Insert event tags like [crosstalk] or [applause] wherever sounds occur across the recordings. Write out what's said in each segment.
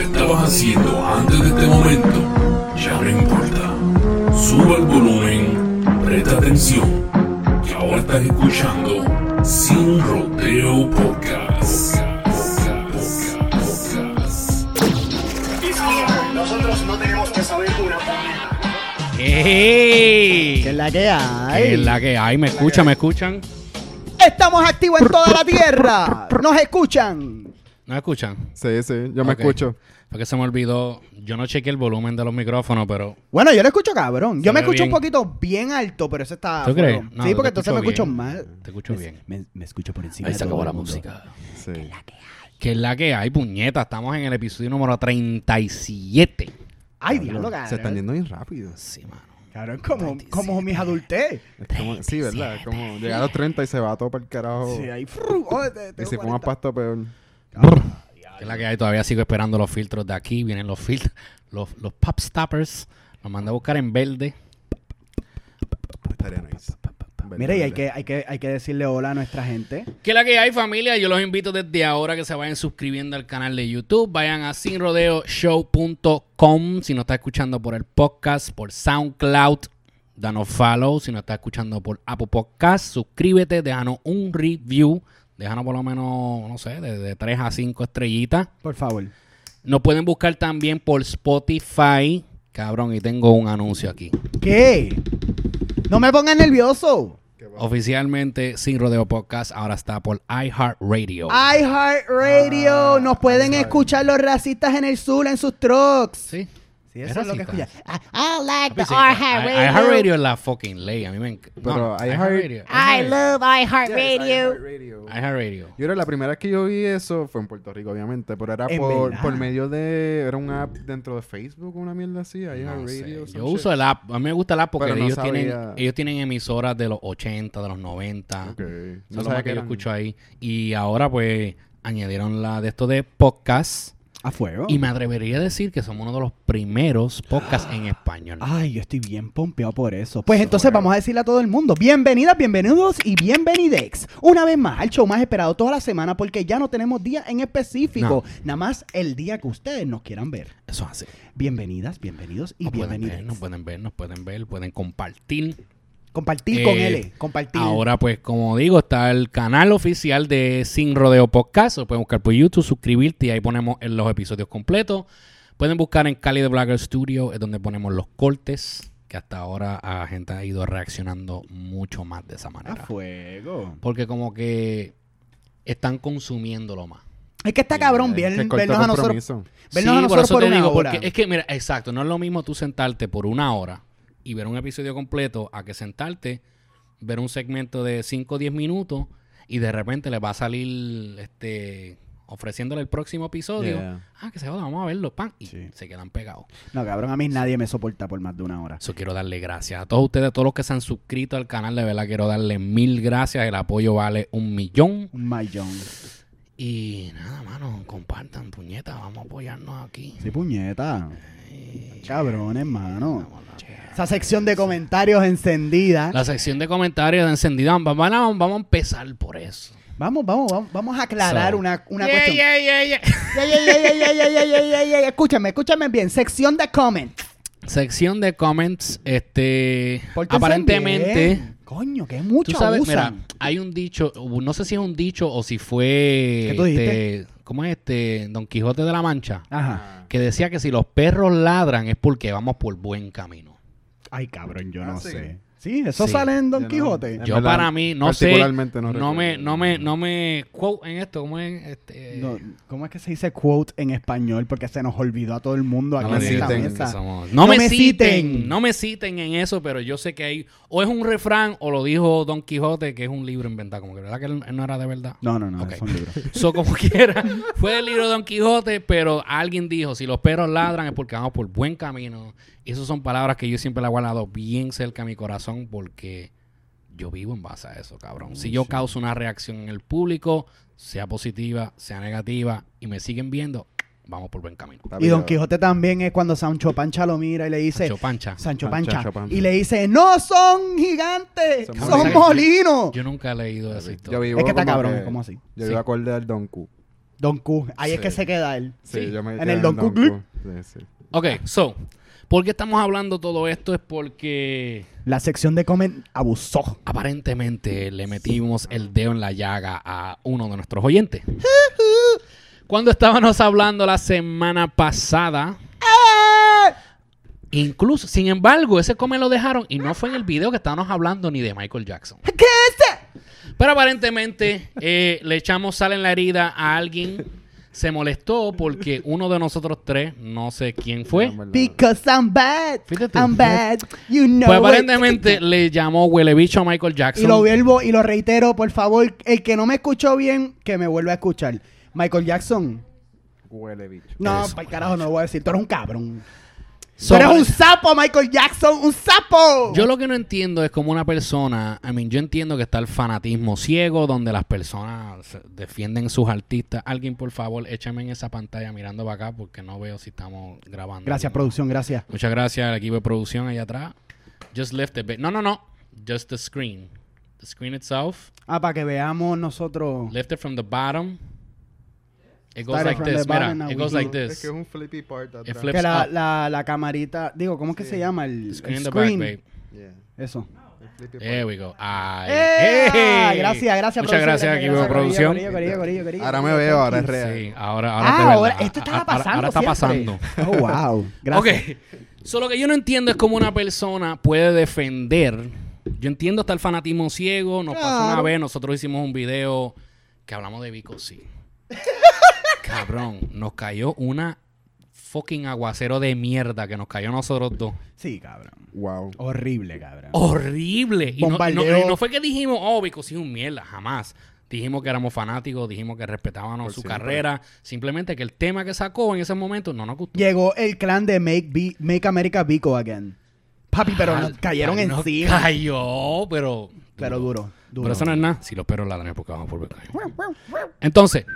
estabas haciendo antes de este momento ya no importa. Suba el volumen, presta atención, que ahora estás escuchando Sin Rodeo Podcast. Nosotros no tenemos que saber una puñeta. ¡Ey! Que es la que hay? ¿Qué es la que hay? ¿Me escuchan? ¿Me escuchan? Estamos activos en toda la tierra. Nos escuchan. ¿No me escuchan? Sí, sí, yo me Ok. escucho. Porque se me olvidó. Yo no chequeé el volumen de los micrófonos, pero. Bueno, yo lo escucho cabrón. Yo Se me ve escucho bien. un poquito bien alto, pero eso está. ¿Tú crees? fuego. No, sí, yo porque te entonces me escucho escucho mal. Te escucho bien. Me, me escucho por encima. Ahí de se acabó todo el la mundo. música. Sí. ¿Qué es la que hay, puñeta? Estamos en el episodio número 37. Ay, diablo, Se están cabrón. yendo bien rápido. Sí, mano. Cabrón, como, como mis adultez. Es como- sí, ¿verdad? Es como llegar a los 30 y se va todo para el carajo. Sí, ahí. fru, oh, te- y tengo se ponga 40. pasto peor. ¿Qué es la que hay? Todavía sigo esperando los filtros de aquí. Vienen los filtros. Los, los pop stoppers. Los mandé a buscar en verde. Estaría nice. Mira, y hay que, hay, que, hay que decirle hola a nuestra gente. ¿Qué es la que hay, familia? Yo los invito desde ahora que se vayan suscribiendo al canal de YouTube. Vayan a sinrodeoshow.com. Si no está escuchando por el podcast, por SoundCloud, danos follow. Si no está escuchando por Apple Podcast, suscríbete, déjanos un review. Déjanos por lo menos, no sé, de, de 3 a 5 estrellitas. Por favor. Nos pueden buscar también por Spotify. Cabrón, y tengo un anuncio aquí. ¿Qué? No me pongas nervioso. Oficialmente, Sin Rodeo Podcast ahora está por iHeartRadio. iHeartRadio. Nos pueden escuchar los racistas en el sur, en sus trucks. ¿Sí? Sí, Es eso es lo que racista. escucha. Ah, I, I like the Papi, sí, iHeartRadio. I- iHeartRadio es la fucking ley. A mí me encanta. Pero iHeart- I love Radio. iHeartRadio. Yo era la primera vez que yo vi eso fue en Puerto Rico, obviamente, pero era En por, verdad. por medio de. Era una app dentro de Facebook, una mierda así. Ahí No sé, radio. some Yo shit. uso el app. A mí me gusta el app porque Pero no ellos, tienen, sabía. ellos tienen emisoras de los 80, de los 90. Ok. Eso es No lo sabía más que que yo eran. escucho ahí. Y ahora, pues, añadieron la de esto de podcast. A fuego. Oh. Y me atrevería a decir que somos uno de los primeros podcasts [gasps] en español. Ah. Ay, yo estoy bien pompeado por eso. Pues entonces vamos a decirle a todo el mundo, bienvenidas, bienvenidos y bienvenidex. Una vez más al show más esperado toda la semana porque ya no tenemos día en específico, nada más el día que ustedes nos quieran ver. Eso es así. Bienvenidas, bienvenidos y Nos pueden ver, bienvenidex. nos pueden ver, nos pueden ver, pueden compartir. Compartir con Eh, L, compartir. Ahora, pues, como digo, está el canal oficial de Sin Rodeo Podcast. Lo pueden buscar por YouTube, suscribirte y ahí ponemos en los episodios completos. Pueden buscar en Cali de Blogger Studio, es donde ponemos los cortes, que hasta ahora la gente ha ido reaccionando mucho más de esa a manera. fuego. Porque como que están consumiéndolo más. Es que está cabrón bien Qué corto vernos a nosotros, compromiso. vernos a Sí, nosotros por, te una digo, hora. porque es que, mira, exacto, no es lo mismo tú sentarte por una hora y ver un episodio completo a que sentarte, ver un segmento de 5 o 10 minutos y de repente le va a salir este ofreciéndole el próximo episodio. Yeah. Ah, que se joda, vamos a verlo, pan. Y Sí. se quedan pegados. No, cabrón, a mí nadie me soporta por más de una hora. Eso quiero darle gracias a todos ustedes, a todos los que se han suscrito al canal, de verdad quiero darle mil gracias. El apoyo vale un millón. Un mayón. Y nada, mano, compartan, puñeta, vamos a apoyarnos aquí. Sí, puñeta. Eh, Cabrones, mano. Esa sección de comentarios encendida. La sección de comentarios de encendida. Vamos, vamos, vamos a empezar por eso. Vamos, vamos, vamos, vamos a aclarar So. una, una Yeah, cuestión. yeah, yeah, yeah. Yeah, yeah, yeah, yeah, yeah, yeah, yeah, yeah, yeah, yeah. Escúchame, escúchame bien. Sección de comments. Sección de comments. Este. Pórtense aparentemente. bien. Coño, que mucho Tú sabes, abusan. mira, hay un dicho, no sé si es un dicho o si fue. ¿Qué tú dijiste? este, ¿Cómo es este? Don Quijote de la Mancha. Ajá. Que decía que si los perros ladran es porque vamos por buen camino. Ay, cabrón, yo Ah, no sí. sé. Sí, eso Sí. sale en Yo Don no- Quijote. En Yo verdad, para mí, no sé. particularmente no recuerdo. me, no me, no me. Quote en esto, ¿cómo es? Este, No, ¿Cómo es que se dice quote en español? Porque se nos olvidó a todo el mundo aquí No me, en esta citen, citen, que mesa. somos- no me citen, no me citen en eso, pero yo sé que hay, o es un refrán, o lo dijo Don Quijote, que es un libro inventado, como que verdad que él él no era de verdad. No, no, no, Ok. son [laughs] libros. So, como [laughs] quiera, fue el libro de Don Quijote, pero alguien dijo, si los perros ladran es porque vamos por buen camino. Y esas son palabras que yo siempre le he guardado bien cerca a mi corazón porque yo vivo en base a eso, cabrón. Si yo causo una reacción en el público, sea positiva, sea negativa, y me siguen viendo, vamos por buen camino. Papi, Y Don yo- Quijote también es cuando Sancho Pancha lo mira y le dice, Pancho Pancha. Sancho Sancho Pancha, Pancha. y le dice, no son gigantes, Son son, molinos". molinos. Yo nunca he leído esa historia. Yo vivo Es que está como cabrón, ¿cómo así? Yo Sí. vivo acorde al Don Q. Don Q. Ahí es Sí. que se queda él. Sí, Sí. yo me En quedé el Don Q Club. Sí, sí. Ok, so, ¿por qué estamos hablando todo esto? Es porque La sección de comment abusó. aparentemente le metimos el dedo en la llaga a uno de nuestros oyentes. Cuando estábamos hablando la semana pasada, incluso, sin embargo, ese come lo dejaron y no fue en el video que estábamos hablando ni de Michael Jackson. Pero aparentemente eh, le echamos sal en la herida a alguien. Se molestó porque uno de nosotros tres, no sé quién fue, En verdad. Because I'm bad. Fíjate tú. I'm bad. You know pues it. aparentemente le llamó huele bicho a Michael Jackson. Y lo vuelvo y lo reitero, por favor, el que no me escuchó bien, que me vuelva a escuchar. Michael Jackson. Huele bicho. No, Eso, para carajo no lo voy a decir. Tú eres un cabrón. So- tú eres un sapo, Michael Jackson. ¡Un sapo! Yo lo que no entiendo es como una persona, I mean, yo entiendo que está el fanatismo ciego donde las personas se- defienden sus artistas. Alguien, por favor, échame en esa pantalla mirando para acá porque no veo si estamos grabando. Gracias, producción, gracias. Muchas gracias al equipo de producción allá atrás. Just left the bit. No, no, no. Just the screen. The screen itself. Ah, para que veamos nosotros. Left it from the bottom. It goes Started like from this. the bottom Mira, and it we goes do- like Es this. que es un flippy part atrás. It flips Que la, up. la, la camarita. Digo, ¿cómo es que se llama? El el Screen screen. in the back, babe. Yeah, Eso. el flippy There we go. Ay. ¡Eh! Hey. Gracias, gracias, Muchas producción, gracias, equipo de gracias, producción. corillo, corillo, corillo, corillo, Ahora me corillo, veo, ahora es thank you. real. Sí, ahora, ahora de Ah, verdad. ahora, esto estaba Ahora- pasando. Ahora, está pasando. siempre. Oh, wow. Gracias. Ok. So, lo que yo no entiendo es cómo una persona puede defender. Yo entiendo hasta el fanatismo ciego. Nos pasó una Claro. vez, nosotros hicimos un video que hablamos de Vico, [laughs] sí. Cabrón, nos cayó una fucking aguacero de mierda que nos cayó a nosotros dos. Sí, cabrón. Wow. Horrible, cabrón. Horrible. Y no- no, Bombardeo. y no fue que dijimos, oh, Vico, sí, un mierda, jamás. Dijimos que éramos fanáticos, dijimos que respetábamos Por su siempre. carrera. Simplemente que el tema que sacó en ese momento no nos gustó. Llegó el clan de Make, Be- Make America Bico Again. Papi, pero Ah, nos cayeron en sí encima. Cayó, pero. Pero duro, duro. Pero eso no es nada. Si los perros ladran es porque vamos por ver. Entonces,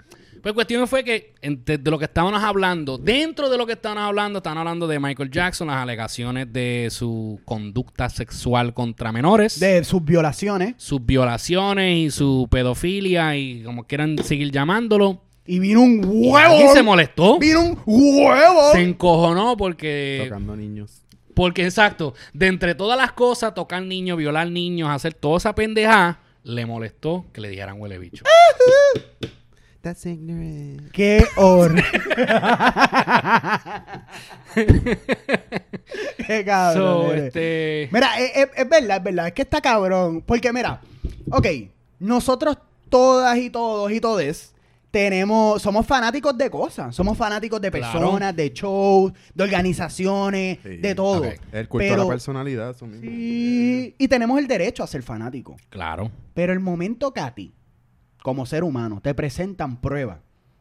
pues cuestión fue que en- de, de lo que estábamos hablando, dentro de lo que estábamos hablando, estaban hablando de Michael Jackson, las alegaciones de su conducta sexual contra menores, De sus violaciones. sus violaciones y su pedofilia y como quieran seguir llamándolo. Y vino un Y huevo. alguien se molestó. Vino un huevo. Se encojonó porque Tocando niños. Porque, exacto, de entre todas las cosas, tocar niños, violar niños, hacer toda esa pendejada, le molestó que le dijeran huele bicho. That's ignorant. Qué [laughs] horror. Qué cabrón. So, eres. este, Mira, es, es- es verdad, es verdad. Es que está cabrón. Porque, mira, ok, nosotros todas y todos y todes tenemos, somos fanáticos de cosas. Somos fanáticos de Claro. personas, de shows, de organizaciones, Sí. de todo. Ok. El culto de Pero- la personalidad, eso mismo. Sí, y tenemos el derecho a ser fanáticos. Claro. Pero el momento que a ti, como ser humano, te presentan pruebas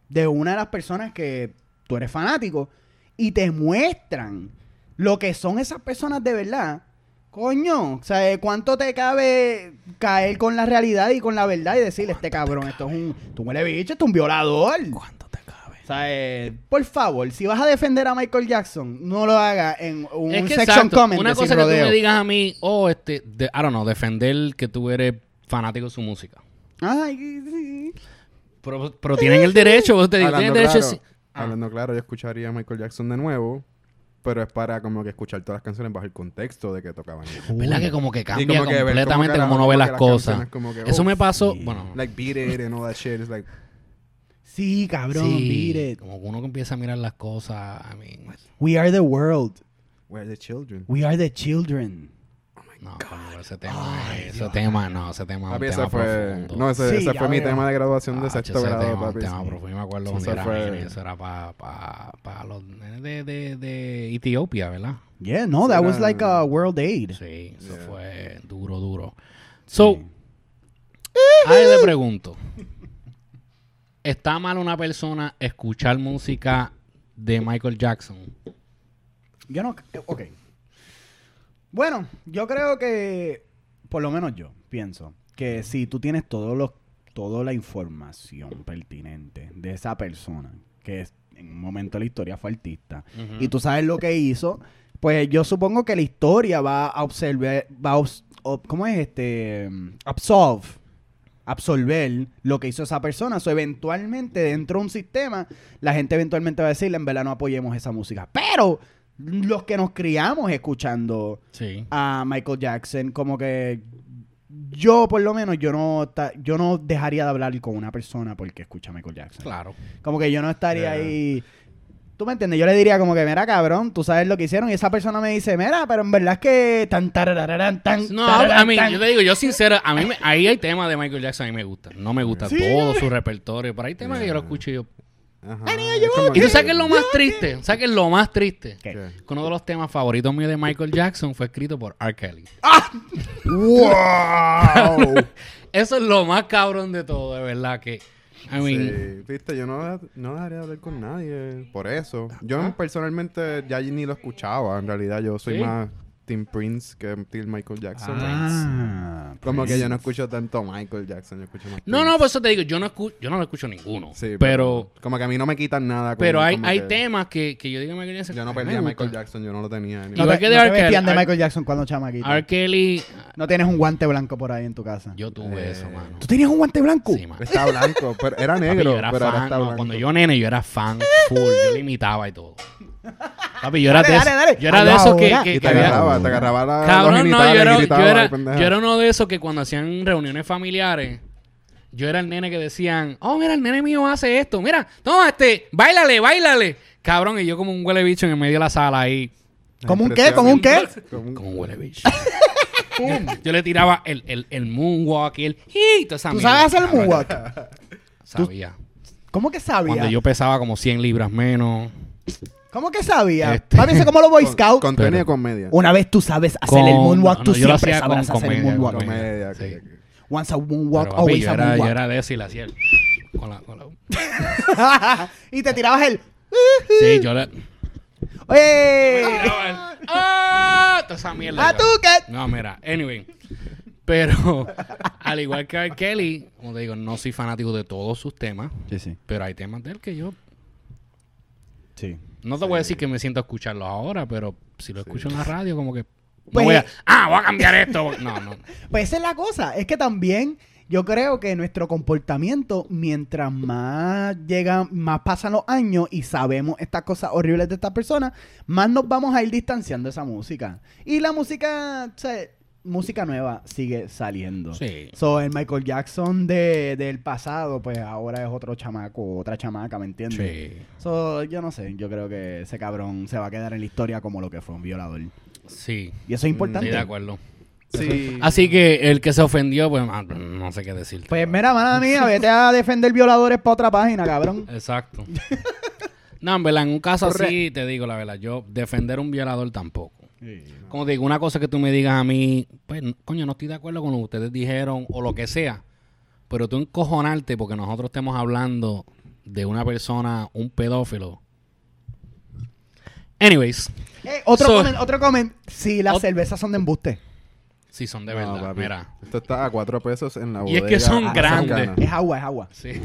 de una de las personas que tú eres fanático y te muestran lo que son esas personas de verdad, coño, o sea, eh, ¿cuánto te cabe caer con la realidad y con la verdad y decirle, este cabrón, esto es un, tú huele bicho, esto es un violador? ¿Cuánto te cabe? O sea, eh, por favor, si vas a defender a Michael Jackson, no lo hagas en un es que section exacto, comment una de sin cosa que tú rodeo. me digas a mí, oh, este, de- I don't know, defender que tú eres fanático de su música. Ay, sí. Pero, pero tienen el derecho, vos te digo, tienen Hablando el derecho. claro, sí. Ah. hablando claro, yo escucharía a Michael Jackson de nuevo, pero es para como que escuchar todas las canciones bajo el contexto de que tocaban. ellos. ¿Verdad que como que Y cambia como que ver completamente cómo como no carajo, ve como las que las cosas? canciones como que, Eso oh, me pasó, sí. bueno, Like beat it and all that shit. It's like, Sí, cabrón, sí, beat it. como que uno que empieza a mirar las cosas, I mean, Oh We are the world. where are the children? We are the children. No, coño, ese tema, ese tema, no, ese tema es un Papi, tema ese fue, profundo. no, ese, Sí, ese ya fue mi veo. tema de graduación Ah, de ese sexto grado, tema, es un papi. tema sí. profundo. Yo me acuerdo Sí, cuando ese era fue- nene, eso era para los nenes de, de, de Etiopía, ¿verdad? Yeah, no, that was Era- like a world aid. Sí, eso fue duro, duro. So, ahí le pregunto, ¿está mal una persona escuchar música de Michael Jackson? Yo no. Ok. Bueno, yo creo que. Por lo menos yo pienso que si tú tienes todos los, toda la información pertinente de esa persona, que es- en un momento de la historia fue artista, y tú sabes lo que hizo, pues yo supongo que la Mm, historia va a observar. Va a obs- ob- ¿Cómo es este? Absolve. absorber lo que hizo esa persona. So, eventualmente, dentro de un sistema, la gente eventualmente va a decirle, en verdad, no apoyemos esa música. Pero los que nos criamos escuchando Sí. a Michael Jackson, como que yo por lo menos yo no ta- yo no dejaría de hablar con una persona porque escucha a Michael Jackson. Claro. Como que yo no estaría Yeah. ahí. ¿Tú me entiendes? Yo le diría como que, mira, cabrón, tú sabes lo que hicieron. Y esa persona me dice, mira, pero en verdad es que tan tarararán, tan No, a tararán, mí, tan". yo te digo, yo sincero, a mí me- ahí hay temas de Michael Jackson a mí me gustan. No me gusta todo su repertorio, pero hay temas que yo lo escucho y yo. Ajá. ¿Y tú sabes qué es lo más triste? ¿Sabes qué es lo más triste? ¿Qué? Que Uno de los temas favoritos míos de Michael Jackson fue escrito por R. Kelly. [laughs] ¡Wow! [laughs] Eso es lo más cabrón de todo, de verdad, que... I mean, Sí, viste, yo no, no dejaría de hablar con nadie. Por eso. Yo personalmente ya ni lo escuchaba. En realidad, yo Ah. soy Sí. más Tim Prince que Tim Michael Jackson. Ah, Como que yo no escucho tanto Michael Jackson, yo escucho más. No, no, Prince. por eso te digo, yo no, escu- yo no lo escucho ninguno. Sí, pero Como que a mí no me quitan nada. como- pero hay, como hay que temas que, que yo digo Michael Jackson. Yo no "Ay, perdí a me Michael gusta". Jackson, yo no lo tenía. ni- No Igual te, que que de de, no te R. Kelly, vestían de R. Michael Jackson cuando chamaquito. R. Kelly, eh, No tienes un guante blanco por ahí en tu casa. yo tuve eso, mano. ¿Tú tenías un guante blanco? Sí, mano. Está blanco, pero era Papi, negro. yo era pero ahora fan, está no, blanco. cuando yo nene, yo era fan full, yo lo imitaba y todo. Papi, yo era Dale, de, dale, dale. Yo era de Hazlo esos que, ahora. que- Y que te había- agarraba, te agarraba la. los Cabrón, no, genitales yo y era, gritaba, yo, era, "Ay, pendeja". yo era uno de esos que cuando hacían reuniones familiares, yo era el nene que decían, oh, mira, el nene mío hace esto, mira, toma este, bailale, bailale. Cabrón, y yo como un huele bicho en el medio de la sala ahí, ¿Como un qué? ¿Como un qué? Como un- como un huele [laughs] bicho. yo, yo le tiraba el, el, el moonwalk y el "Hi", toda esa ¿Tú mierda, sabes hacer cabrón. moonwalk? Sabía. ¿Cómo que sabía? Cuando yo pesaba como 100 libras menos. ¿Cómo que sabía? Este- Papi, ¿sí como los [laughs] Boy con- Scouts. Contenido Pero- y comedia. Una vez tú sabes hacer el Con- moonwalk, no, tú no, yo lo siempre hacía sabrás con hacer el comedia, moonwalk. con Comedia. Sí. que- que- Once a moonwalk, Pero, papi, always yo, a era, yo moonwalk. era de ese y le hacía el... con la- [laughs] con la- y te tirabas el... Sí, yo le... ¡Eh! ¡Ah! Toda esa mierda. ¡A tú qué! No, mira, anyway. Pero, [laughs] al igual que R. Kelly, como te digo, no soy fanático de todos sus temas, Sí, sí, pero hay temas de él que yo. sí. No te voy a decir que me siento a escucharlos ahora, pero si lo escucho en la radio, como que. no Pues- voy a, ah, voy a cambiar esto. No, [laughs] no. Pues esa es la cosa. Es que también yo creo que nuestro comportamiento, mientras más llegan, más pasan los años y sabemos estas cosas horribles de estas personas, más nos vamos a ir distanciando de esa música. Y la música, o sea, música nueva sigue saliendo. Sí. So, el Michael Jackson de, del pasado, pues ahora es otro chamaco, otra chamaca, ¿me entiendes? Sí. So, yo no sé, yo creo que ese cabrón se va a quedar en la historia como lo que fue un violador. Sí. Y eso es importante. Estoy de acuerdo. Sí. Así que el que se ofendió, pues ah, no sé qué decirte. Pues mira, mala mía, vete a defender violadores para otra página, cabrón. Exacto. [laughs] no, en verdad, en un caso así, te digo la verdad, yo defender un violador tampoco. Eh, Como te digo, una cosa que tú me digas a mí, pues, n- coño, no estoy de acuerdo con lo que ustedes dijeron o lo que sea, pero tú encojonarte porque nosotros estemos hablando de una persona, un pedófilo. Anyways, Eh, otro So- comment, otro comment. Sí, las Ot- cervezas son de embuste. si son de No, verdad, papi. mira. Esto está a cuatro pesos en la Y bodega. es que son Ah, grandes. cercana. Es agua, es agua. Sí.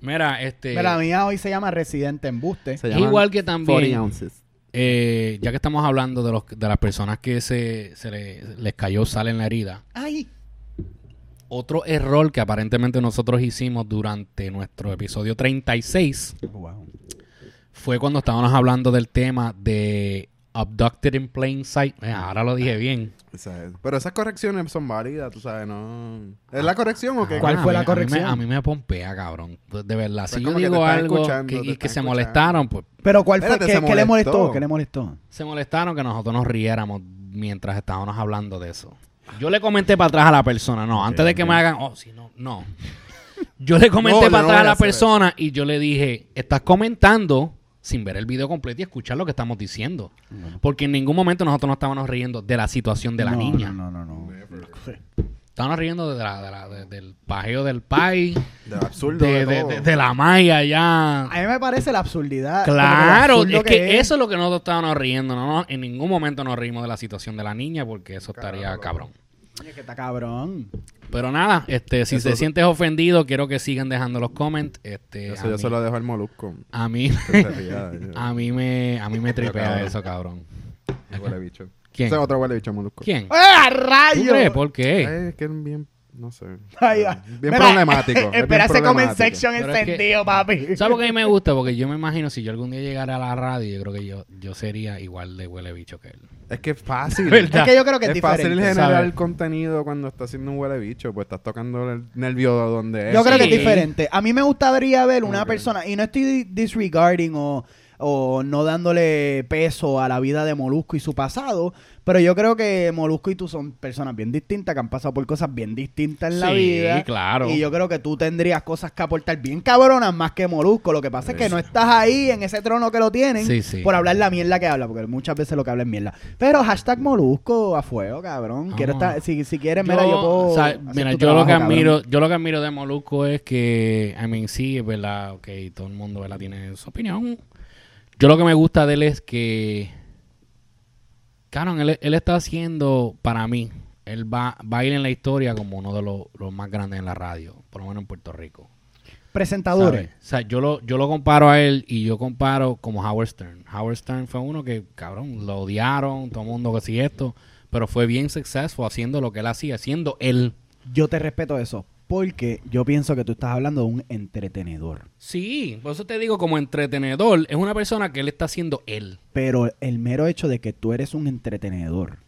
Mira, este... Pero la mía hoy se llama Residente Embuste. Se llaman Igual que también- 40 ounces. eh, ya que estamos hablando de, los, de las personas que se, se le- les cayó sal en la herida, Ay, otro error que aparentemente nosotros hicimos durante nuestro episodio 36 wow. fue cuando estábamos hablando del tema de Abducted in Plain Sight. Eh, ahora lo dije bien. O sea, Pero esas correcciones son válidas, tú sabes, ¿no. ¿Es la corrección o qué? ¿Cuál Ah, a fue la mí- corrección? A mí, me, a mí me pompea, cabrón. De de verdad. Si Pues yo como que te digo están algo escuchando, que- te y que están se escuchando. molestaron, pues Pero ¿cuál fue? Espérate, ¿Qué, se qué le molestó. molestó? ¿Qué le molestó? se molestaron que nosotros nos riéramos mientras estábamos hablando de eso. Yo le comenté para atrás a la persona, no, antes de que me hagan, oh, si no, no. Yo le comenté [laughs] No, para atrás no a voy a la hacer persona y yo le dije, estás comentando sin ver el video completo y escuchar lo que estamos diciendo. Porque en ningún momento nosotros no estábamos riendo de la situación de la No, niña. No, no, no. no. Estábamos riendo de la- de la- de- del pajeo del pai, De absurdo. de, de- todo. de- de la maya ya. A mí me parece la absurdidad. Claro, como lo absurdo es que, eso es lo que nosotros estábamos riendo. No, no, en ningún momento nos reímos de la situación de la niña porque eso estaría cabrón. Oye, que está cabrón. Pero nada, este, si Eso- te sientes ofendido, quiero que sigan dejando los comments. Este, Eso a, yo mí, Ah, se lo dejo al molusco. [laughs] a [laughs] mí, Que se ría de- a mí me, a mí me tripea cabrón. eso, cabrón. Huele bicho. ¿Quién? Ese es otro huele bicho molusco. ¿Quién? ¡Ah, ¿Tú rayo! crees? ¿Por qué? ¡Eh, Ay, es que es bien No sé. Ahí va. Bien Mira, problemático. es bien [laughs] Espera ese comment problemático. section Pero es que- encendido, papi. ¿Sabes por qué a mí me gusta? Porque yo me imagino si yo algún día llegara a la radio, yo creo que yo, yo sería igual de huele bicho que él. Es que [laughs] es fácil. Es que yo creo que es, es fácil diferente. generar ¿sabes? contenido cuando estás haciendo un huele bicho, pues estás tocando el nervio donde es. Yo creo que es Sí. diferente. A mí me gustaría ver una Ok. persona, y no estoy disregarding o, o no dándole peso a la vida de Molusco y su pasado, pero yo creo que Molusco y tú son personas bien distintas, que han pasado por cosas bien distintas en la Sí, vida. claro. Y yo creo que tú tendrías cosas que aportar bien cabronas más que Molusco. Lo que pasa es que no estás ahí en ese trono que lo tienen Sí, sí. por hablar la mierda que habla, porque muchas veces lo que habla es mierda. Pero hashtag Molusco a fuego, cabrón. Quiero Vamos. estar- si, si quieres, mira, yo puedo. Ah. o sea, hacer mira, tu yo lo trabajo, que cabrón. admiro, yo lo que admiro de Molusco es que, I mean, sí, es verdad, ok, todo el mundo, ¿verdad? Tiene su opinión. Yo lo que me gusta de él es que, claro, él, él está haciendo, para mí, él va, va a ir en la historia como uno de los, los más grandes en la radio, por lo menos en Puerto Rico. Presentadores. ¿Sabes? O sea, yo lo, yo lo comparo a él y yo comparo como Howard Stern. Howard Stern fue uno que, cabrón, lo odiaron, todo el mundo que sí esto, pero fue bien successful haciendo lo que él hacía, siendo él. Yo te respeto eso, porque yo pienso que tú estás hablando de un entretenedor. Sí, por eso te digo, como entretenedor, es una persona que él está haciendo él. Pero el mero hecho de que tú eres un entretenedor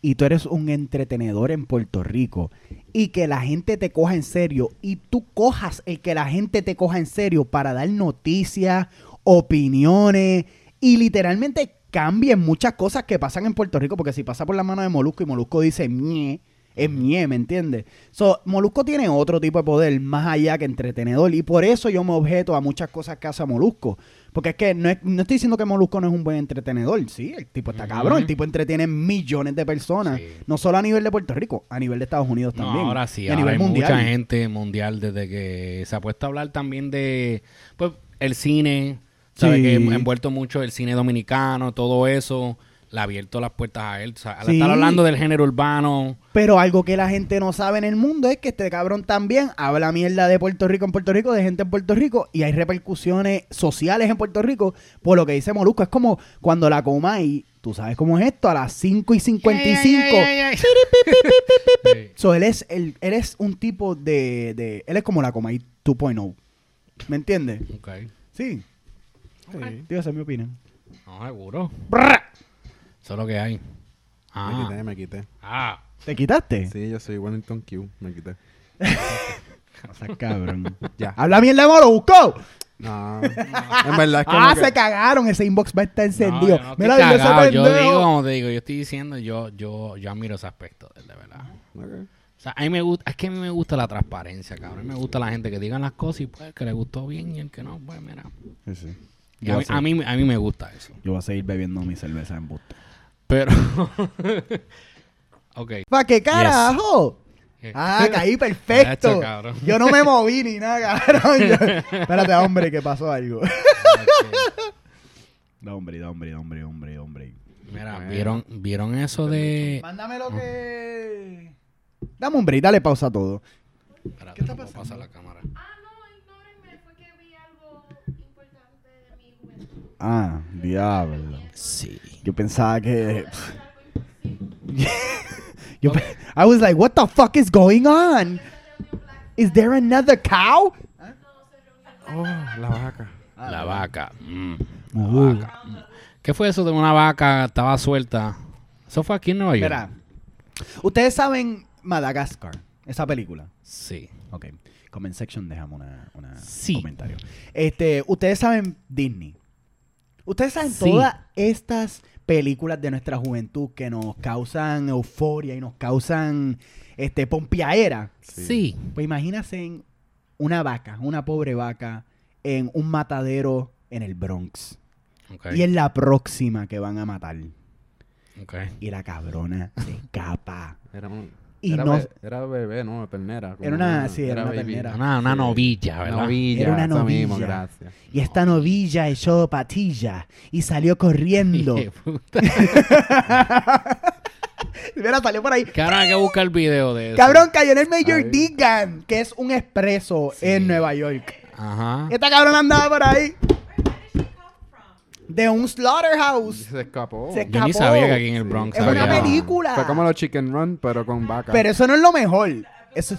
y tú eres un entretenedor en Puerto Rico y que la gente te coja en serio y tú cojas el que la gente te coja en serio para dar noticias, opiniones y literalmente cambien muchas cosas que pasan en Puerto Rico porque si pasa por la mano de Molusco y Molusco dice mie, es mie, ¿me entiendes? So, Molusco tiene otro tipo de poder más allá que entretenedor y por eso yo me objeto a muchas cosas que hace Molusco. Porque es que no, es- no estoy diciendo que Molusco no es un buen entretenedor, sí, el tipo está cabrón, el tipo entretiene millones de personas, Sí. no solo a nivel de Puerto Rico, a nivel de Estados Unidos No, también. ahora sí, y a ahora nivel hay mundial. mucha gente mundial desde que se ha puesto a hablar también de pues, el cine, ¿sabes? Sí. Que ha envuelto mucho el cine dominicano, todo eso, le ha abierto las puertas a él. O sea, al Sí. estar hablando del género urbano, Pero algo que la gente no sabe en el mundo es que este cabrón también habla mierda de Puerto Rico en Puerto Rico, de gente en Puerto Rico, y hay repercusiones sociales en Puerto Rico por lo que dice Molusco. Es como cuando la coma y tú sabes cómo es esto, a las 5 y 55. Sí. So, él es, el- él es un tipo de, de- Él es como la Comay 2.0. oh. ¿Me entiendes? Ok. Sí. Sí. Tío, esa es mi opinión. No, seguro. Eso es lo que hay. Me Ah. quité, me quité. Ah. ¿Te quitaste? Sí, yo soy Wellington Q. Me quité. O sea, cabrón. Ya. ¡Habla mierda de Molusco! [laughs] No. en verdad es como Ah, que- se cagaron. Ese inbox va a estar encendido. No, yo no estoy Mira, dile a ese cagado, yo pendejo. digo, como te digo, yo estoy diciendo, yo, yo, yo admiro ese aspecto de él, de verdad. Ok. O sea, a mí me gusta, es que a mí me gusta la transparencia, cabrón. A mí me gusta la gente que digan las cosas y pues el que le gustó bien y el que no, pues mira. Y a, Yo, voy mí, a a, seguir- mí, a mí me gusta eso. yo voy a seguir bebiendo mi cerveza en buste. Pero. [laughs] ok. ¿Para qué carajo? Ah, [laughs] caí perfecto. Nacho, Eh. cabrón. yo no me moví ni nada, cabrón. Yo- Espérate, hombre, que pasó algo. Da hombre, da hombre, da hombre, hombre, hombre. Mira, ¿vieron, ¿vieron eso de. Mándame lo que. Dame un break, dale pausa a todo. ¿Qué está pasando? Pasa la cámara. Ah, no, ignórenme, fue que vi algo importante de mi juventud. Ah, diablo. Sí. Yo pensaba que. [laughs] Yo pe- I was like, what the fuck is going on? Is there another cow? Oh, la vaca. La vaca. mm, la Ah, vaca. mm. ¿Qué fue eso de una vaca? Estaba suelta. Eso fue aquí en Nueva York. Espera. Ustedes saben Madagascar, esa película. Sí. Ok. Comment section dejamos una, una Sí. comentario. Este, ustedes saben Disney. Ustedes saben Sí. todas estas películas de nuestra juventud que nos causan euforia y nos causan este pompiaera. Sí. Pues imagínense en una vaca, una pobre vaca, en un matadero en el Bronx. Ok. Y es la próxima que van a matar. ok. Y la cabrona se escapa. Era, un- Y era, no- be- era bebé, ¿no? Ternera. como Era una- sí, era una baby. ternera. Una, una Sí. novilla, ¿verdad? Novilla. Era una eso mismo, novilla. gracias. Y esta novilla echó patilla y salió [laughs] corriendo. [laughs] Qué puta. Mira, salió por ahí. Cabrón, hay que buscar el video de eso. Cabrón, cayó en el Major Ahí. Deegan, que es un expreso Sí. en Nueva York. Ajá. Esta cabrona andaba por ahí. De un slaughterhouse. Se escapó. Se- Yo ni escapó. sabía que aquí en el Bronx Es Fue una había- como- película. Fue como los Chicken Run, pero con vaca. Pero eso no es lo mejor. Eso,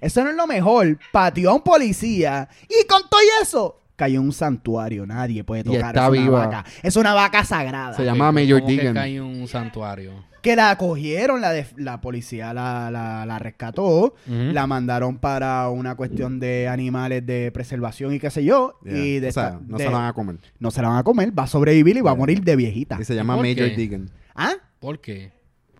eso no es lo mejor. Pateó a un policía y con todo y eso cayó en un santuario. Nadie puede Y tocar. está es una viva. vaca. Es una vaca sagrada. Se llama Mayor Mayor Que Deegan. hay un santuario. Que la cogieron, la, def- la policía la, la- la rescató, Ujú. la mandaron para una cuestión de animales de preservación y qué sé yo. Yeah. Y de o sea, esta- no de- se la van a comer. no se la van a comer, va a sobrevivir y va a Yeah. morir de viejita. Y se llama ¿Por Major qué? Deegan. ¿Ah? ¿Por qué?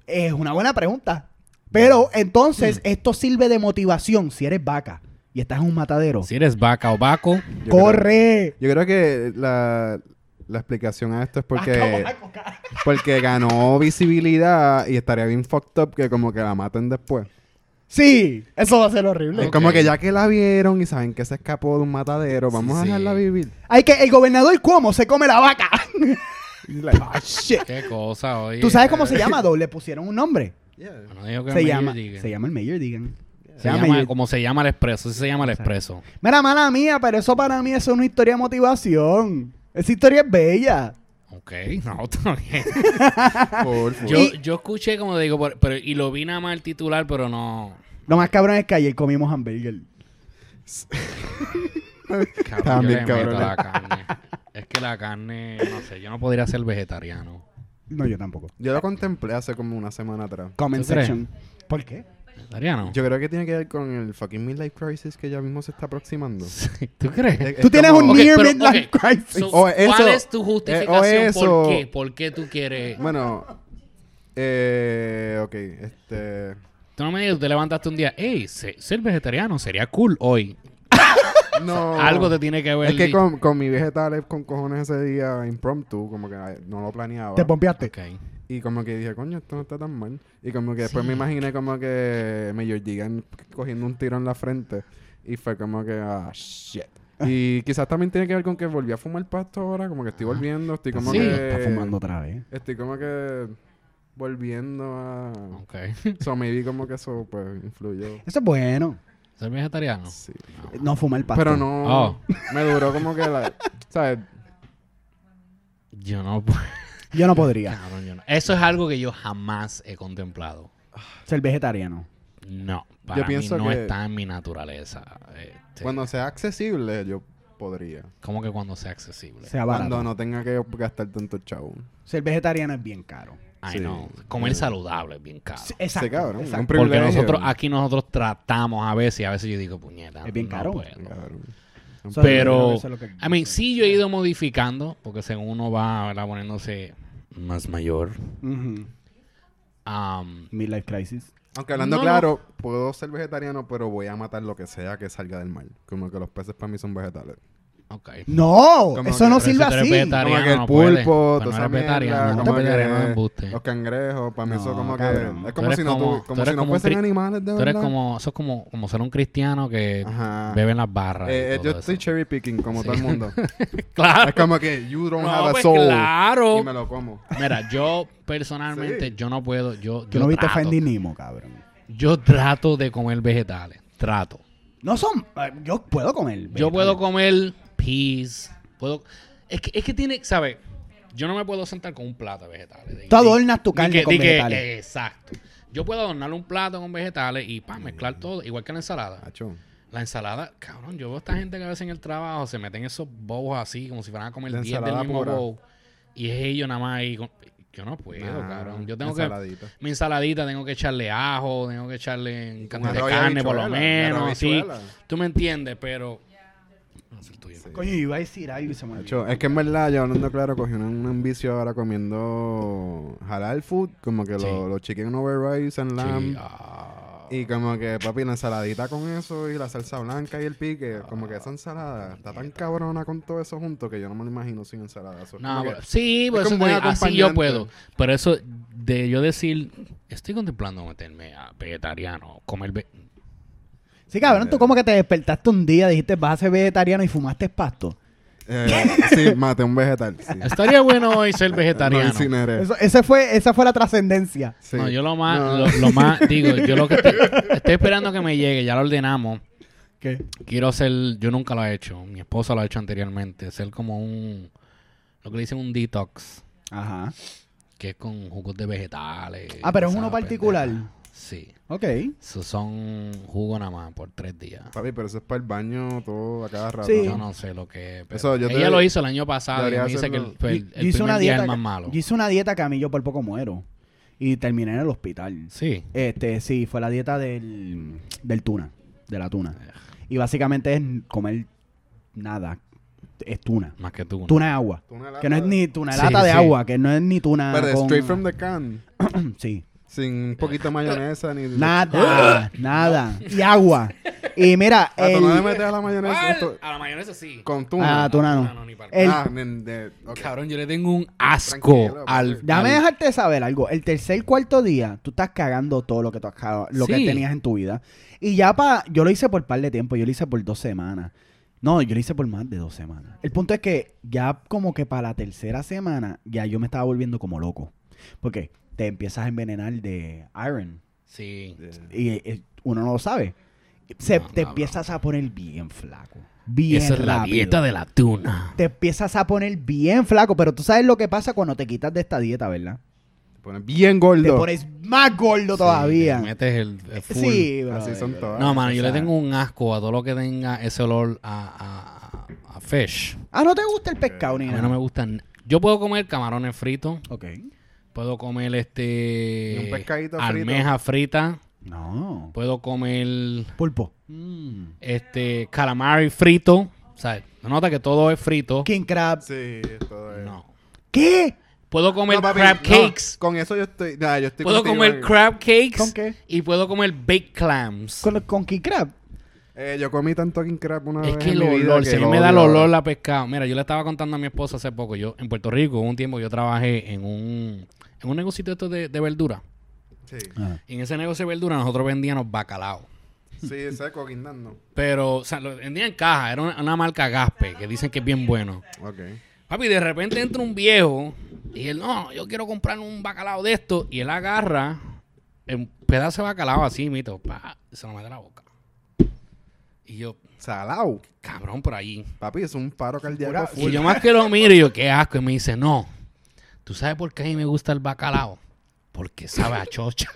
Es una buena pregunta. Pero Mm. entonces, esto sirve de motivación si eres vaca y estás en un matadero. Si eres vaca o vaco, Yo ¡Corre! creo- yo creo que la, la explicación a esto es Ah, [laughs] porque, Vaca, vaca, vaca. porque ganó visibilidad y estaría bien fucked up que como que la maten después. Sí, eso va a ser horrible. Es como Ok. que ya que la vieron y saben que se escapó de un matadero, vamos Sí, a dejarla sí. [laughs] vivir. Hay que el gobernador cómo se come la vaca. [laughs] Ah, shit. qué cosa, oye. ¿Tú sabes cómo se llama? Do? Le pusieron un nombre. No digo que Se Mayor llama, Deegan. se llama el Mayor Digan. Se llama como se llama el expreso. Sí se llama el expreso. Mira, mala mía, pero eso para mí es una historia de motivación. Esa historia es bella. Ok, no, [laughs] está bien. Por favor. Yo, yo escuché, como digo, por- pero, y lo vi nada más el titular, pero no. Lo más cabrón es que ayer comimos hamburger. Cabrón, También, yo le meto cabrón. la carne. Es que la carne, no sé, yo no podría ser vegetariano. No, yo tampoco. Yo lo contemplé hace como una semana atrás. Comment ¿Tú crees? section. ¿Por qué? ¿Vegetariano? Yo creo que tiene que ver con el fucking midlife crisis que ya mismo se está aproximando. Sí, [laughs] ¿Tú crees? Es- Tú es tienes como- un Ok, near pero, midlife ok, crisis. so, O Oh, eso- ¿Cuál es tu eh, o justificación? ¿Por eso- qué? ¿Por qué tú quieres? Bueno, eh, ok, este... Tú no me digas, te levantaste un día, hey, se- ser vegetariano sería cool hoy. No. Algo te tiene que ver. Es que di- con, con mi vegetales con cojones ese día impromptu, como que ay, no lo planeaba. Te pompeaste. Oh, Ok. Y como que dije, coño, esto no está tan mal. Y como que después me imaginé como que Mayor Digan cogiendo un tiro en la frente. Y fue como que, ah, shit. [laughs] Y quizás también tiene que ver con que volví a fumar pasto ahora, como que estoy volviendo, estoy como Sí. que... Ah, Está fumando otra vez. Estoy como que volviendo a... Ok. [laughs] So, maybe como que eso, pues, influyó. Eso es bueno. ¿Ser vegetariano? Sí. No fumar pasto. Pero no... Oh. Me duró como que la... ¿Sabes? Yo no puedo. Yo no podría [laughs] Cabrón, yo no. Eso es algo que yo jamás he contemplado. ser vegetariano. No, para Yo mí pienso no que- está en mi naturaleza. Este, Cuando sea accesible, yo podría. ¿Cómo que cuando sea accesible? Sea Cuando barato. no tenga que gastar tanto chavo. Ser vegetariano es bien caro. Ay, Sí. no. Comer saludable es bien caro. Sí, Se Ah, cabrón. exacto. Un Porque privilegio. nosotros, aquí nosotros tratamos a veces, y a veces yo digo, puñeta. Es bien no caro. puedo. Cabrón. Eso es- Pero, eso es lo que- a mí sí yo he ido modificando, porque según uno va ¿verdad? poniéndose más mayor. Ujú. am, Midlife crisis. Aunque hablando No, claro, puedo ser vegetariano, pero voy a matar lo que sea que salga del mar. Como que los peces para mí son vegetales. ok. No, Como eso no Pero si sirve tú eres así. vegetariano, Como que el no puedes. Pues pulpo, toda no esa eres mierda, vegetariano, no como eres vegetariano, no que embuste. los cangrejos, para mí No, son como cabrón. que... Es Tú como eres si no, como- tu- tú como eres si no como un fuesen cri- animales de Tú eres verdad. Eh, como, sos como, como ser un cristiano que Ajá. bebe en las barras. y Eh, eh, todo yo eso. estoy cherry picking como todo el mundo. [laughs] Claro. es como que you don't No, have a pues soul. claro. Y me lo como. Mira, yo personalmente, Sí. yo no puedo, yo, Tú yo, no viste trato, Finding Nemo, cabrón. yo trato de comer vegetales, trato. No son. eh, Yo puedo comer. Yo puedo comer. comer peas, puedo, es que, es que tiene, ¿sabes? Yo no me puedo sentar con un plato de vegetales. Ni- Tú adornas tu ni carne que- con ni que- eh, vegetales. exacto. Yo puedo adornar un plato con vegetales y pa, mezclar todo, igual que la ensalada. Macho. La ensalada, cabrón, yo veo a esta gente que a veces en el trabajo se meten esos bowls así, como si fueran a La comer 10 del ensalada mismo pura. bowl. Y es ellos nada más ahí. con- Yo no puedo, Nah, cabrón. Yo tengo ensaladita. que. Mi ensaladita, tengo que echarle ajo, tengo que echarle Con cantidad de arroz y carne, por lo habichuela, menos. y Así. habichuela. Tú me entiendes, pero. No es el tuyo. Coño, iba a decir algo y se me olvidó. Macho, es que en verdad, yo hablando claro, cogí un, un vicio ahora comiendo halal food, como que Sí. los los chicken over rice and lamb. Sí, ah, Y como que, papi, la ensaladita con eso y la salsa blanca y el pique, Ah. como que esa ensalada está tan cabrona con todo eso junto que yo no me lo imagino sin ensalada. Eso es no, como que- pero- sí, pues es eso un buen te- así yo acompañante. puedo. Pero eso de yo decir, estoy contemplando meterme a vegetariano, comer. ve- Sí, cabrón, tú como que te despertaste un día, dijiste vas a ser vegetariano y fumaste pasto. Eh, sí, mate un vegetal. Sí. Estaría bueno hoy ser vegetariano. [laughs] No incineré. Eso, ese fue, esa fue la trascendencia. Sí. No, yo lo más, No. Lo, lo más, digo, yo lo que estoy, estoy esperando que me llegue, ya lo ordenamos. ¿Qué? Quiero hacer, yo nunca lo he hecho, mi esposa lo ha hecho anteriormente, hacer como un, lo que le dicen un detox, Ajá. que es con jugos de vegetales. Ah, pero es esa uno particular. pendeja. Sí. Ok. Eso son jugo nada más por tres días. Papi, pero eso es para el baño todo a cada rato. Sí. Yo no sé lo que es. pero Eso yo te- ella lo hizo el año pasado y debería me dice que el, hacerlo. fue el- Yo- el primer día es el más malo. Yo hice una dieta que a mí yo por poco muero. Y terminé en el hospital. Sí. Este, sí, fue la dieta del, del tuna, de la tuna. Y básicamente es comer nada, es tuna. Más que tú. ¿no? Tuna de agua. Tuna de lata. Que no es ni tuna de Sí, lata de sí. agua, que no es ni tuna Pero con- straight from the can. [clears throat] [laughs] Sí. Sin un poquito de mayonesa ni... Nada, nada. Y agua. Y mira, Ah, tú no le el... metes a la mayonesa. ¿Cuál? esto- A la mayonesa sí. con tuna. Ah, tuna Tuna no, no. ni para El- Ah, nen- de- ok. Cabrón, yo le tengo un asco Tranquilo, al... Dame al- dejarte saber algo. El tercer cuarto día, tú estás cagando todo lo que tú has cagado- lo que Sí. tenías en tu vida. Y ya para, yo lo hice por par de tiempo, yo lo hice por dos semanas. No, yo lo hice por más de dos semanas. El punto es que ya como que para la tercera semana, ya yo me estaba volviendo como loco. Porque te empiezas a envenenar de iron. Sí. Y eh, uno no lo sabe. Se- No, te no, no. empiezas a poner bien flaco. Bien Esa es la rápido dieta de la tuna. te empiezas a poner bien flaco, pero tú sabes lo que pasa cuando te quitas de esta dieta, ¿verdad? Te pones bien Te gordo. pones más gordo Sí, todavía. le metes el, el full. Sí, bro. Así son todas. No, mano, yo o sea- le tengo un asco a todo lo que tenga ese olor a, a, a- a fish. Ah, no te gusta el pescado ni A mí nada. no me gustan. Yo puedo comer camarones fritos, Ok. puedo comer este Y un pescadito frito. almeja frita, No. puedo comer Pulpo. este calamari frito, o sea, se nota que todo es frito. King crab. Sí, todo es. No. ¿Qué? Puedo comer No, papi, crab no, cakes. con eso yo estoy. Nah, yo estoy Puedo contigo, comer eh. crab cakes ¿Con qué? y puedo comer baked clams. ¿Con, con King crab? Eh, yo comí tanto King Crab una Es vez. que en el mi vida olor, que se lo me da el odio olor ahora. la pescado. Mira, yo le estaba contando a mi esposa hace poco. Yo, en Puerto Rico, hubo un tiempo yo trabajé en un, en un negocio esto de, de verdura. Sí, Y en ese negocio de verdura nosotros vendíamos bacalao. sí, seco, guindando. Pero, o sea, lo vendían en caja. Era una, una marca Gaspe, que dicen que es bien bueno. Ok. Papi, de repente entra un viejo y él, no, yo quiero comprar un bacalao de esto. Y él agarra un pedazo de bacalao así, mito, pa, se lo mete a la boca. Y yo, Salao. cabrón, por allí. Papi, es un paro cardíaco Y full. yo más que lo miro, y yo, qué asco. Y me dice, no, ¿tú sabes por qué a mí me gusta el bacalao? Porque sabe a chocha.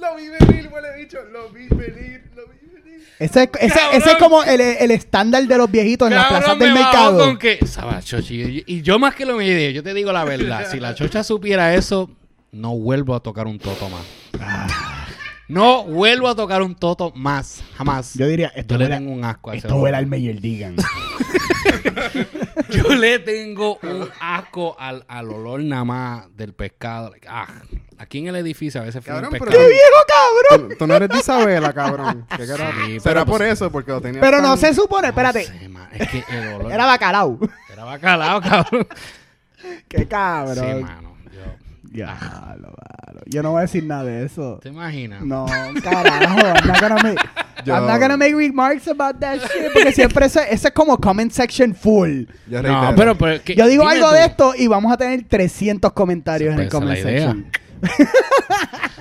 Lo vi venir, huele bicho. Lo vi venir, lo vi venir. Ese, es- ese- Cabrón. ese es como el, el estándar de los viejitos [laughs] en las Cabrón, plazas del me bajó mercado. con que sabe a chocha. Y, y yo más que lo miro, yo te digo la verdad. Si la chocha supiera eso, no vuelvo a tocar un toto más. Ah. No vuelvo a tocar un toto más, jamás. Yo diría, esto Yo le huele a- tengo un asco a ese Esto huele olor. al [laughs] Meyer Digan. Yo le tengo un asco al, al olor nada más del pescado. Ah, aquí en el edificio a veces fue Cabrón, un pero- pescado. ¡Qué ¡Viejo cabrón! Tú, tú no eres de [laughs] Isabela, cabrón. ¿Qué carajo? pero Será pues- por eso, porque lo tenía. Pero tan- no se supone, espérate. No sé, man. Es que el olor Era bacalao. [laughs] era bacalao, cabrón. ¡Qué Sí, cabrón! mano. Yo- Ya, lo malo. Yo no voy a decir nada de eso. ¿Te imaginas? No, carajo, I'm not gonna make, Yo- I'm not gonna make remarks about [laughs] that shit porque siempre eso, eso es como comment section full. Yo No, reitero. pero, pero que- Yo digo dime algo tú. de esto y vamos a tener 300 comentarios en el Esa es la comment idea. section.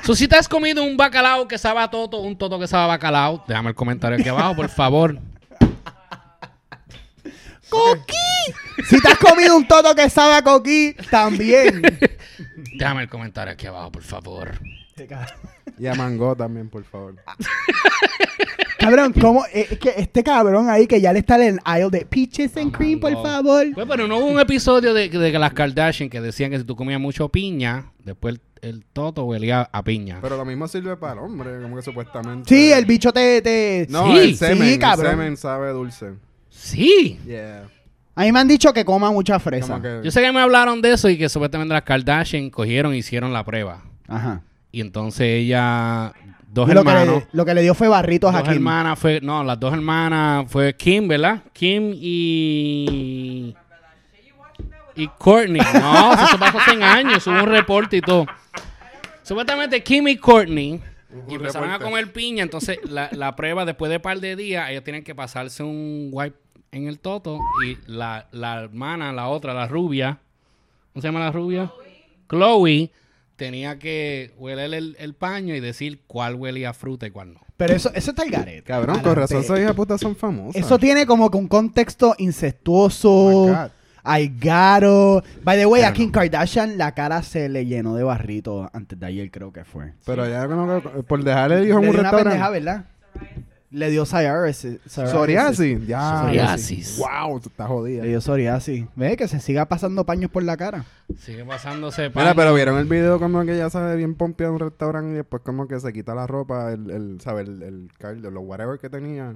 So, si te has comido un bacalao que sabe a toto, un toto que sabe a bacalao, déjame el comentario aquí abajo, por [laughs] favor. ¡Coquí! Si te has comido un toto que sabe a coquí, [laughs] también. Déjame el comentario aquí abajo, por favor. Y a Mango también, por favor. cabrón, ¿cómo? Eh, Es que este cabrón ahí que ya le está en el aisle de peaches and cream, por No. favor. Pues, pero no hubo un episodio de, de que las Kardashian que decían que si tú comías mucho piña, después el, el toto huelía a piña. Pero lo mismo sirve para el hombre, como que supuestamente. Sí, el bicho te... te- eh. No, Sí, el semen. sí, El cabrón. semen sabe dulce. Sí. Yeah. A mí me han dicho que coma mucha fresa. Como que. Yo sé que me hablaron de eso y que supuestamente las Kardashian cogieron e hicieron la prueba. Ajá. Y entonces ella, dos Y lo, que hermanos. le, lo que le dio fue barritos Dos aquí. hermanas fue, no, las dos hermanas fue Kim, ¿verdad? Kim y. Y Courtney. No, [laughs] eso pasó hace años, hubo un reporte y todo. Supuestamente Kim y Courtney. Un Y empezaron a reporte. comer piña, entonces la, la prueba después de par de días, ellos tienen que pasarse un wipe en el toto y la, la hermana, la otra, la rubia, ¿cómo se llama la rubia? Chloe, tenía que hueler el, el paño y decir cuál huelía a fruta y cuál no. Pero eso, eso está el garete. Ah, Cabrón, con Adelante. razón esas hijas putas son famosas. Eso tiene como que un contexto Oh my incestuoso. God. Aigaro. By the way, a Claro. Kim Kardashian la cara se le llenó de barrito antes de ayer, creo que fue. Pero ya como que por dejarle el hijo Le en dio un una pendeja, restaurante. ¿verdad? Le dio psoriasis. Psoriasis. Ya. Psoriasis. Wow, tú estás jodida. Le dio psoriasis. Ve que se siga pasando paños por la cara. Sigue pasándose Mira, paño. pero vieron el video como que ya sabe bien pompeado en un restaurante y después como que se quita la ropa, el, el sabe, el, el carro, los whatever que tenía.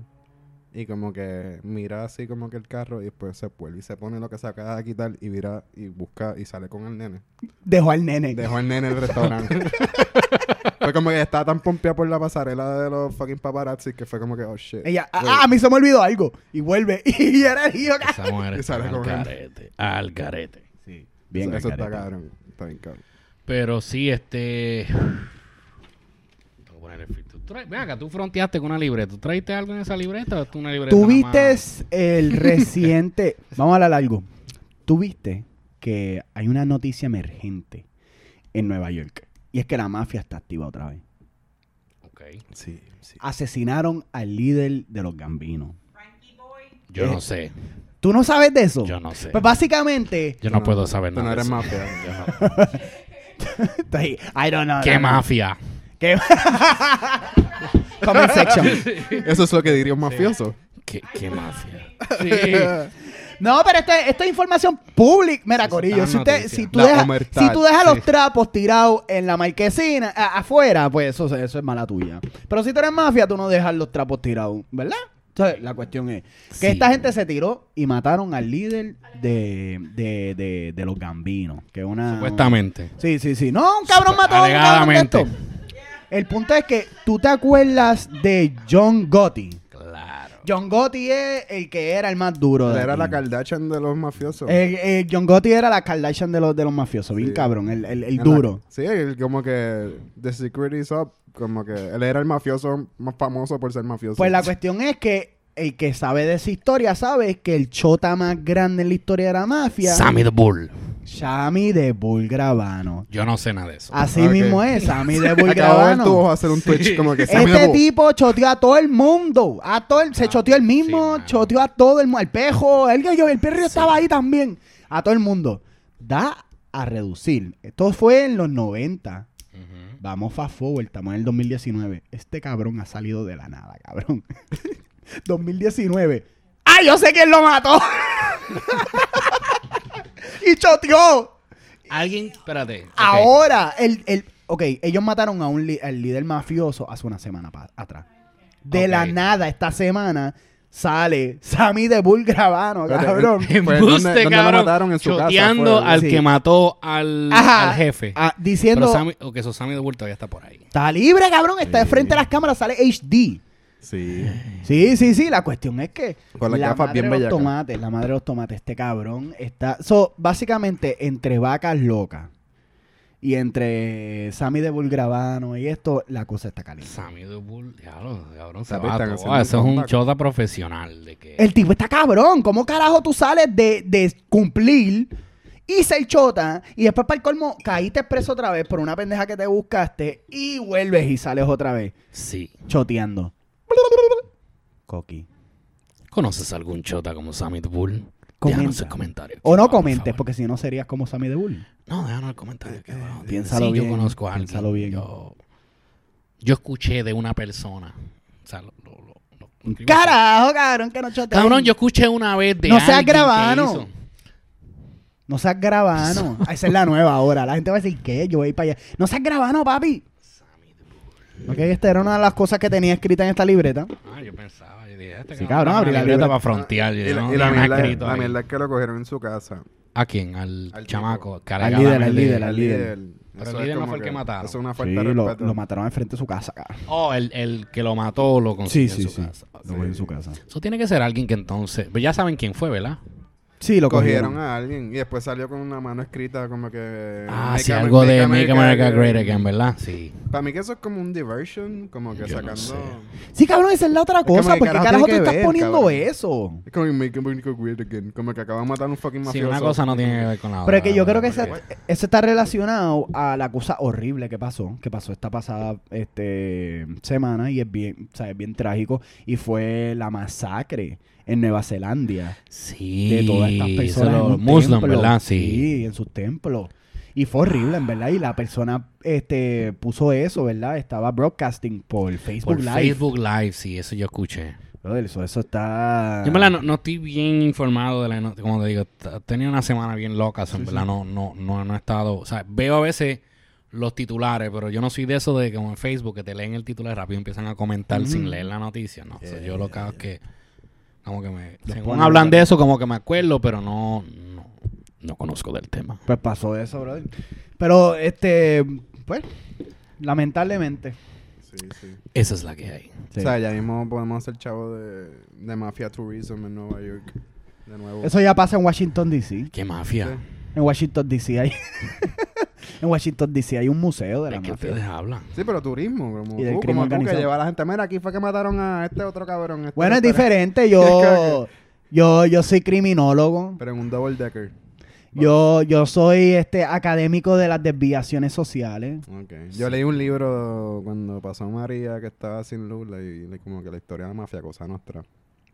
Y como que mira así como que el carro y después se vuelve y se pone lo que se acaba de quitar y mira y busca y sale con el nene. Dejó al nene. Dejó al nene en [laughs] el restaurante. fue como que estaba tan pompeado por la pasarela de los fucking paparazzi que fue como que, oh shit. Ella, Wait. ah, a mí se me olvidó algo. Y vuelve. [laughs] Y era el hijo. Esa mujer Y [laughs] está sale al con él. carete. Al carete. Eso- eso está cabrón. Está bien cabrón. Pero sí, este. [sighs] Tengo que poner el filtro. Tú tra- Ven acá, tú fronteaste con una libreta. ¿Tú traiste algo en esa libreta o es tú una libreta? nada más? Tuviste el reciente. vamos a hablar algo. Tuviste que hay una noticia emergente en Nueva York. Y es que la mafia está activa otra vez. Ok. Sí, sí. Asesinaron al líder de los gambinos. Yo Eh, no sé. ¿Tú no sabes de eso? Yo no sé. Pues básicamente. [laughs] Yo no, puedo saber Tú nada. no de eres eso. mafia. [laughs] Yo no- Ay, I don't know. ¿Qué mafia? ¿Qué? [laughs] Comment section. Eso es lo que diría un mafioso. ¿Qué, qué [laughs] mafia? Sí. No, pero esta, esta es información pública. Mira, Corillo, está si, en usted, noticia. si, tú La dejas, Omertal, si tú dejas los sí. trapos tirados en la marquesina, a- afuera, pues eso, eso es mala tuya. Pero si tú eres mafia, tú no dejas los trapos tirados, ¿verdad? Entonces, la cuestión es Sí. que esta gente se tiró y mataron al líder de, de, de, de los gambinos. Que es una, Supuestamente. Sí, sí, sí. No, un cabrón mató a un cabrón de Alegadamente. esto. El punto es que tú te acuerdas de John Gotti. Claro. John Gotti es el que era el más duro. de Era la aquí. Kardashian de los mafiosos. Eh, eh, John Gotti era la Kardashian de los, de los mafiosos, bien Sí. cabrón, el, el- el En la- duro. sí, él como que The Secret is Up, como que él era el mafioso más famoso por ser mafioso. Pues [laughs] la cuestión es que el que sabe de esa historia sabe que el chota más grande en la historia de la mafia, Sammy the Bull. Sammy de Bull Gravano. Yo no sé nada de eso. Así Ok. mismo es, Sammy de Bull Acabo de ver tu ojo Gravano. hacer un Twitch como que Sammy Este Bo- tipo choteó a todo el mundo. A todo el- se choteó el mismo, mano. choteó a todo el mundo. El pejo, el, gallo, el perro estaba ahí también. A todo el mundo. Da a reducir. Esto fue en los 90. Ujú. Vamos fast forward, estamos en el 2019. Este cabrón ha salido de la nada, cabrón. [laughs] 2019. ¡Ah, yo sé quién lo mató! [laughs] y choteó. Alguien, espérate. ok. Ahora, el, el- Ok, ellos mataron a un li- al líder mafioso hace una semana pa- atrás. De Ok. la nada, esta semana sale Sammy de Bull Gravano, Espérate, cabrón. Pues, ¿dónde- Embuste, dónde lo cabrón. mataron? En su casa, Choteando fue. al Sí. que mató al, Ajá. al jefe. Ah, Pero diciendo. Sammy, o que eso Sammy de Bull todavía está por ahí. Está libre, cabrón. Está de frente a las cámaras, sale HD. Sí. Sí, sí, sí. La cuestión es que Con las la gafas madre bien de los bellacas. tomates, la madre de los tomates, este cabrón está. So, básicamente, entre vacas locas y entre Sammy de Bulgravano y esto, la cosa está caliente. Sammy the Bull, diablo, cabrón, se Papi, va a están todo. haciendo un Eso es un comeback. chota profesional de que El tipo está cabrón. ¿Cómo carajo tú sales de, de cumplir? Y ser chota, y después para el colmo caíste preso otra vez por una pendeja que te buscaste, y vuelves y sales otra vez, sí. choteando. Coqui. ¿Conoces algún chota como Sammy the Bull? Déjanos Comenta. el comentario. O no por comentes, favor. porque si no serías como Sammy de Bull. No, déjanos el comentario. que, bueno, piénsalo sí, bien, yo conozco a alguien. piénsalo bien. Yo, yo escuché de una persona. O sea, lo, lo- lo- lo- lo escribo así. Carajo, cabrón, que no choteas. Cabrón, yo escuché una vez de No seas alguien que gravano. hizo- No seas [laughs] grabano. Esa es la nueva ahora. La gente va a decir, ¿qué? Yo voy a ir para allá. No seas grabano, papi. Ok, esta era una de las cosas que tenía escrita en esta libreta. Ah, yo pensaba, yo dije, este Sí, cabrón, abrí la libreta. para frontear. yo Y dije, la, no, y la ni nada mierda, escrito la ahí. mierda es que lo cogieron en su casa. ¿A quién? Al, Al chamaco. que Al líder, al alegadamente- líder, al Al líder. Pero el Eso es líder no como fue el que mataron. Eso es una Sí, falta de lo, respeto. lo mataron enfrente de su casa, cabrón. Oh, el, el que lo mató lo consiguió en su casa. Lo cogió en su casa. Eso tiene que ser alguien que entonces. Pero ya saben quién fue, ¿verdad? Eh, Sí, lo Cogieron cogieron. a alguien y después salió con una mano escrita como que... Ah, Make sí, Amer- algo de Make America Great Again. Again, ¿verdad? Sí. Para mí que eso es como un diversion, como que Yo no sacando... sé. Sí, cabrón, esa es la otra que, cosa. man, ¿Por qué carajo, carajo tú tiene que estás ver, poniendo cabrón. eso? Es como que Make America Great Again. Como que acaban de matar a un fucking Sí, mafioso. una cosa no tiene que ver con la otra. Pero es que yo creo que porque- esa- eso está relacionado a la cosa horrible que pasó, que pasó esta pasada este, semana y es bien, o sea, es bien trágico y fue la masacre en Nueva Zelanda Sí. de todas estas personas. en Los un muslim, templo. ¿verdad? Sí. en sus templos. Y fue horrible, en verdad. Y la persona este, puso eso, ¿verdad? Estaba broadcasting por Facebook Por Live. Facebook Live, sí, eso yo escuché. Brother, eso, eso está. Yo en verdad no, no estoy bien informado de la no- como te digo, t- he tenido una semana bien loca, so, en verdad no, no, no, no he estado, o sea, veo a veces los titulares, pero yo no soy de eso de que como en Facebook que te leen el titular rápido y empiezan a comentar Mm. sin leer la noticia, no, so, yo lo que hago es que como que me según ponen hablan rápido. de eso como que me acuerdo, pero no no, no conozco del tema. Pues pasó eso, brother. Pero, este, pues, lamentablemente. Sí, sí. Esa es la que hay. Sí. O sea, ya mismo podemos ser chavo de, de Mafia Tourism en Nueva York. De nuevo. eso ya pasa en Washington, D.C. Qué mafia. En Washington, D.C. hay... [laughs] en Washington, D.C. hay un museo de la ¿De qué mafia. ustedes hablan? Sí, pero turismo. Como Y del tú, crimen como tú que organizado. lleva a la gente. Mira, aquí fue que mataron a este otro cabrón. este Bueno, es otro". diferente. Yo, yo, yo soy criminólogo. Pero en un double decker. Yo, yo soy este académico de las desviaciones sociales. Okay. Yo leí un libro cuando pasó María que estaba sin luz y como que la historia de la mafia, cosa nuestra.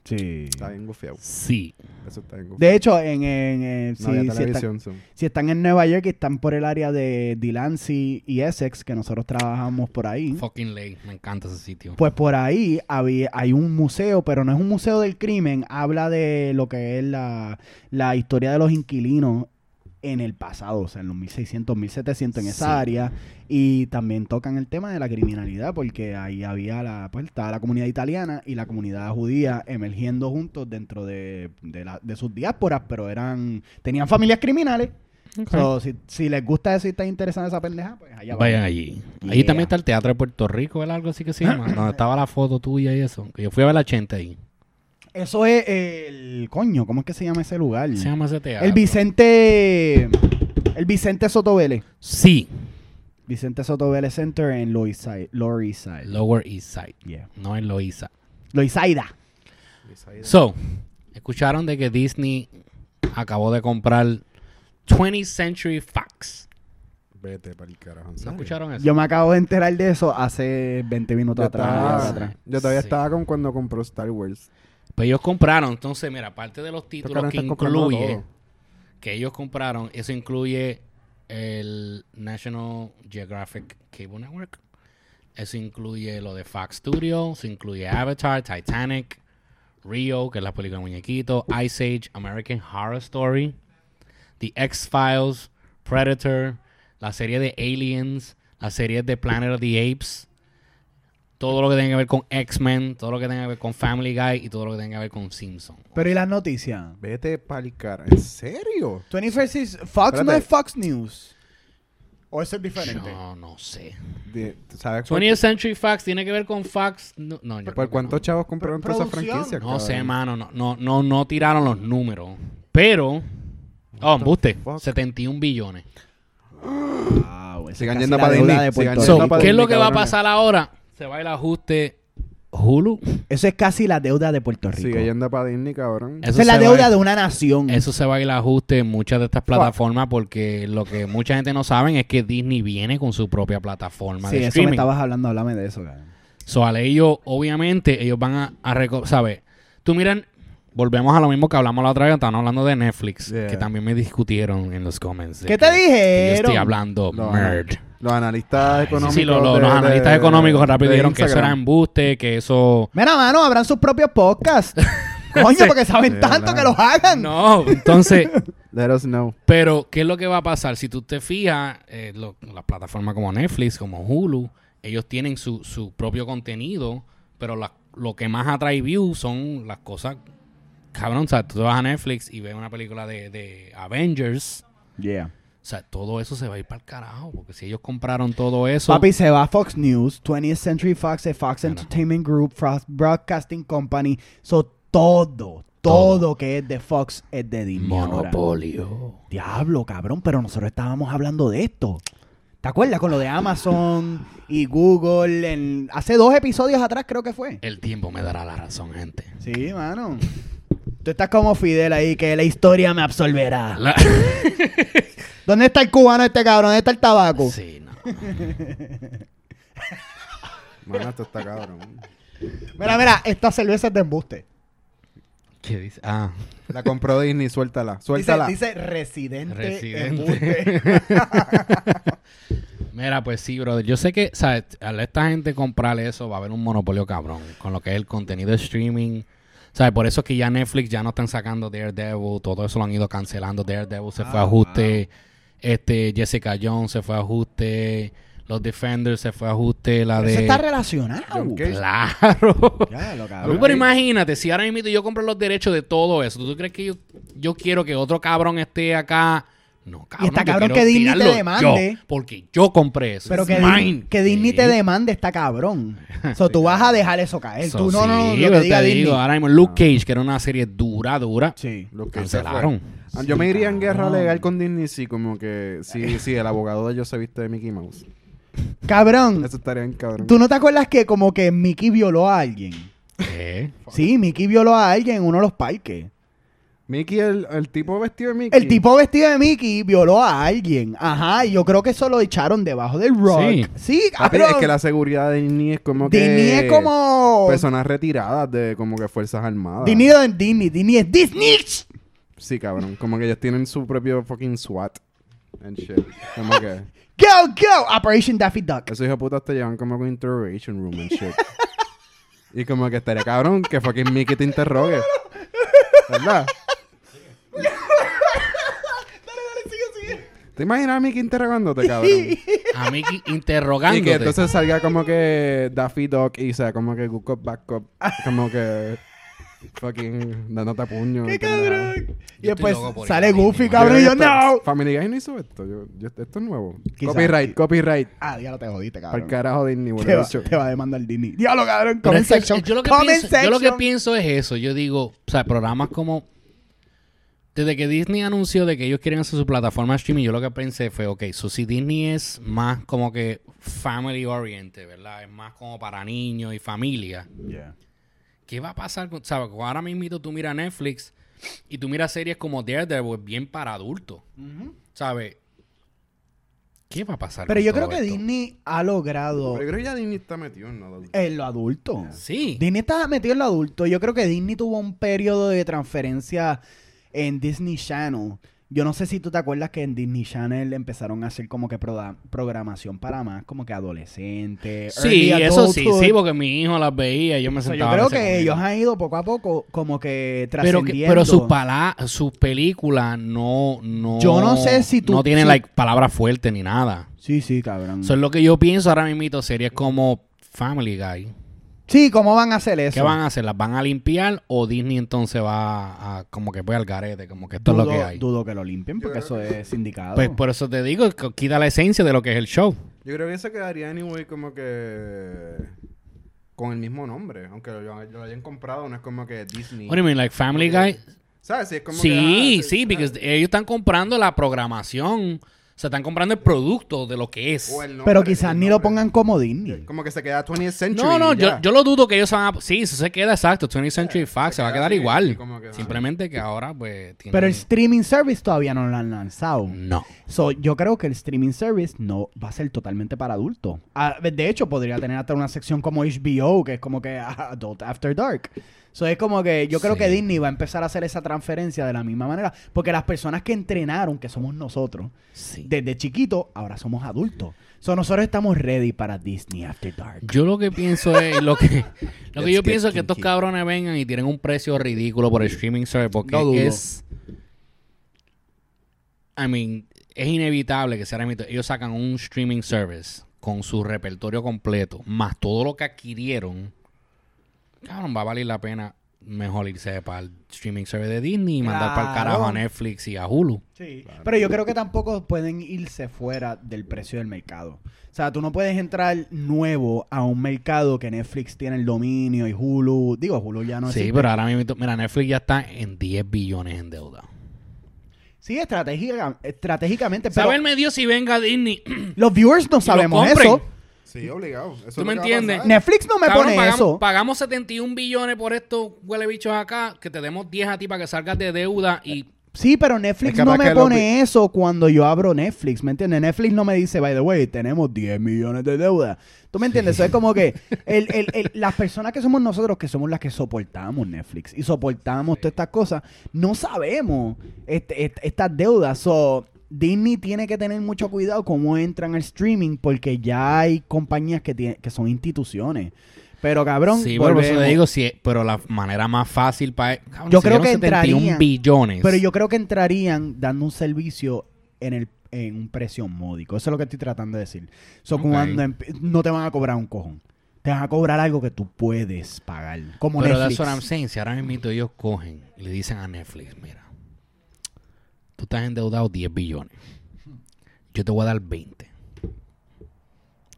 Sí. Está bien gufiado. Sí. Eso está bien gufiado. De hecho, en, en- en- no si, si había están, televisión. so. si están en Nueva York y están por el área de Delancey y Essex, que nosotros trabajamos por ahí, Fucking ley, me encanta ese sitio. pues ¿Mm? por ahí había, hay un museo, pero no es un museo del crimen, habla de lo que es la, la historia de los inquilinos en el pasado, o sea, en los 1600, 1700, en esa Sí. área, y también tocan el tema de la criminalidad, porque ahí había la, pues, estaba la comunidad italiana y la comunidad judía emergiendo juntos dentro de, de, la- de sus diásporas, pero eran, tenían familias criminales. So, si, si les gusta eso y está interesada esa pendeja, pues allá Vayan van. allí. Yeah. Ahí también está el Teatro de Puerto Rico, ¿verdad? Algo así que se Ah. llama. donde estaba la foto tuya y eso. Que yo fui a ver la gente ahí. Eso es el coño, ¿cómo es que se llama ese lugar? Mm. Se llama ese teatro. El Vicente. El Vicente Soto Vélez. Sí. Vicente Soto Vélez Center en Loisai- Lower East Side. Lower East Side. Yeah. No en Loiza. Loisaida. So, escucharon de que Disney acabó de comprar 20th Century Fox. Vete para el carajo. ¿en ¿No serio? escucharon eso? Yo me acabo de enterar de eso hace 20 minutos Yo atrás. estaba- media hora atrás. Yo todavía Sí. estaba con cuando compró Star Wars. Pues ellos compraron. Entonces, mira, aparte de los Estos títulos cabrones que están comprando incluye, todo. que ellos compraron, eso incluye el National Geographic Cable Network. Eso incluye lo de Fox Studio, eso incluye Avatar, Titanic, Rio, que es la película de muñequito, Ice Age, American Horror Story, The X-Files, Predator, la serie de Aliens, la serie de Planet of the Apes, todo lo que tenga que ver con X-Men, todo lo que tenga que ver con Family Guy y todo lo que tenga que ver con Simpson. Pero ¿y las noticias? Vete para el carajo. ¿En serio? 21st is- Fox no Espérate. es Fox News. ¿O eso es diferente? Yo no sé. De- ¿Sabes por, 20th Century Fox tiene que ver con Fox. No, no, yo por creo que cuántos chavos compraron todas esas Producción. franquicias? No, no sé, cabrón? mano. No, no, no, no tiraron los números. Pero. Oh, embuste. fuck? 71 billones. Wow, esa Sigan es casi yendo la pa' deuda Disney, de Puerto sigan So, yendo pa' Rico. ¿Qué es lo que va a cabrones. pasar ahora? Se va el ajuste Hulu. Eso es casi la deuda de Puerto Rico. Sigue yendo para Disney, cabrón. Eso Esa es la se va deuda a- de una nación. Eso se va a ir a ajuste en muchas de estas plataformas porque lo que mucha gente no saben es que Disney viene con su propia plataforma sí, de eso me streaming. estabas hablando, háblame de eso, cara. So, al ellos, obviamente, ellos van a, a reco- ¿sabes? Tú miran, volvemos a lo mismo que hablamos la otra vez, estaban hablando de Netflix, Yeah. que también me discutieron en los comments. de ¿Qué te que- que Yo estoy dijeron? hablando Los nerd. anal- Los analistas Sí, económicos. sí, lo- lo- de- los de- analistas económicos rápido de dijeron que eso era Instagram. embuste, que eso... Mira, mano, abran sus propios [laughs] podcasts. Coño, porque saben Sí, tanto verdad. que los hagan. No, [laughs] entonces... Let us know. Pero, ¿qué es lo que va a pasar? Si tú te fijas, eh, lo- las plataformas como Netflix, como Hulu, ellos tienen su, su propio contenido, pero la- lo que más atrae views son las cosas... Cabrón, o sea, tú te vas a Netflix y ves una película de, de Avengers, Yeah. o sea, todo eso se va a ir para el carajo, porque si ellos compraron todo eso... Papi se va a Fox News, 20th Century Fox, eh, Fox Bueno. Entertainment Group, Fox Broadcasting Company. So, todo, todo, Todo. que es de Fox es de Disney. ahora. Monopolio. Diablo, cabrón, pero nosotros estábamos hablando de esto. ¿Te acuerdas con lo de Amazon y Google? en- hace dos episodios atrás creo que fue. El tiempo me dará la razón, gente. Sí, mano. Tú estás como Fidel ahí, que la historia me absolverá. La- ¿Dónde está el cubano este cabrón? ¿Dónde está el tabaco? Sí, no. Mano, esto está cabrón. Mira, mira, esta cerveza es de embuste. ¿Qué dice? Ah, La compró Disney, suéltala. Dice, Suéltala. dice residente. residente. embuste. [laughs] Mira, pues sí, brother. Yo sé que, ¿sabes? Al esta gente comprarle eso, va a haber un monopolio cabrón con lo que es el contenido de streaming. ¿Sabes? Por eso es que ya Netflix ya no están sacando Daredevil. Todo eso lo han ido cancelando. Daredevil se fue a ajuste. Este, Jessica Jones se fue a ajuste. Los Defenders se fue a ajuste. [laughs] La Eso está de. relacionado. John Cage. Claro. Ya, lo cabrón. Uy, pero imagínate, si ahora mismo yo compro los derechos de todo eso, ¿tú crees que yo, yo quiero que otro cabrón esté acá? No, cabrón. está yo cabrón quiero que Disney te tirarlo demande. yo, porque yo compré eso. Pero Es que, mine. Din- que Disney te Sí. demande [laughs] está cabrón. O tú vas a dejar eso caer. So, tú no, sí, no, no, lo pero que diga te Disney. digo, ahora mismo Luke Cage, que era una serie dura, dura, Sí. Lo que se fue. cancelaron. Ah, Yo me iría en guerra cabrón. legal con Disney si como que si, si el abogado de ellos se viste de Mickey Mouse. Cabrón, Eso estaría en cabrón. ¿tú no te acuerdas que como que Mickey violó a alguien? ¿Qué? Sí, Mickey violó a alguien en uno de los parques. Mickey, el, el tipo vestido de Mickey. El tipo vestido de Mickey violó a alguien. Ajá, y yo creo que eso lo echaron debajo del rock. Sí. Sí, Papi, cabrón. es que la seguridad de Disney es como que... Ah, Disney es como... Personas retiradas de como que Fuerzas Armadas. Disney no es Disney, Disney es Disney. Sí, cabrón. Como que ellos tienen su propio fucking SWAT. And shit. Como que... Go, go, Operation Daffy [laughs] Duck. Esos hijos de putas te llevan como con interrogation room [laughs] and shit. y como que estaría cabrón que fucking Mickey te interrogue. ¿Verdad? ¿Te imaginas a Mickey interrogándote, cabrón? A [laughs] Mickey Y que interrogándote. entonces salga como que Daffy Duck y sea como que Good Cop, Bad Cop, como [laughs] que fucking dándote a puño. ¡Qué pendejadas. cabrón! Y Yo estoy después loco por ir a sale Disney, Goofy, mano. cabrón, y yo, Esto- ¡no! Family Guy no hizo esto. Yo, yo- esto es nuevo. Quizá. Copyright, copyright. Ah, ya lo te jodiste, Para cabrón. el carajo Disney, Te boludo. va, Dicho. te va a demandar Disney. Diablo, cabrón. Pero Comment es que section. yo, lo que Comment pienso, yo lo que section. pienso es eso. Yo digo, o sea, programas como. Desde que Disney anunció de que ellos quieren hacer su plataforma de streaming, yo lo que pensé fue, ok, so si Disney es más como que family oriented, ¿verdad? Es más como para niños y familia. Yeah. ¿Qué va a pasar con, sabes, con ahora mismo tú miras Netflix y tú miras series como Daredevil, bien para adultos, ¿sabes? ¿Qué va a pasar? Pero con yo todo creo que esto? Disney ha logrado Pero yo creo que ya Disney está metido en nada. en lo adulto. Sí. Disney está metido en lo adulto. Yo creo que Disney tuvo un periodo de transferencia en Disney Channel. Yo no sé si tú te acuerdas que en Disney Channel empezaron a hacer como que proda- programación para más, como que adolescentes. Sí, early eso sí, adulthood. sí, porque mi hijo las veía, y yo me O sea, sentaba yo a creo veces con que él. ellos han ido poco a poco como que pero trascendiendo. que- pero sus pala- sus películas no no Yo no sé si tú- no tienen si- Mm. like palabras fuertes ni nada. Sí, sí, cabrón. Eso es lo que yo pienso ahora mismo series como Family Guy. Sí, ¿cómo van a hacer eso? ¿Qué van a hacer? ¿Las van a limpiar o Disney entonces va a, como que pues al garete, como que esto dudo, es lo que hay? dudo que lo limpien porque eso es sindicado. Pues por eso te digo, que quita la esencia de lo que es el show. Yo creo que eso quedaría anyway como que con el mismo nombre, aunque lo, lo- lo hayan comprado, no es como que Disney. What do you mean, like Family Guy? ¿Sabes? Sí, es como Sí, que, ah, sí, porque ah, ellos están comprando la programación, o sea, están comprando el producto de lo que es. o el nombre, pero quizás el ni lo nombre. pongan como Disney. Como que se queda 20th Century. No, no, y ya. Eh, yo, yo lo dudo que ellos se van a... Sí, eso se queda exacto. 20th Century Fox se va a queda quedar así, igual. como que- Simplemente que ahora, pues... tienen- Pero el streaming service todavía no lo han lanzado. No. So, yo creo que el streaming service no va a ser totalmente para adultos. Ah, de hecho, podría tener hasta una sección como HBO, que es como que [laughs] ah, Adult After Dark. So, es como que yo creo Sí. que Disney va a empezar a hacer esa transferencia de la misma manera. Porque las personas que entrenaron, que somos nosotros, Sí. desde chiquitos, ahora somos adultos. So, nosotros estamos ready para Disney After Dark. Yo lo que pienso es... Lo que, lo que Let's yo get pienso es que estos kinky. cabrones vengan y tienen un precio ridículo por el streaming service porque No dudo. es... I mean, es inevitable que sea... Ellos sacan un streaming service con su repertorio completo, más todo lo que adquirieron. Cabrón, va a valer la pena mejor irse para el streaming service de Disney y mandar para el Claro. carajo a Netflix y a Hulu. Sí, pero yo creo que tampoco pueden irse fuera del precio del mercado. O sea, tú no puedes entrar nuevo a un mercado que Netflix tiene el dominio y Hulu. Digo, Hulu ya no sí, existe. pero ahora mismo, mira, Netflix ya está en 10 billones en deuda. Sí, estratégica- estratégicamente, pero Saber medio si venga Disney. los viewers no sabemos compren. eso. Sí, obligado. Eso es ¿Tú lo me que va a entiendes? pasar. Netflix no me Cabrón, pone pagamos, eso. pagamos 71 billones por estos huele bichos acá, que te demos 10 a ti para que salgas de deuda y Sí, pero Netflix Es capaz no me que lo pone eso cuando yo abro Netflix, ¿me entiendes? Netflix no me dice, by the way, tenemos 10 millones de deuda. ¿Tú me entiendes? Eso es [laughs] como que el- el- el- las personas que somos nosotros, que somos las que soportamos Netflix y soportamos todas estas cosas, no sabemos este- est- estas deudas. So, Disney tiene que tener mucho cuidado cómo entran al streaming porque ya hay compañías que, tiene- que son instituciones. Pero cabrón, Sí, por eso volvemos. te digo, sí, pero la manera más fácil e-, para... Yo creo que entrarían, billones. Pero yo creo que entrarían dando un servicio en el en un precio módico. Eso es lo que estoy tratando de decir. So, Ok. cuando emp- no te van a cobrar un cojón. Te van a cobrar algo que tú puedes pagar. Como Pero Netflix. that's what I'm saying. Si ahora mismo ellos cogen y le dicen a Netflix, mira, tú estás endeudado 10 billones. Yo te voy a dar 20.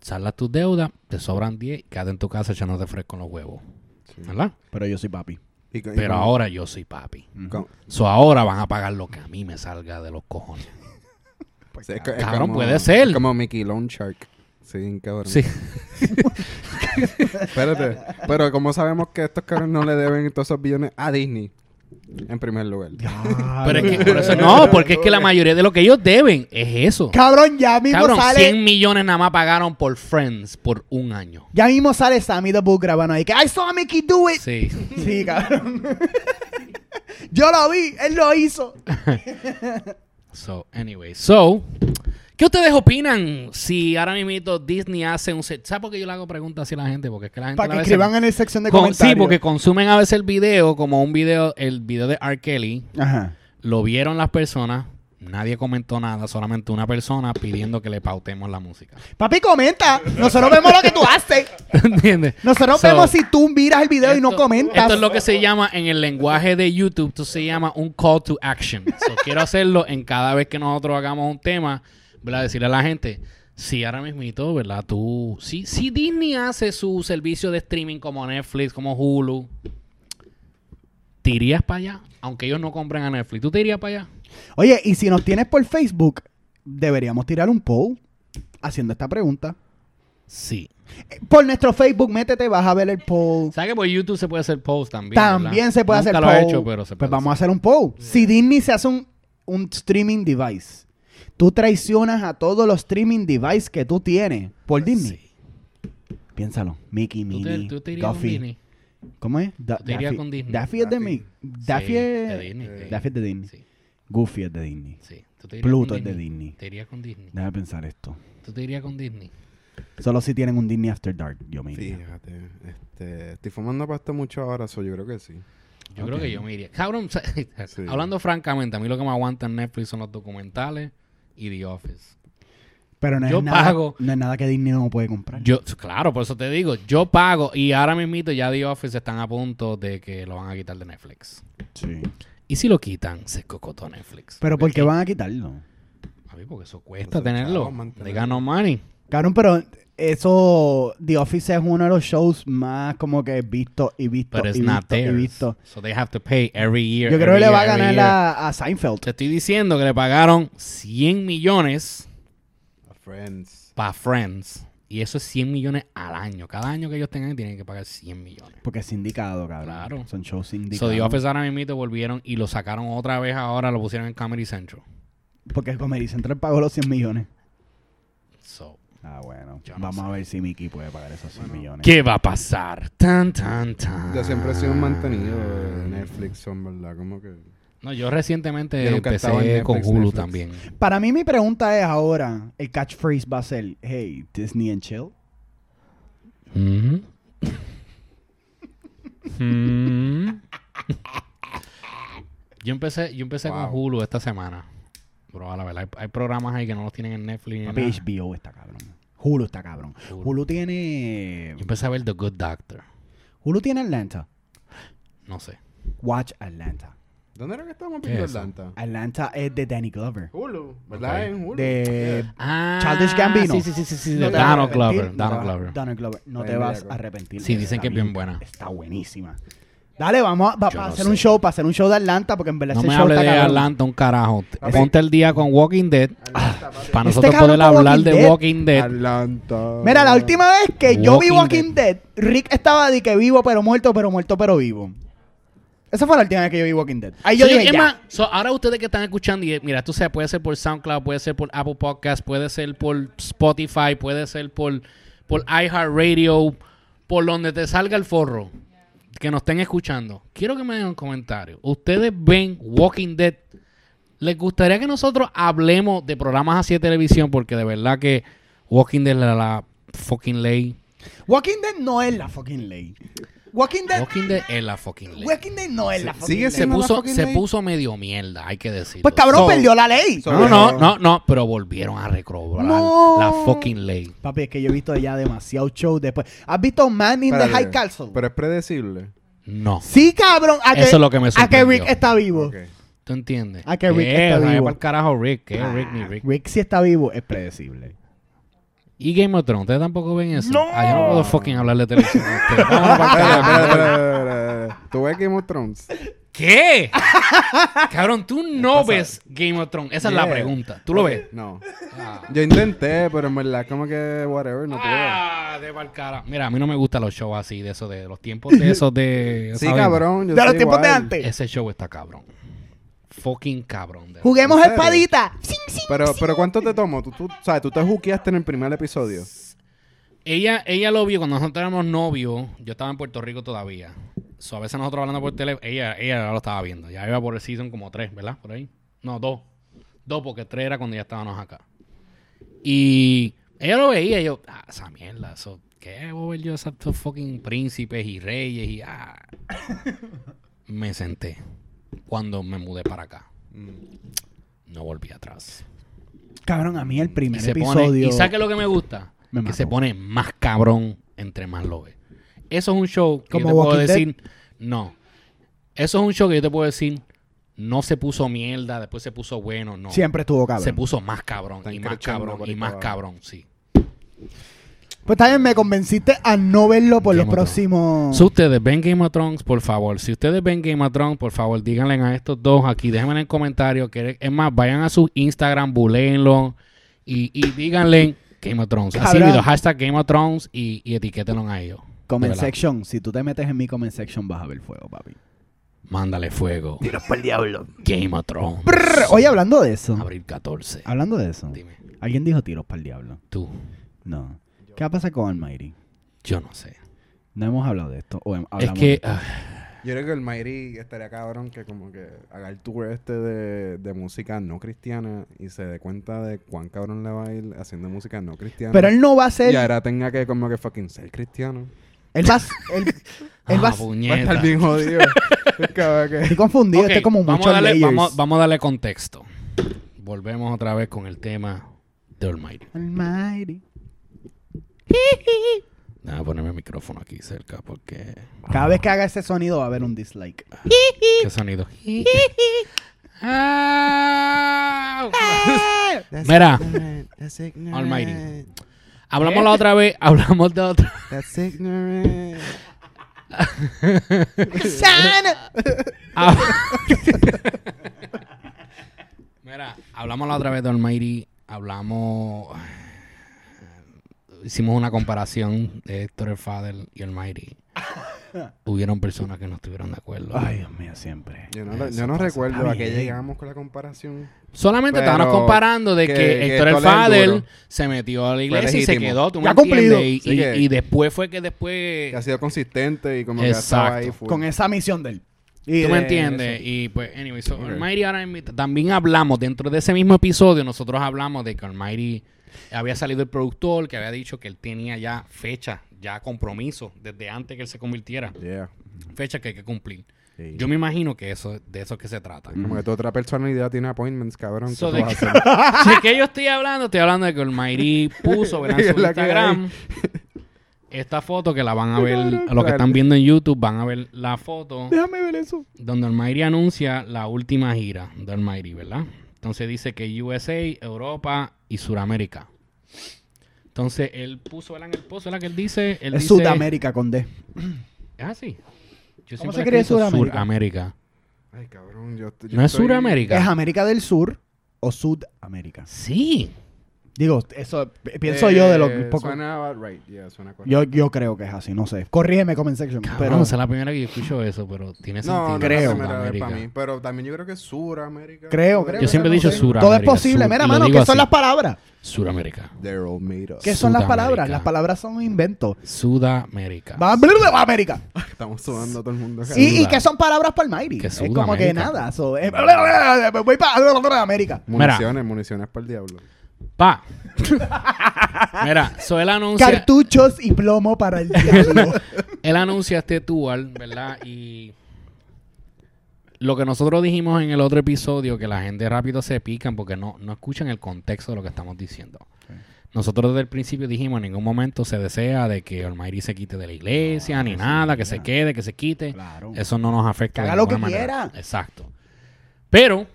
Saldas tus deudas, te sobran 10 y quédate en tu casa echándote fresco en los huevos. ¿Verdad? Pero yo soy papi. Y co- y Pero como- ahora yo soy papi. como- So ahora van a pagar lo que a mí me salga de los cojones. sí, es co- es cabrón, puede ser. es Como Mickey Lone Shark. Sí, cabrón. Sí. [laughs] Espérate. Pero como sabemos que estos cabrones no le deben todos esos billones a Disney, en primer lugar. Ah, Pero es que por eso no, porque es que la mayoría de lo que ellos deben es eso. [laughs] Cabrón, ya mismo Cabrón, sale. 100 millones nada más pagaron por Friends por un año. Ya mismo sale Sammy the Book grabando ahí. Que I saw Mickey do it. Sí, Sí. cabrón. [laughs] yo lo vi. Él lo hizo. So, anyway. So, ¿qué ustedes opinan si ahora mismo Disney hace un... set- ¿Sabes por qué yo le hago preguntas así a la gente? Porque es que la gente... Para a que veces- escriban en la sección de con- comentarios. sí, porque consumen a veces el video como un video, el video de R. Kelly. Ajá. Lo vieron las personas. Nadie comentó nada, solamente una persona pidiendo que le pautemos la música. Papi, comenta. Nosotros vemos lo que tú haces. ¿Entiendes? Nosotros So, vemos si tú miras el video y no esto- comentas. Esto es lo que se llama en el lenguaje de YouTube, esto se llama un call to action. [laughs] So, quiero hacerlo en cada vez que nosotros hagamos un tema, ¿verdad? Decirle a la gente, si ahora mismito, ¿verdad? Tú, si, si Disney hace su servicio de streaming como Netflix, como Hulu, ¿te irías para allá? Aunque ellos no compren a Netflix, ¿tú te irías para allá? Oye, y si nos tienes por Facebook, deberíamos tirar un poll haciendo esta pregunta. Sí. Eh, Por nuestro Facebook, métete, vas a ver el poll. ¿Sabes que por YouTube se puede hacer post también? También ¿verdad? se puede Nunca hacer lo poll. he hecho, pero se puede pues vamos a hacer un poll. Si Disney se hace un, un streaming device, tú traicionas a todos los streaming device que tú tienes por Disney. Pues Sí. Piénsalo. Mickey, ¿Tú te, Minnie, tú te irías con Duffy. Disney? ¿Cómo es? Da- Tú te irías Daffy. con Disney. Daffy es de Daffy. mi. Daffy Sí, es. de Disney, sí. Daffy es de Disney. Sí. Goofy es de Disney. Sí. ¿Tú te irías Pluto con es de Disney. Te irías con Disney. Déjame pensar esto. Tú te irías con Disney. Solo si tienen un Disney After Dark, yo me iría. Fíjate. Este, estoy fumando pasta mucho ahora, so yo creo que sí. Yo creo que yo me iría. Cabrón, o sea, [laughs] Sí. hablando francamente, a mí lo que me aguanta en Netflix son los documentales y The Office. Mm. Pero no Yo es nada, pago. no es nada que Disney no puede comprar. Yo, claro, por eso te digo, yo pago y ahora mismito ya The Office están a punto de que lo van a quitar de Netflix. Sí. Y si lo quitan, se cocotó Netflix. Pero ¿por qué Porque- van a quitarlo? A mí porque eso cuesta Entonces, tenerlo. chavos, mantenerlo. They got no money. Cabrón, pero eso The Office es uno de los shows más como que visto y visto But it's y not visto y there. visto. So they have to pay every year. Yo creo every que le va a year, every ganar year. a, a Seinfeld. Te estoy diciendo que le pagaron 100 millones Friends. para Friends. Y eso es 100 millones al año. Cada año que ellos tengan tienen que pagar 100 millones. Porque es sindicado, cabrón. Claro. Son shows So sindicados. The Office ahora mismo volvieron y lo sacaron otra vez ahora, lo pusieron en Comedy Central. Porque el Comedy Central pagó los 100 millones. So, Ah, bueno. Yo no Vamos a ver si Mickey puede pagar esos 100 millones. ¿qué va a pasar? Tan, tan, tan. Yo siempre he sido un mantenido de Netflix, son verdad, como que... No, yo recientemente Yo nunca he empecé estado en con Netflix, Hulu Netflix. también. Para mí mi pregunta es ahora, el catchphrase va a ser, hey, Disney and chill. Mhm. Mm. yo empecé, yo empecé Wow. con Hulu esta semana. Bro, la verdad, hay, hay programas ahí que no los tienen en Netflix. ni Papi, nada. HBO está cabrón. Hulu está cabrón. Hulu. Hulu tiene... Yo empecé a ver The Good Doctor. Hulu tiene Atlanta. No sé. Watch Atlanta. ¿Dónde era que estábamos ¿Qué viendo es eso? Atlanta? Atlanta es de Danny Glover. Hulu, ¿verdad? Ok. En Hulu. Eh, De Ah, Childish Gambino. Sí, sí, sí, sí, sí, No de te vas a Donald arrepentir, Glover. no te Donald vas- Glover. Donald Glover. No Ahí te me vas acuerdo. a arrepentir. Sí, dicen Está que es bien buena. Está buenísima. Dale, vamos a, pa- Yo pa no hacer sé. un show, para hacer un show de Atlanta, porque en verdad No ese me show hable de está cabrón. Atlanta un carajo. Te- Papi. Ponte el día con Walking Dead. Para Este nosotros cabrón poder con hablar Walking de Dead. Walking Dead. Atlanta. Mira, la última vez que yo vi Walking Walking Dead, Rick estaba de que vivo pero muerto, pero muerto pero vivo. Esa fue la última vez que yo vi Walking Dead. Ahí Sí, yo dije, es ya. más, so, ahora ustedes que están escuchando, y, eh, mira, tú sabes, puede ser por SoundCloud, puede ser por Apple Podcast, puede ser por Spotify, puede ser por, por iHeartRadio, por donde te salga el forro, que nos estén escuchando. Quiero que me den un comentario. ¿Ustedes ven Walking Dead? ¿Les gustaría que nosotros hablemos de programas así de televisión? Porque de verdad que Walking Dead es la, la fucking ley. Walking Dead no es la fucking ley. Walking Dead, Walking Dead es la fucking ley. Walking Dead no es la fucking sigue ley. siendo- Se ¿No es puso, la fucking se ley? puso medio mierda, hay que decirlo. Pues cabrón, So- perdió la ley. so- No, no, Pero- no, no, pero volvieron a recobrar No. la fucking ley. Papi, es que yo he visto ya demasiado show después. ¿Has visto Man in the Espérate, High Castle? Pero es predecible. No. Sí, cabrón. A que, Eso es lo que me A que sorprendió. Rick está vivo. Ok. ¿Tú entiendes? Ah, que Rick Eh, está vaya vivo. Ah. pa'l carajo Rick, que Rick ni Rick. Rick si está vivo es predecible. Y Game of Thrones, ¿ustedes tampoco ven eso? Ah, yo no puedo fucking hablar de [laughs] televisión. con ustedes. [laughs] Vámonos pa'l Espera, espera, carajo. espera, espera, espera. ¿Tú ves Game of Thrones? ¿Qué? Cabrón, tú no ves Game of Thrones. Esa es la Yeah. pregunta. ¿Tú lo Ok, ves? Ah. No. Yo intenté, pero en verdad, como que whatever, no te veo. Ah, de pa'l carajo. Mira, a mí no me gustan los shows así, de esos, de los tiempos [laughs] de esos de... Sí, ¿saben? cabrón. Yo De los soy tiempos de igual. antes. Ese show está cabrón. Fucking cabrón. de Juguemos ¿En serio? espadita. Sin, sin. Pero, pero ¿cuánto te tomó? Tú, tú, sabes, tú te juqueaste en el primer episodio. Ella, ella lo vio cuando nosotros éramos novios. Yo estaba en Puerto Rico todavía. So, a veces nosotros hablando por teléfono, ella, ella ya lo estaba viendo. Ya iba por el season como tres, ¿verdad? Por ahí. No, dos. Dos, porque tres era cuando ya estábamos acá. Y ella lo veía y yo, ah, esa mierda, eso, ¿qué voy a ver yo esos esos fucking príncipes y reyes y ah? [laughs] me senté cuando me mudé para acá. No volví atrás. Cabrón, a mí el Y primer se episodio. pone, y saque lo que me gusta, Me que mató. se pone más cabrón entre más lo ve. Eso es un show que ¿Como yo te puedo Walking Dead? decir, no. Eso es un show que yo te puedo decir, no se puso mierda, después se puso bueno, no. Siempre estuvo cabrón. Se puso más cabrón Está y más encrechando cabrón por y ahí más para cabrón, sí. Pues también me convenciste a no verlo por los Game of Thrones. próximos. Si ustedes ven Game of Thrones, por favor, si ustedes ven Game of Thrones, por favor, díganle a estos dos aquí, déjenme en el comentario, que es más, vayan a su Instagram, buleenlo y, y díganle Game of Thrones. Así, Cabrón. video, hashtag Game of Thrones y, y etiquétenlo a ellos. Comment De verdad. section. Si tú te metes en mi comment section, vas a ver fuego, papi. Mándale fuego. Tiros para el diablo. Game of Thrones. Oye, hablando de eso. Abril 14. Hablando de eso. Dime, Alguien dijo tiros para el diablo. tú, No. ¿Qué va a pasar con Almighty? yo no sé. No hemos hablado de esto. o hem- Es hablamos de que esto. ah, Yo creo que el Mayri estaría cabrón que como que haga el tour este de, de música no cristiana y se dé cuenta de cuán cabrón le va a ir haciendo música no cristiana. Pero él no va a ser. Y ahora tenga que como que fucking ser cristiano. Él va a. s- Él, [laughs] él ah, va a. s- Va a puñeta. estar bien [laughs] jodido. Es como que- Estoy confundido. Ok, Este es como vamos muchos a darle, layers. vamos, vamos a darle contexto. Volvemos otra vez con el tema de Almighty. Almighty. Déjame ponerme el micrófono aquí cerca porque... Cada vez que haga ese sonido va a haber un dislike. ¿Qué sonido? Ah. Mira, ignorant, That's ignorant. Almighty. [laughs] hablamos la otra vez, hablamos de otra... That's ignorant. Ah. Mira, hablamos la otra vez de Almighty, hablamos, hicimos una comparación de Héctor el Father y Almighty. Hubieron personas que no estuvieron de acuerdo. Ay, Dios mío, siempre. Yo no, lo- yo no recuerdo a qué llegamos con la comparación. Solamente Pero estábamos comparando de que, que- que Héctor el Héctor es el Father duro. se metió a la iglesia y se legítimo. quedó, tú me Ya cumplido. entiendes, y, Sí y- que- y después fue que Que ha después, sido consistente y como que ha estado Exacto. ahí. full. Con esa misión de él. Y tú de- me entiendes, y pues, anyway, so Almighty ahora mismo- también hablamos, dentro de ese mismo episodio, nosotros hablamos de que Almighty había salido el productor, que había dicho que él tenía ya fecha, ya compromiso, desde antes que él se convirtiera, Yeah. fecha que hay que cumplir. Sí. Yo me imagino que eso de eso es que se trata. Como que tu otra personalidad tiene appointments, cabrón. ¿qué So tú de vas a que- hacer? Sí, que yo estoy hablando, estoy hablando de que Almighty puso ¿verdad? en su La que hay. Instagram esta foto que la van a ver, a los que claro. están viendo en YouTube van a ver la foto [laughs] Déjame ver eso. donde Almighty anuncia la última gira de Almighty, ¿verdad? Entonces dice que USA, Europa y Sudamérica. Entonces él puso, ¿verdad? En el post, ¿verdad? Que él dice. Él Es dice- Sudamérica con D. Es así. Yo ¿Cómo siempre se he cree escrito Sudamérica? Suramérica. Ay, cabrón, yo, yo ¿No es estoy- Suramérica? Es América del Sur o Sudamérica. Sí. Digo, eso p- pienso yo de lo Eh, poco. Suena about right. Yeah, suena correcto. Yo, yo creo que es así, no sé. Corrígeme, comment section. Pero Pero es la primera que yo escucho eso, pero tiene no, sentido. no creo. creo. Es la primera vez América. para mí. Pero también yo creo que es creo, Suramérica. creo. Podría Yo ser, siempre he no dicho sé. Suramérica. todo es posible. Sur- y Mira, lo mano, digo ¿qué son así, las palabras? Suramérica. They're all made up. ¿Qué son las Sudamérica. palabras? Las palabras son inventos. Sudamérica. Va va a América. Estamos sudando a todo el mundo. acá. Y, y Suda. que son palabras para el Mighty. Que Es Suda, como que América. nada. so, eh, voy para América. Municiones, municiones para el diablo. Pa. [laughs] Mira, so él anuncia, Cartuchos y plomo para el diablo. [laughs] él anuncia este tour, ¿verdad? Y lo que nosotros dijimos en el otro episodio, que la gente rápido se pican porque no, no escuchan el contexto de lo que estamos diciendo. Nosotros desde el principio dijimos, en ningún momento se desea de que Almighty se quite de la iglesia, ni nada, que se quede, que se quite. Claro. Eso no nos afecta. Que de haga lo que ninguna quiera. Exacto. Pero,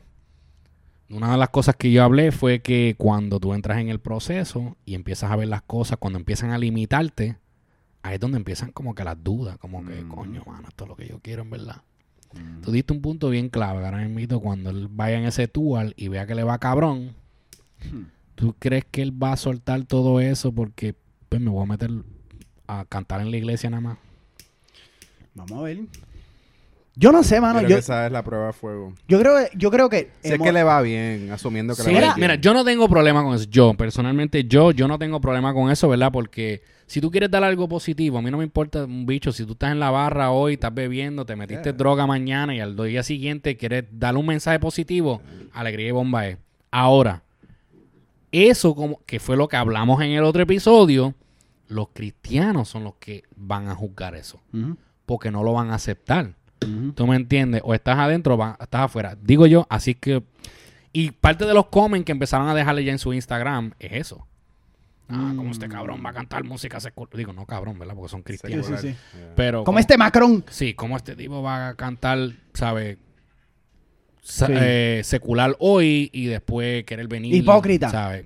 una de las cosas que yo hablé fue que cuando tú entras en el proceso y empiezas a ver las cosas, cuando empiezan a limitarte, ahí es donde empiezan como que las dudas, como Mm. que, coño, mano, esto es lo que yo quiero en verdad. Tú diste un punto bien clave, ahora mismo, cuando él vaya en ese tour y vea que le va cabrón, Hmm. ¿tú crees que él va a soltar todo eso porque pues, me voy a meter a cantar en la iglesia nada más? Vamos a ver. Yo no sé, mano. creo Yo, que esa es la prueba de fuego. yo, creo, que- yo creo que. Si es hemos- que le va bien, asumiendo que Sí, le va mira, bien. mira, yo no tengo problema con eso. Yo, personalmente, yo, yo no tengo problema con eso, ¿verdad? Porque si tú quieres dar algo positivo, a mí no me importa un bicho. Si tú estás en la barra hoy, estás bebiendo, te metiste droga mañana y al día siguiente quieres darle un mensaje positivo, alegría y bomba es. Ahora, eso como que fue lo que hablamos en el otro episodio, los cristianos son los que van a juzgar eso Ujú, porque no lo van a aceptar. ujú. ¿Tú me entiendes? O estás adentro o va- estás afuera. Digo yo, así que... Y parte de los comments que empezaron a dejarle ya en su Instagram es eso. Ah, como este cabrón va a cantar música secular. Digo, no cabrón, ¿verdad? Porque son cristianos. Mm. Sí, sí, sí. Pero... Como este Macron. Sí, como este tipo va a cantar, ¿sabes? Sa- Sí. eh, secular hoy y después querer venir. Hipócrita. ¿Sabes?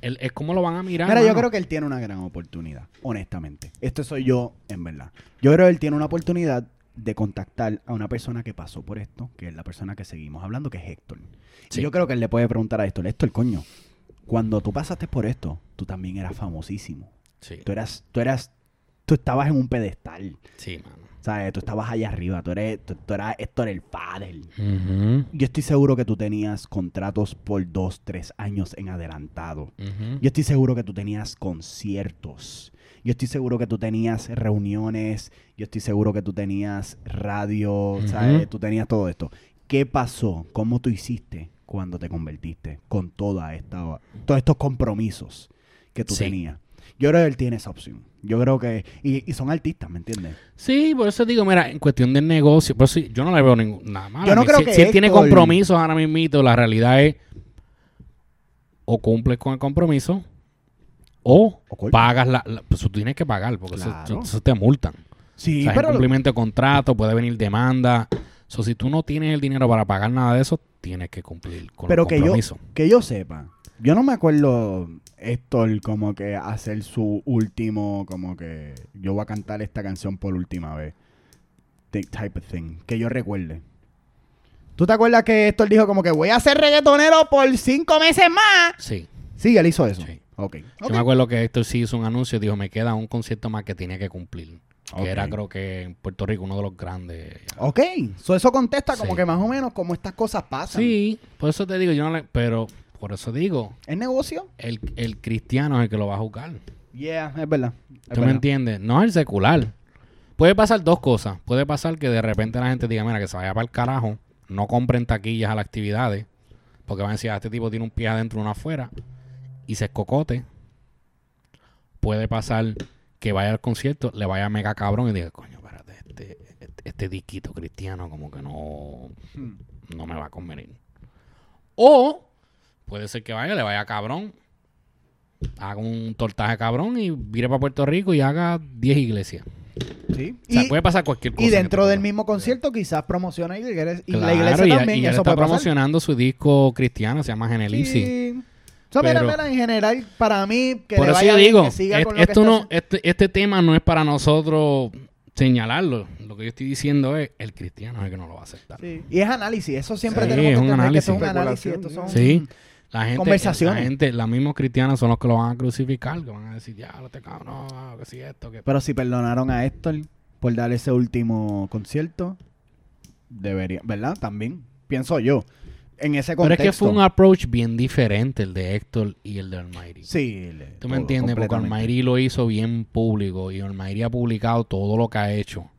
El- Es como lo van a mirar. Mira, yo mano. creo que él tiene una gran oportunidad, honestamente. Esto soy yo, en verdad. Yo creo que él tiene una oportunidad de contactar a una persona que pasó por esto, que es la persona que seguimos hablando, que es Héctor. Y Sí. yo creo que él le puede preguntar a Héctor, Héctor, coño, cuando tú pasaste por esto, tú también eras famosísimo. Sí, Tú eras, tú eras, tú estabas en un pedestal. sí, mano. ¿Sabes? Tú estabas allá arriba, tú eres, tú, tú eras Héctor el padre. Yo estoy seguro que tú tenías contratos por dos, tres años en adelantado. Ujú. Yo estoy seguro que tú tenías conciertos. Yo estoy seguro que tú tenías reuniones. Yo estoy seguro que tú tenías radio. ¿sabes? Tú tenías todo esto. ¿Qué pasó? ¿Cómo tú hiciste cuando te convertiste con toda esta, todos estos compromisos que tú Sí. tenías? Yo creo que él tiene esa opción. Yo creo que... Y, y son artistas, ¿me entiendes? Sí, por eso digo, mira, en cuestión del negocio, por eso yo no le veo ningún, nada malo. Yo no Si- creo si, que si él tiene Héctor- compromisos ahora mismo, la realidad es o cumples con el compromiso o, O corta. pagas la, la- pues tú tienes que pagar porque eso- Claro. eso, te multan. Sí, o sea, es incumplimiento de contrato, puede venir demanda. So, si tú no tienes el dinero para pagar nada de eso, tienes que cumplir con pero el que yo, compromiso. que yo sepa, yo no me acuerdo Héctor como que hacer su último, como que yo voy a cantar esta canción por última vez. Thi- Type of thing. Que yo recuerde. ¿Tú te acuerdas que Héctor dijo como que voy a ser reggaetonero por cinco meses más? Sí. Sí, él hizo eso. Sí. Ok. Yo me acuerdo que Héctor sí hizo un anuncio, dijo, me queda un concierto más que tenía que cumplir. Que Ok. era creo que en Puerto Rico uno de los grandes. Ok. So, eso contesta como Sí. que más o menos como estas cosas pasan. Sí, por eso te digo, yo no le- Pero por eso digo, ¿Es negocio? el, el cristiano es el que lo va a juzgar. Yeah, es verdad. Es ¿Tú me verdad. entiendes? No es el secular. Puede pasar dos cosas. Puede pasar que de repente la gente diga, mira, que se vaya para el carajo, no compren taquillas a las actividades, porque van a decir, "Ah, este tipo tiene un pie adentro y uno afuera, y se escocote. Puede pasar que vaya al concierto, le vaya mega cabrón y diga, coño, espérate, este, este, este disquito cristiano como que no, Hmm. no me va a convenir. O puede ser que vaya, le vaya cabrón, haga un tortaje cabrón y vire para Puerto Rico y haga 10 iglesias. Sí. O sea, Y- puede pasar cualquier cosa. Y que dentro te del ponga. mismo concierto quizás promociona y, la iglesia- y la Claro, iglesia y- también, y él eso está puede pasar. promocionando su disco cristiano, se llama Genelipsis. Sí. So, mira, Pero- mira, en general, para mí, que Por le eso vaya yo bien, digo, que siga es- con lo que esto está no, haciendo. este, este tema no es para nosotros señalarlo. Lo que yo estoy diciendo es, el cristiano es el que no lo va a aceptar. Sí. Y es análisis, eso siempre Sí, tenemos que es un entender que esto es un análisis. análisis. Esto son, Sí. La gente, Conversaciones. La gente, las mismas cristianas son los que lo van a crucificar, que van a decir, ya, este cabrón, ah, que si esto, que... Pero si perdonaron a Héctor por dar ese último concierto, debería, ¿verdad? También, pienso yo, en ese Pero es contexto. que fue un approach bien diferente el de Héctor y el de Almighty. Sí. le- ¿Tú me todo, entiendes? Porque completamente. Almighty lo hizo bien público y Almighty ha publicado todo lo que ha hecho.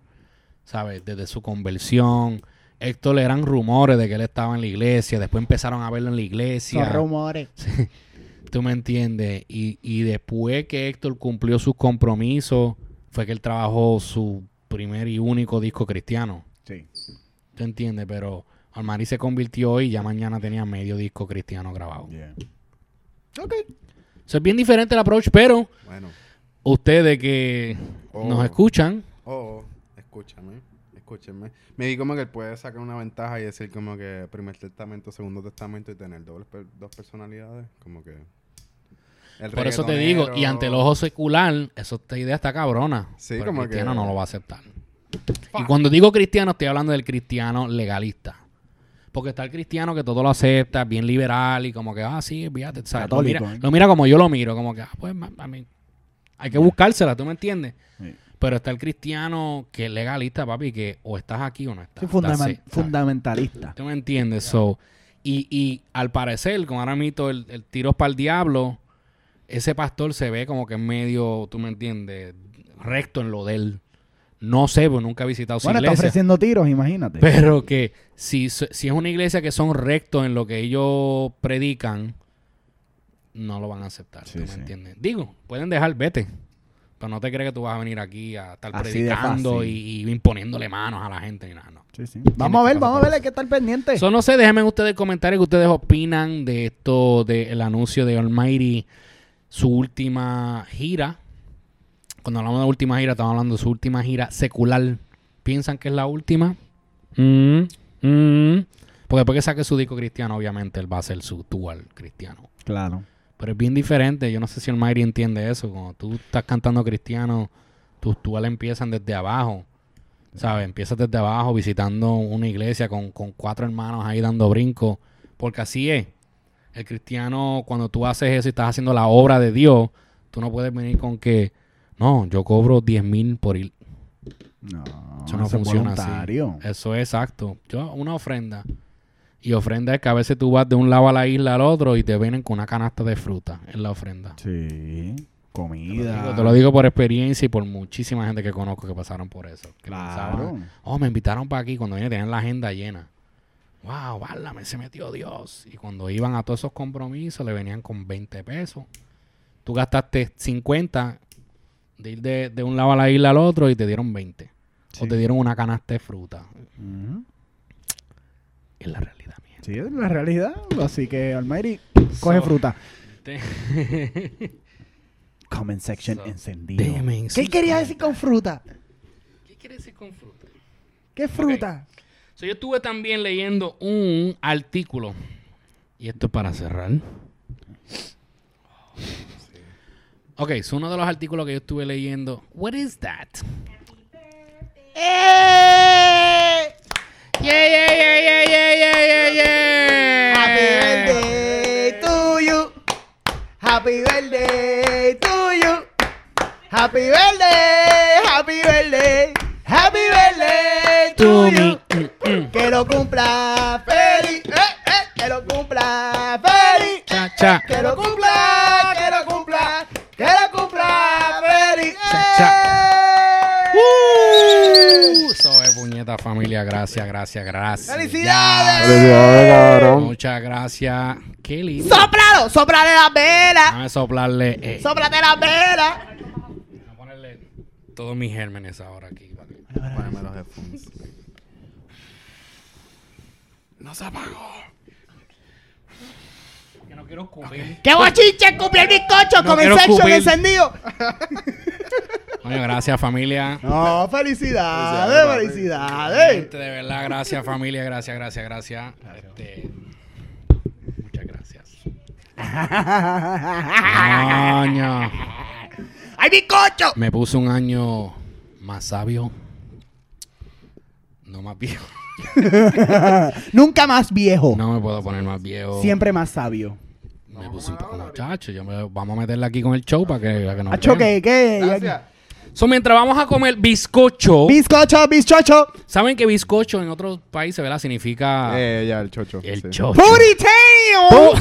¿Sabes? Desde su conversión. Héctor le eran rumores de que él estaba en la iglesia. Después empezaron a verlo en la iglesia. Son rumores. ¿Tú me entiendes? Y, y después que Héctor cumplió sus compromisos, fue que él trabajó su primer y único disco cristiano. Sí. ¿Tú entiendes? Pero Almari se convirtió y ya mañana tenía medio disco cristiano grabado. Yeah. Eso es bien diferente el approach, pero Bueno. ustedes que Oh. nos escuchan, Oh, escúchame, escúchenme. Me di como que él puede sacar una ventaja y decir como que primer testamento, segundo testamento y tener dobles per- dos personalidades. Como que... el por eso te digo, y reggaetonero- ante el ojo secular, eso, esta idea está cabrona. Sí, pero como el cristiano que- no lo va a aceptar. Y cuando digo cristiano, estoy hablando del cristiano legalista. Porque está el cristiano que todo lo acepta, bien liberal y como que, ah, sí, fíjate, ¿sabes? Lo, Católico, mira, ¿eh? lo mira como yo lo miro, como que, ah, pues, ma- a mí, hay que buscársela, ¿tú me entiendes? Sí. Pero está el cristiano que es legalista, papi, que o estás aquí o no estás. Sí, fundamen- That's it, ¿sabes? fundamentalista. ¿Tú me entiendes? So, y, y al parecer, con ahora mito el, el tiro para el diablo, ese pastor se ve como que es medio, ¿tú me entiendes? Recto en lo de él. No sé, porque nunca he visitado su Bueno, está iglesia. ofreciendo tiros, imagínate. Pero que si, so- si es una iglesia que son rectos en lo que ellos predican, no lo van a aceptar. Sí, ¿Tú me sí. entiendes? Digo, pueden dejar, vete. Pero no te crees que tú vas a venir aquí a estar Así de predicando fácil. y, y imponiéndole manos a la gente ni nada, no. Sí, sí. Vamos a ver, que pasar vamos a por ver, hay eso. que estar pendiente. So, no sé, déjenme en ustedes comentarios que ustedes opinan de esto, del anuncio de Almighty, su última gira. Cuando hablamos de última gira, estamos hablando de su última gira secular. ¿Piensan que es la última? Mm, mm. Porque después que saque su disco cristiano, obviamente él va a hacer su dual cristiano. Claro. Pero es bien diferente. Yo no sé si Almighty entiende eso. Cuando tú estás cantando cristiano, tus tuales empiezan desde abajo. ¿Sabes? Empiezas desde abajo visitando una iglesia con, con cuatro hermanos ahí dando brincos. Porque así es. El cristiano, cuando tú haces eso y estás haciendo la obra de Dios, tú no puedes venir con que, no, yo cobro 10 mil por ir. No, Eso no eso es funciona Eh, voluntario. así. Eso es exacto. Yo, una ofrenda. Y ofrenda es que a veces tú vas de un lado a la isla al otro y te vienen con una canasta de fruta en la ofrenda. Sí. Te Comida. lo- te lo digo por experiencia y por muchísima gente que conozco que pasaron por eso. Que Claro. pensaban, oh, me invitaron para aquí cuando viene tenían la agenda llena. Wow, válame, se metió Dios. Y cuando iban a todos esos compromisos, le venían con 20 pesos. Tú gastaste 50 de ir de, de un lado a la isla al otro y te dieron 20. O Sí. te dieron una canasta de fruta. Ujú. Es la realidad mía. Mm. Sí, es la realidad. Así que, Almighty, coge So- fruta. [laughs] Te- Comment section So- encendido. Damn, ¿Qué insulta. quería decir con fruta? ¿Qué quiere decir con fruta? ¿Qué fruta? So, yo estuve también leyendo un artículo. Y esto es para cerrar. Ok, es uno de los artículos que yo estuve leyendo. What is that? ¡Eh! Yeah, yeah, yeah, yeah, yeah, yeah, yeah, yeah. birthday to you. Happy birthday to you. Happy birthday, happy birthday, happy birthday To me. Que lo cumpla feliz, eh, eh, que lo cumpla feliz. Cha, cha. Que lo cumpla, que lo cumpla, que lo cumpla feliz. Cha, cha. ¡Eh! Eso es puñeta familia. Gracias, gracias, gracias. ¡Felicidades! cabrón. Muchas gracias. Qué lindo. ¡Sópralo! ¡Sóprale las velas! Déjame soplarle. eh, ¡Sóprate las velas! Voy a ponerle todos mis gérmenes ahora aquí. para que- Póneme los headphones. No se apagó. Que no quiero escupir. ¡Qué bochinche! ¡Cumple el bizcocho! No ¡Con el quiero Pues sexo escupir. encendido! Coño, gracias familia. ¡No! [laughs] ¡Felicidades! ¡Felicidades! Gente, de verdad, gracias familia, gracias, gracias, gracias. Este, muchas gracias. Coño, ¡Ay, bizcocho! me puse un año más sabio, no más viejo. Nunca más viejo. No me puedo poner más viejo. Siempre más sabio. Me Vamos puse a la hora, muchacho, yo me- vamos a meterla aquí con el show para que, para que no. Ah, Acho, que, que. Gracias. So, mientras vamos a comer bizcocho, Bizcocho, bizcocho. saben que bizcocho en otros países, ¿verdad? Significa Eh, ya, el chocho. el sí. chocho. Booty tail. Oh.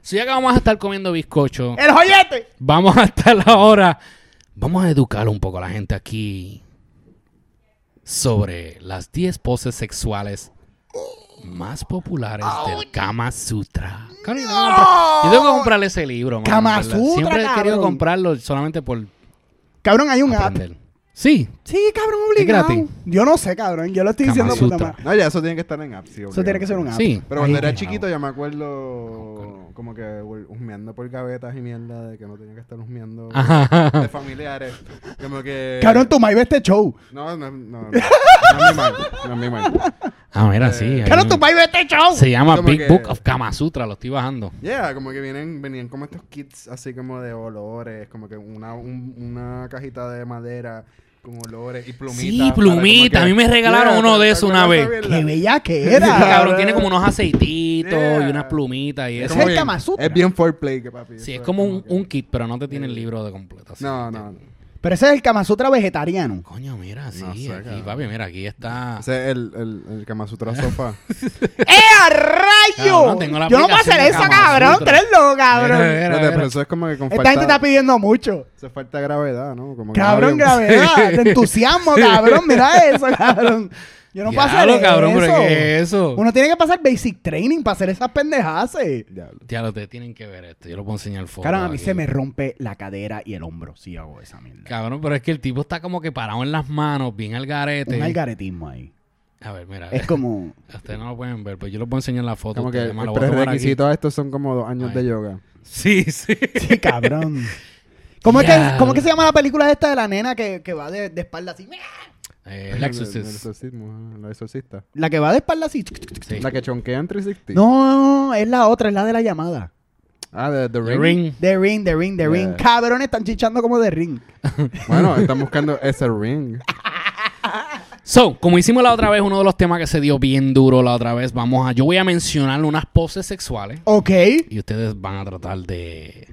Si ya que vamos a estar comiendo bizcocho, El joyete. vamos a estar ahora. Vamos a educar un poco a la gente aquí sobre las 10 poses sexuales más populares del Kama Sutra. Cabrón, yo tengo que comprar- Yo tengo que comprarle ese libro. mano, Kama en verdad. Sutra, Siempre he querido cabrón. comprarlo solamente por Cabrón, hay un app. aprender. Sí, Sí, cabrón, obligado. Es gratis. Yo no sé, cabrón. Yo lo estoy Kama diciendo puta Sutra. madre. No, ya, eso tiene que estar en app, sí, Eso tiene que ser un app. sí. Pero cuando Ay, era qué chiquito, raro. yo me acuerdo como que hul- husmeando por gavetas y mierda de que no tenía que estar husmeando [laughs] Ajá. de familiares. Como que. Cabrón, tu maíz ve este show. No, no, no. No, no es mi mal. No es mi mal. Ah, mira, sí. hay Cabrón, un- Eh, tu maíz ve este show. Se llama Como Big que- Book of Kama Sutra, lo estoy bajando. Yeah, como que vienen, venían como estos kits así como de olores, como que una, un- una cajita de madera con olores y plumitas. Sí, plumita. A mí me regalaron uno de esos una vez. Qué bella que Sí, era. cabrón, tiene como unos aceititos Yeah. y unas plumitas y Es eso. como- el Kama Sutra. Es bien foreplay, que papi. Sí, eso es como un, que- un kit, Ah. pero no te tiene el libro de completo. así. No, no, no. Pero ese es el Kama [laughs] Sutra vegetariano. Coño, mira, sí, sé, aquí, cabrón. papi, mira, aquí está. Ese es el, el, el Kama Sutra [laughs] Sofá. ¡Eh, a rayo! Cabrón, tengo la Yo no puedo hacer aplicación de eso, Kama cabrón. Sutra. Tres loco, cabrón. Mira, No, mira. pero eso es como que con Esta gente está falta, pidiendo mucho. se falta gravedad, ¿no? Como que Cabrón, no había- [laughs] gravedad. De entusiasmo, cabrón. Mira eso, cabrón. Yo no puedo hacer Diablo, cabrón, eso. pero ¿qué es eso? Uno tiene que pasar basic training para hacer esas pendejadas. eh. [laughs] Diablo. Ya lo te tienen que ver esto. Yo lo puedo enseñar foto. Cabrón, a mí aquí. se me rompe la cadera y el hombro si hago esa mierda. Cabrón, pero es que el tipo está como que parado en las manos, bien al garete. Un algaretismo ahí. [laughs] A ver, mira. Es como... a Ustedes no lo pueden ver, pero yo lo puedo enseñar en la foto. Como que ustedes, además, lo el voy a tomar aquí. prerequisito a estos son como dos años Ahí. de yoga. Sí, sí. Sí, cabrón. ¿Cómo es, Ya. que, ¿Cómo es que se llama la película esta de la nena que, que va de, de espalda así? [laughs] Eh, el El Exorcist. exorcismo, ah, la exorcista. La que va de espalda así. Sí. La que chonquea en 360. No, es la otra, es la de la llamada. Ah, de The The Ring. Ring. The Ring, The Ring, The Yeah. Ring. Cabrón, están chichando como The Ring. Bueno, están buscando ese [laughs] ring. So, como hicimos la otra vez, uno de los temas que se dio bien duro la otra vez, vamos a, yo voy a mencionar unas poses sexuales Ok. y ustedes van a tratar de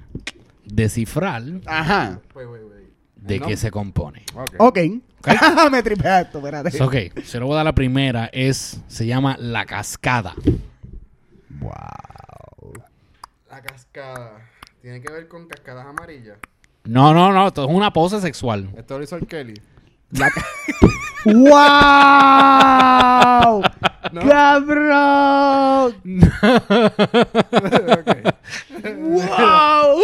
descifrar Ajá. de qué se compone. Ok. [laughs] Me tripea esto, espérate. So, ok, se lo voy a dar la primera, es, se llama La Cascada. La cascada. Tiene que ver con cascadas amarillas. No, no, no, esto es una pose [laughs] sexual. Esto lo hizo el [laughs] Kelly. ¡Wow! ¿No? [laughs] ¡Cabrón! ¡Wow!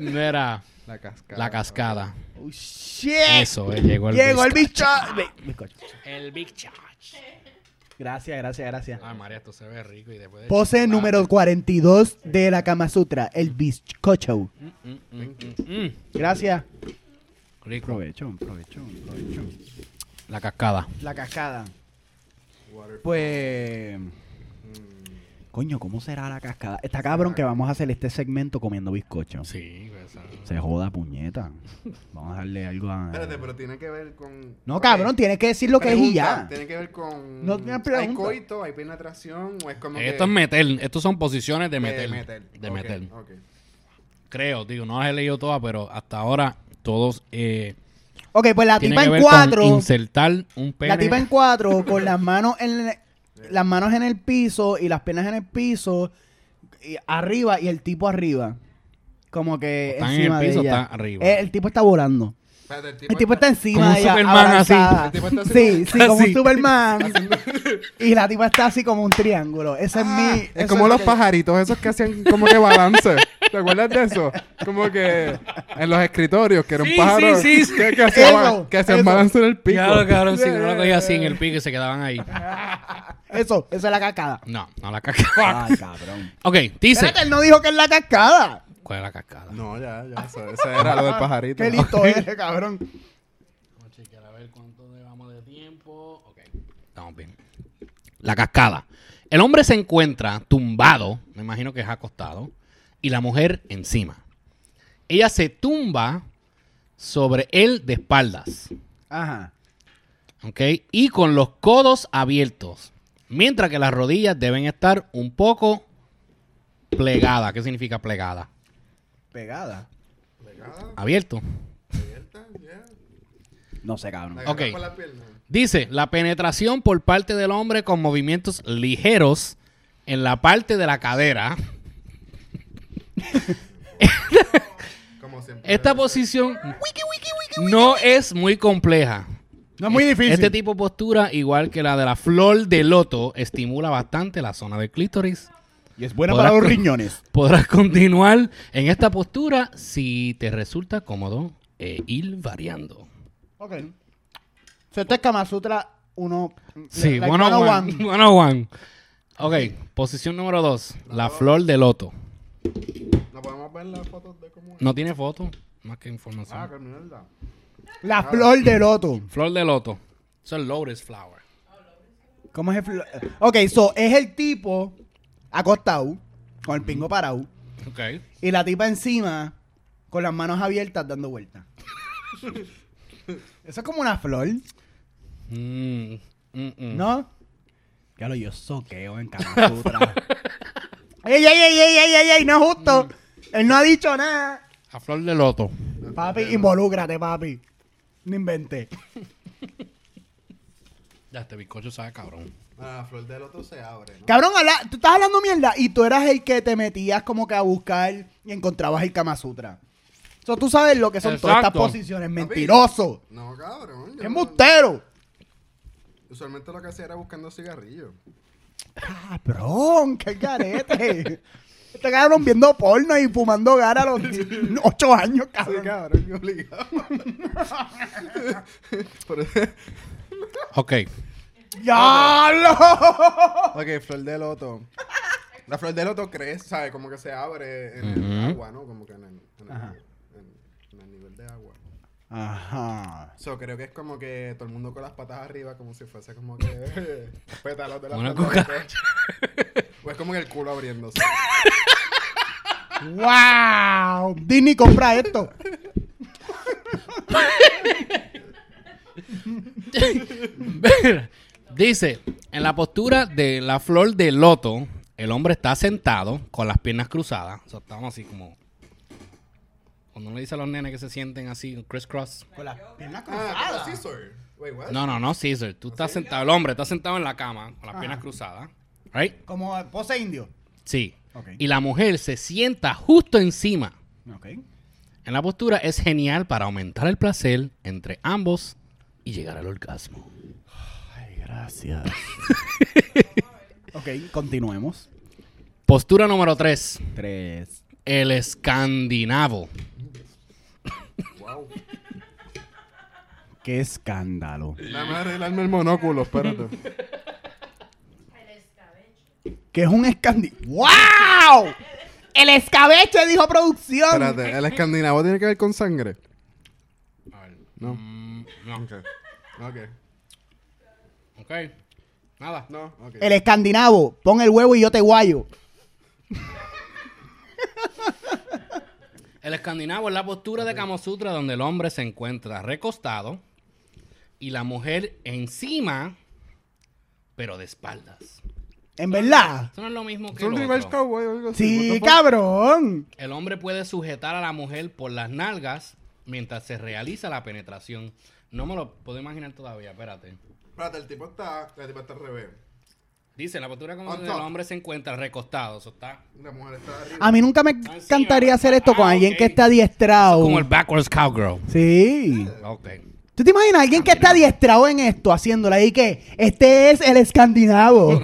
Mira, La cascada. La Cascada. Oh, ¡Shit! Eso, eh, llegó el Llegó el bizcocho. bicho. Ve- bizcocho. El Big Charge. Gracias, gracias, gracias. Ay, María, esto se ve rico y después de Pose chocolate. número 42 de la Kama Sutra, el bizcocho. Mm, Gracias. rico. Provecho, provecho, provecho. La Cascada. La cascada. Pues. Coño, ¿cómo será la cascada? Está cabrón que vamos a hacer este segmento comiendo bizcocho. Sí, esa- Se joda, [laughs] puñeta. Vamos a darle algo a. Espérate, pero tiene que ver con. No, Ok. cabrón, tienes que decir lo que es y Pregunta, ya. Tiene que ver con. No tiene ¿Hay pregunta. coito? ¿Hay penetración? ¿O es como Esto es que- meter, estos son posiciones de meter. De meter. Ok, ok. Creo, digo, no las he leído todas, pero hasta ahora todos eh, Ok, pues la tienen tipa que en ver con cuatro. insertar un pene. La [laughs] tipa en cuatro, con las manos en las manos en el piso y las piernas en el piso, y arriba y el tipo arriba. Como que Están en encima el piso, de ella. está arriba. Eh, El, tipo está volando. Espérate, el tipo, El tipo está- está encima Como un de ella. Superman, así. abrazada. El tipo está así sí, sí, como- como un así. Superman. y la tipa está así como un triángulo. Ese es mi. Ah, eso Es como lo los que- pajaritos esos que hacían como que balance. ¿Te acuerdas de eso? Como que en los escritorios, que era un Sí, pájaro sí, sí, sí. que, que hacía, Eso, ba- que hacían eso. balance en el pico. Ya lo cabrón, si no lo cogía así en el pico y se quedaban ahí. Eso, eso es la cascada. No, no [laughs] la cascada. Ay, cabrón. ok, dice. Espérate, él no dijo que es la cascada. ¿Cuál es la cascada? No, ya, ya. Eso, eso era lo del pajarito. Qué [laughs] listo eh. [laughs] eres, cabrón. Vamos a chequear a ver cuánto llevamos de tiempo. Ok, estamos bien. La cascada. El hombre se encuentra tumbado, me imagino que es acostado, y la mujer encima. Ella se tumba sobre él de espaldas, Ajá. ¿ok? Y con los codos abiertos, Mientras que las rodillas deben estar un poco plegadas. ¿Qué significa plegada? Pegada. Abierto. No sé, cabrón. Ok. Dice, la penetración por parte del hombre con movimientos ligeros en la parte de la cadera. Como siempre. Esta posición no es muy compleja. No es muy difícil. Este tipo de postura, igual que la de la flor de loto, estimula bastante la zona del clítoris. y es buena Podrás para los con- riñones. Podrás [laughs] continuar en esta postura si te resulta cómodo e ir variando. Ok. So, esto es Kama Sutra 1. Sí, like bueno, 101. [laughs] one, one on one. Ok, posición número dos, la flor de loto. No podemos ver las fotos de cómo es. No tiene foto, más que información. Ah, qué mierda. La flor de loto. Flor de loto. Eso es lotus flower. ¿Cómo es el flor? Ok, so es el tipo acostado, con el pingo parado, Ok. y la tipa encima, con las manos abiertas, dando vueltas. [laughs] Eso es como una flor, Mm, mm, mm. ¿no? Claro, yo soqueo en Kama Sutra. ¡Ey, ey, ey, ey, ey, ey, ey! No es justo. Él no ha dicho nada. A flor de loto. Papi, involúcrate, papi. No inventé. Ya, este bizcocho sabe cabrón. Ah, la flor del otro se abre, ¿no? Cabrón, habla- tú estás hablando mierda y tú eras el que te metías como que a buscar y encontrabas el Kama Sutra. So, tú sabes lo que son todas estas Exacto. posiciones. Mentiroso. No, cabrón. yo ¡Qué no- embustero! Usualmente lo que hacía era buscando cigarrillos. Cabrón, qué carete. Te cabrón viendo porno y fumando gara a los 8 años, cabrón. cabrón, yo obligado. [laughs] Pero- Ok. ¡Diablo! ok, flor de loto. La flor de loto crece, ¿sabes? Como que se abre en el Ujú. agua, ¿no? Como que en el, en el- en- en el nivel de agua. Ajá. So, creo que es como que todo el mundo con las patas arriba, como si fuese como que [laughs] pétalos de la Una flor de loto. O es como que el culo abriéndose. ¡Wow! Disney compra esto. [laughs] Dice, en la postura de la flor de loto, el hombre está sentado con las piernas cruzadas. O sea, estamos así como... Cuando uno le dice a los nenes que se sienten así, criss-cross. Con las piernas Ah, cruzadas. sí, sir. Wait, what? No, no, no, Caesar. Tú estás sentado, el hombre está sentado en la cama con las piernas cruzadas. ¿Right? Como pose indio. Sí. Ok. Y la mujer se sienta justo encima. Ok. En la postura es genial para aumentar el placer entre ambos y llegar al orgasmo. Gracias. [laughs] ok, continuemos. Postura número 3. Tres. El escandinavo. Qué escándalo. Dame arreglarme el monóculo, espérate. Que es un escándalo. ¡Wow! El escabeche dijo producción. espérate, ¿el escandinavo tiene que ver con sangre? No. Mm, no. Ok. Ok. Ok. Nada. No, ok. El escandinavo. Pon el huevo y yo te guayo. El escandinavo es la postura de Kamosutra donde el hombre se encuentra recostado y la mujer encima, pero de espaldas. En verdad. Eso no es lo mismo ¿Es que un lo reverse otro. cowboy o algo así? Sí, What the fuck? cabrón. El hombre puede sujetar a la mujer por las nalgas mientras se realiza la penetración. No me lo puedo imaginar todavía, espérate. Espérate, el tipo está, el tipo está al revés. Dice, la postura como On el top. hombre se encuentra recostado, eso está La mujer está arriba. A mí nunca me Ah, sí, encantaría ¿verdad? hacer esto con Ah, alguien ok. que está adiestrado. como el backwards cowgirl. Sí. Ok. ¿Tú te imaginas alguien que está adiestrado en esto haciéndola y que este es [laughs] el escandinavo?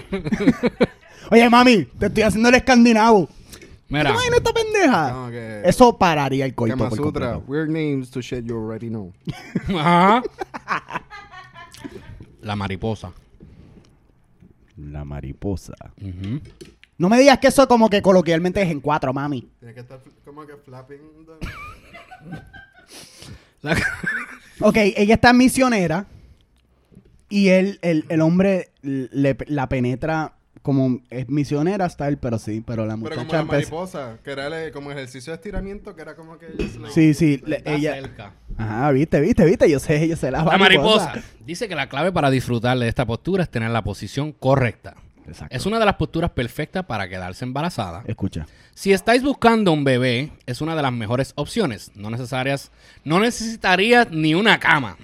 Oye, mami, te estoy haciendo el escandinavo. ¿Te Mira, imaginas esta pendeja? No, que- Eso pararía el coito Kama por Sutra, completo. weird names to shit you already know. ajá. la mariposa. La mariposa. Ujú. No me digas que eso como que coloquialmente es en cuatro, mami. Tiene que estar fl- como que flapping. the- La- Ok, ella está misionera y él, el, el hombre le- la penetra como es misionera está él, pero sí, pero la Pero muchacha pues, como la empezó- mariposa, que era el- como ejercicio de estiramiento, que era como que... ella se Pues, la- Sí, sí, le- está ella, cerca. Ajá, viste, viste, viste. Yo sé, yo sé la, La mariposa mariposa. dice que la clave para disfrutar de esta postura es tener la posición correcta. Exacto. Es una de las posturas perfectas para quedarse embarazada. Escucha. Si estáis buscando un bebé, es una de las mejores opciones. No necesarias, no necesitarías ni una cama.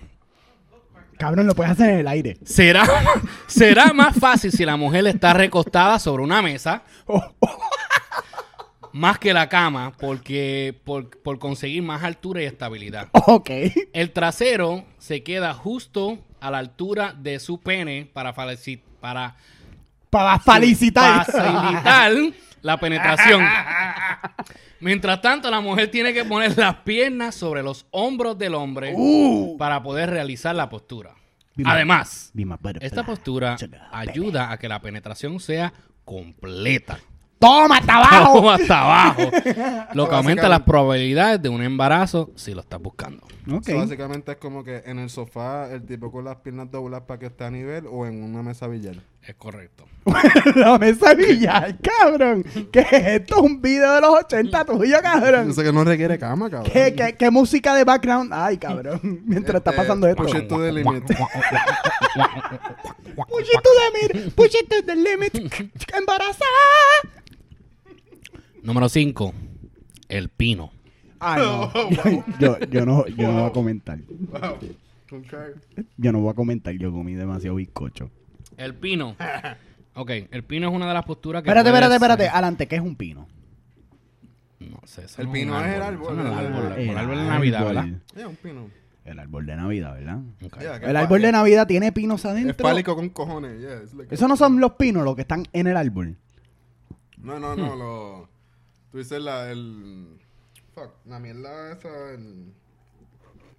Cabrón, lo puedes hacer en el aire. [laughs] Será, [laughs] será más fácil si la mujer está recostada sobre una mesa más que la cama porque por, por conseguir más altura y estabilidad. Ok. El trasero se queda justo a la altura de su pene para, falici- para Para felicitar. [laughs] facilitar la penetración. Mientras tanto, la mujer tiene que poner las piernas sobre los hombros del hombre para poder realizar la postura. Uh. Dime. Además, Be my butterfly. esta postura Chugga, baby. ayuda a que la penetración sea completa. ¡Toma, [laughs] tabajo! Abajo hasta [laughs] abajo. Lo que aumenta Básicamente. las probabilidades de un embarazo si lo estás buscando. Ok. So, básicamente es como que en el sofá el tipo con las piernas dobladas para que esté a nivel o en una mesa billar. Es correcto. [laughs] La mesa billar, cabrón. ¿Qué es esto? Un video de los 80 tuyo, cabrón. Yo sé que no requiere cama, cabrón. ¿Qué, qué, qué música de background? Ay, cabrón. [laughs] Mientras está Este, pasando esto. push it to the limit. Push it to the limit. Push it to the limit. Embarazada. Número 5. El pino. Ay, no. yo, yo no. Yo no voy a comentar. Ok. Yo no voy a comentar. Yo comí demasiado bizcocho. [laughs] El pino. Ok, el pino es una de las posturas que. Espérate, puedes- espérate, espérate. Adelante, ¿qué es un pino? No sé, eso El no un pino es el árbol, Eso no es el el árbol. árbol. El árbol de Navidad, ¿verdad? Yeah, un pino. El árbol de Navidad, ¿verdad? Ok. Yeah, que El es árbol pa- de Navidad tiene pinos adentro. Es pálico con cojones. yeah, it's like- Esos no son los pinos los que están en el árbol. No, no, no, lo... Tú dices la, el... Fuck, la mierda esa, el...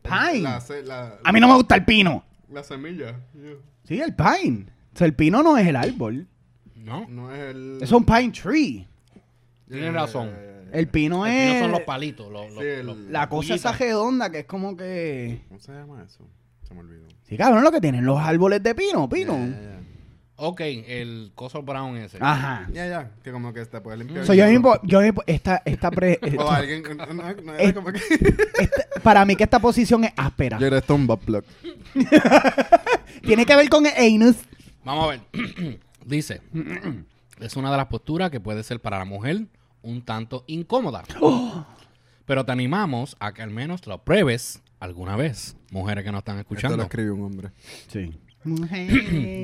Pine. La, se- la, A mí no me gusta el pino. la semilla. yeah. Sí, el pine. O sea, el pino no es el árbol. No. No es el... Es un pine tree. Tienes razón. El pino El es. pino son los palitos. Los, los- Sí, el- los- La cosa pullitas. esa redonda que es como que. ¿Cómo se llama eso? Se me olvidó. Sí, cabrón, lo que tienen los árboles de pino, pino. Ya, Eh, ya, Ok, el coso brown ese. Ajá. ya. Ya, ya, que como que te puedes limpiar. el So, yo culo. mismo, yo mismo- esta, [laughs] esta pre- O esta- alguien... No, no, no, Eh. era como que... esta- para mí que esta posición es áspera. Yo era Stone Butt Plug. Tiene que ver con el anus. Vamos a ver. [clears throat] Dice: Es una de las posturas que puede ser para la mujer un tanto incómoda. ¡Oh! Pero te animamos a que al menos lo pruebes alguna vez, mujeres que nos están Esto lo escuchando. escribió un hombre. Sí.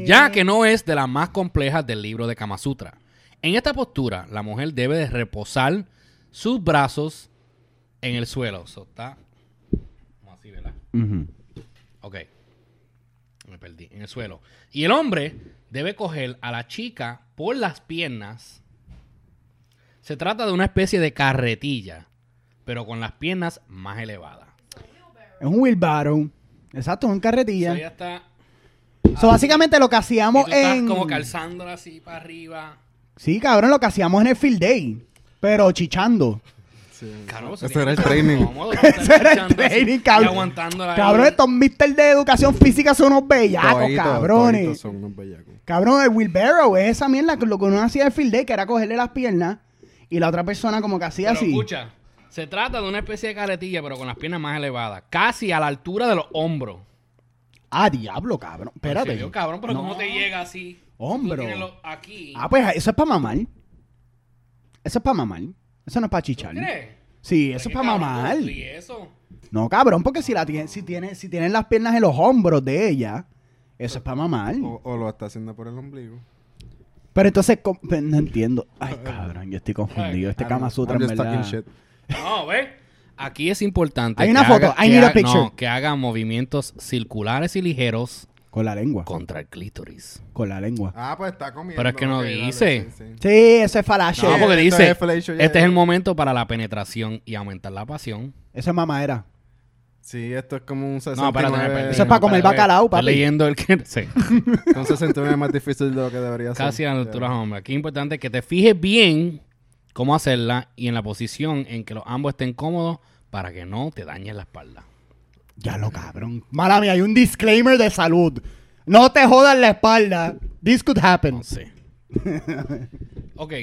ya que no es de las más complejas del libro de Kama Sutra. En esta postura, la mujer debe de reposar sus brazos en el suelo. Eso está como así, ¿verdad? Ok. Me perdí. En el suelo. Y el hombre debe coger a la chica por las piernas. Se trata de una especie de carretilla, pero con las piernas más elevadas. Es un wheelbarrow. Exacto, un Eso carretilla. ya está. So, básicamente lo que ah. y tú hacíamos estás en. como calzándola así para arriba. Sí, cabrón, lo que hacíamos en el field day. Pero chichando. Claro, Este Ese sería era el súper training. [laughs] incómodo, tú estás Ese Este era el marchando así training, y cabrón. aguantándola ahí. Cabrón, estos mister de educación física son unos bellacos, Toditos, cabrones. toditos son unos bellacos. Cabrón, el wheelbarrow es esa mierda que lo que uno hacía en el field day, que era cogerle las piernas y la otra persona como que hacía Pero así. escucha, se trata de una especie de carretilla, pero con las piernas más elevadas, casi a la altura de los hombros. Ah, diablo, cabrón. Espérate. Sí, yo, cabrón, pero No. ¿cómo te llega así? Hombro. Tú tienes lo- aquí. Ah, pues eso es para mamar. Eso es para mamar. Eso no es para chichar. ¿Crees? Sí, eso es Porque, para cabrón, mamar. ¿Y eso? No, cabrón, porque si la tiene, si tiene, si tienen las piernas en los hombros de ella, eso es para mamar. O, o lo está haciendo por el ombligo. Pero entonces, ¿cómo? no entiendo. Ay, cabrón, yo estoy confundido. Este Ah, I Kama don't- Sutra, I'm en just talking verdad. shit. No, ¿ves? Aquí es importante Hay una foto, I que need haga- a no, picture. que haga movimientos circulares y ligeros Con la lengua. Con, contra el clítoris. la lengua. Ah, pues está comiendo. Pero es que no ok, dale, dice. sí, sí. Sí, eso es falache. No, porque esto dice, es fellatio, ya, este es ya. el momento para la penetración y aumentar la pasión. Eso es mamadera. Sí, esto es como un 69. No, espérate, me perdí. Eso es No, para comer espérate, bacalao, estoy papi. leyendo el que... [laughs] Sí, [laughs] Un 69 es más difícil de lo que debería ser. casi a la altura, Yeah. hombre. Aquí es importante que te fijes bien cómo hacerla y en la posición en que los ambos estén cómodos para que no te dañes la espalda. Ya lo cabrón. Mala mía, hay un disclaimer de salud. No te jodas la espalda. This could happen. No [laughs] sé. ok.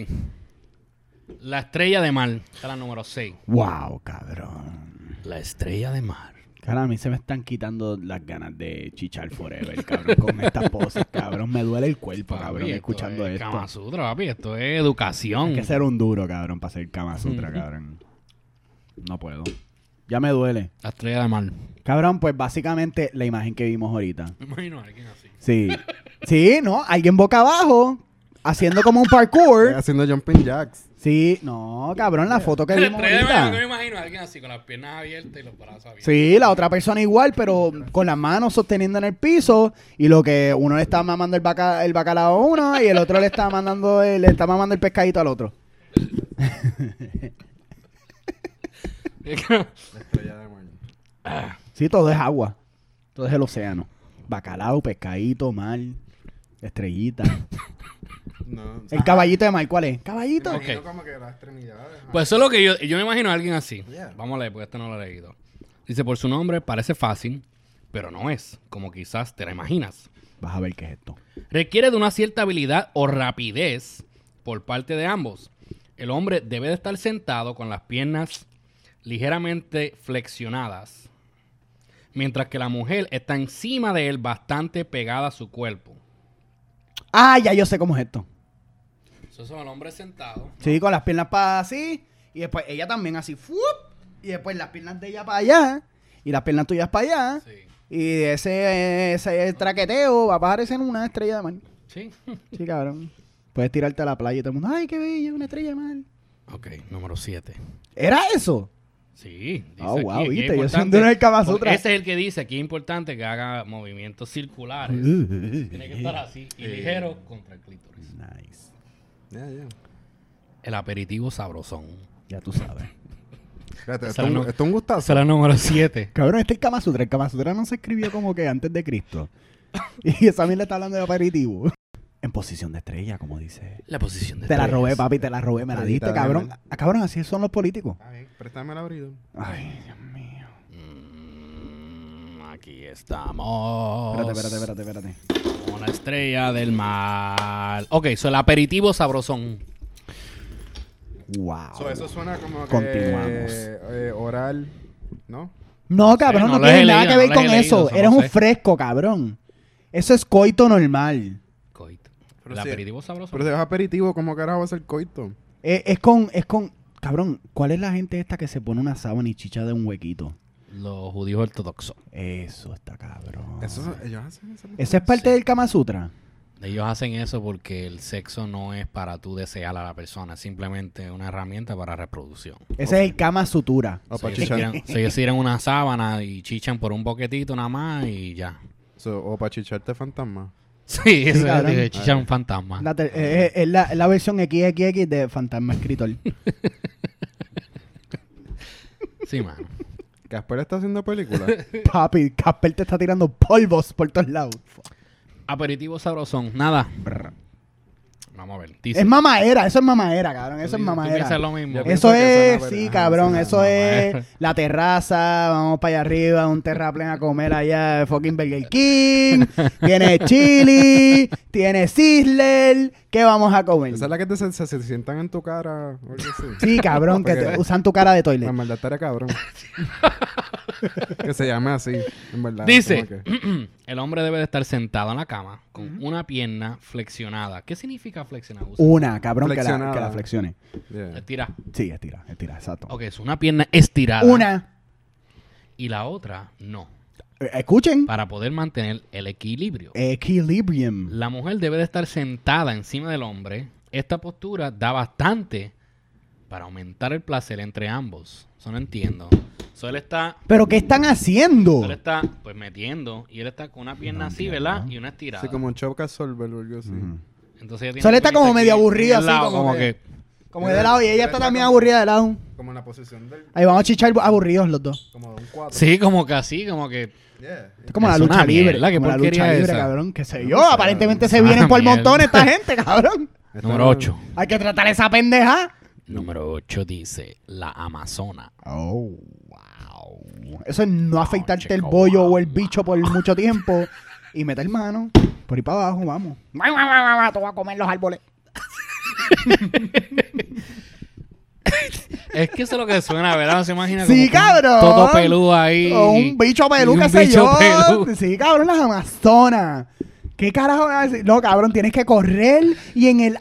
La estrella de mar. Esta es la número 6. Wow, cabrón. La estrella de mar. Cara, a mí se me están quitando las ganas de chichar forever, cabrón, con estas poses, cabrón. Me duele el cuerpo, cabrón, Papi, escuchando es esto. Kama Sutra, papi, esto es educación. Hay que ser un duro, cabrón, para ser Kama Sutra, cabrón. No puedo. Ya me duele. La estrella de mar. Cabrón, pues básicamente la imagen que vimos ahorita. Me imagino a alguien así. Sí. Sí, ¿no? Alguien boca abajo, haciendo como un parkour. Haciendo jumping jacks. Sí, no, cabrón, la foto que vimos ahorita. me imagino a alguien así, con las piernas abiertas y los brazos abiertos. [laughs] Sí, la otra persona igual, pero con las manos sosteniendo en el piso y lo que uno le está mamando el, baca- el bacalao a uno y el otro le está mandando el- le está mamando el pescadito al otro. La estrella de mar. Sí, todo es agua. Todo es el océano. Bacalao, pescadito, mar, estrellita. No. El caballito de mar, ¿cuál es? Caballito. Ok. Imagino como que las extremidades. Pues eso es lo que yo, yo me imagino a alguien así. Yeah. Vamos a leer, porque este no lo he leído. Dice, por su nombre parece fácil, pero no es, como quizás te la imaginas. Vas a ver qué es esto. Requiere de una cierta habilidad o rapidez por parte de ambos. El hombre debe de estar sentado con las piernas ligeramente flexionadas, mientras que la mujer está encima de él bastante pegada a su cuerpo. Ah, ya yo sé cómo es esto. Eso es el hombre sentado. Sí, con las piernas para así. Y después ella también así. ¡fuup! Y después las piernas de ella para allá. Y las piernas tuyas para allá. Sí. Y ese, ese traqueteo va a aparecer en una estrella de mar. Sí. [laughs] Sí, cabrón. Puedes tirarte a la playa y todo el mundo, ¡ay, qué bello! Una estrella de mar. Ok, número 7. ¿Era eso? Sí. dice Ah, wow, aquí, aquí es viste, yo soy un importante- duro en el Kama porque Sutra. Ese es el que dice aquí es importante que haga movimientos circulares. Uh, Tiene que estar así eh. y ligero contra el clítoris. Nice. Ya, ya. El aperitivo sabrosón. Ya tú sabes. Espérate, Esa esto es no- un- esto es un gustazo. Será número 7. Cabrón, este es el Kama Sutra. El Kama Sutra no se escribió como que antes de Cristo. [laughs] Y esa le está hablando de aperitivo. En posición de estrella, como dice. La posición de Te la estrellas. robé, papi, te la robé. Me la Estrellita diste, de cabrón. mar. Ah, Cabrón, así son los políticos. Está bien, préstame el abrigo. Ay, Dios mío. Mm, aquí estamos. Espérate, espérate, espérate, espérate. Una estrella del mar. Ok, so el aperitivo sabrosón. Wow. So, eso suena como que Ah, Continuamos. eh, oral, ¿no? No, cabrón, no no, los he tiene nada leído, que ver no los con he leído, eso. eso no Eres un sé. fresco, cabrón. Eso es coito normal. Coito. Pero el sí. aperitivo sabrosón. Pero si es aperitivo, ¿cómo carajo va a ser coito? Eh, Es, con, es con, cabrón, ¿cuál es la gente esta que se pone una sábana y chicha de un huequito? Los judíos ortodoxos. Eso está cabrón. Eso son- ellos hacen eso. Eso Ah. es parte Sí. del Kama Sutra. Ellos hacen eso porque el sexo no es para tú desear a la persona, es simplemente una herramienta para reproducción. Ese es el Kama Sutura. Ah, Si para ellos, chichar. tiran, si ellos tiran una sábana y chichan por un boquetito nada más y ya. [laughs] So, o para chicharte fantasma. Sí, eso es, cabrón. eh, chichan un Ah. fantasma. La ter- eh, eh, es la, es la versión XXX de Fantasma Escritor. Sí, mano. Casper está haciendo película. [laughs] Papi, Casper te está tirando polvos por todos lados. Aperitivo sabrosón, nada. Vamos a ver. Dice- Es mamaera, eso es mamaera, cabrón. Eso es tú mamaera. piensas lo mismo. Yo Eso pienso que es, eso no- sí, ajá, cabrón, eso eso no- es la terraza, vamos para allá arriba, un terraplén a comer allá de fucking Burger King, tiene chili, tiene sizzler, ¿qué vamos a comer? Esa es la que te, se, se- se sientan en tu cara. o algo así. Sí, cabrón, que te- usan tu cara de toilet. La maldad [laughs] estaría cabrón. que se llame así, en verdad. Dice, como que- el hombre debe de estar sentado en la cama con una pierna flexionada. ¿Qué significa flexionar? Usa- Una, cabrón, que la, que la Flexionada. flexione. Yeah. Estira. Sí, estira, estira, exacto. Ok, es una pierna estirada. Una, Y la otra, no. eh, escuchen, Para poder mantener el equilibrio. equilibrium. La mujer debe de estar sentada encima del hombre. Esta postura da bastante para aumentar el placer entre ambos. Eso no entiendo. So, él está, ¿Pero qué están haciendo? so, él está pues metiendo y él está con una pierna así, entiendo. ¿verdad? Y una estirada. Sí, como un choca solver o algo así. Ujú. Entonces ella tiene So, él la está piernita como aquí medio en aburrido, el así, lado, como como que- que Como de lado, y ella está también aburrida de lado. Como en la posición del. Ahí vamos a chichar aburridos los dos. Como de un 4. Sí, como que así, como que. Yeah. Es como la Es lucha una libre, mierda, qué como la porquería lucha libre, esa. cabrón, que sé yo, aparentemente se Una vienen por mierda. montón esta [laughs] gente, cabrón. Esta Número Este no- 8. Hay que tratar esa pendeja. Número 8 dice la Amazona. Oh, wow. Eso es no afeitarte el chico, bollo wow, o el bicho por mucho tiempo y meter mano por ahí para abajo, vamos. Guau, guau, guau, guau, Tú vas a comer los árboles. Es que eso es lo que suena, ¿verdad? No se imagina Sí, como que un cabrón. Toto peludo ahí. O un bicho y pelú, un qué sé bicho yo. [laughs] pelú. Sí, cabrón, las Amazonas. ¿Qué carajo vas a decir? No, cabrón, tienes que correr y en el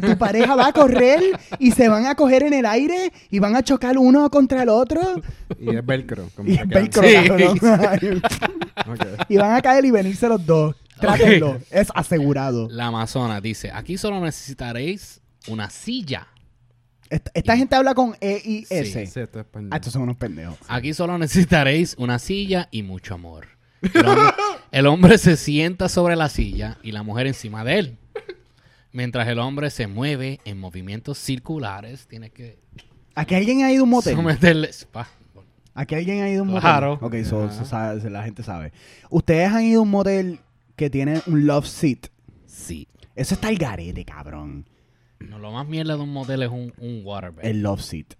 [laughs] Tu pareja va a correr y se van a coger en el aire y van a chocar uno contra el otro. Y es velcro. como Y, que queda- velcro, Sí. cabrón. Ok. y van a caer y venirse los dos. Trátenlo. Es asegurado. La Amazona dice, aquí solo necesitaréis una silla. Esta, esta gente habla con E y S. Sí, esto es español. Ah, estos son unos pendejos. Aquí solo necesitaréis una silla y mucho amor. El [laughs] hombre, el hombre se sienta sobre la silla y la mujer encima de él. Mientras el hombre se mueve en movimientos circulares, tiene que Aquí alguien ha ido a un motel. someterle... Pa, Aquí alguien ha ido a un motel. Claro. Ok, so- so sabe- la gente sabe. Ustedes han ido a un motel que tiene un love seat. Sí. Eso está el garete, cabrón. No, lo más mierda de un motel es un, un waterbed. El, El love seat.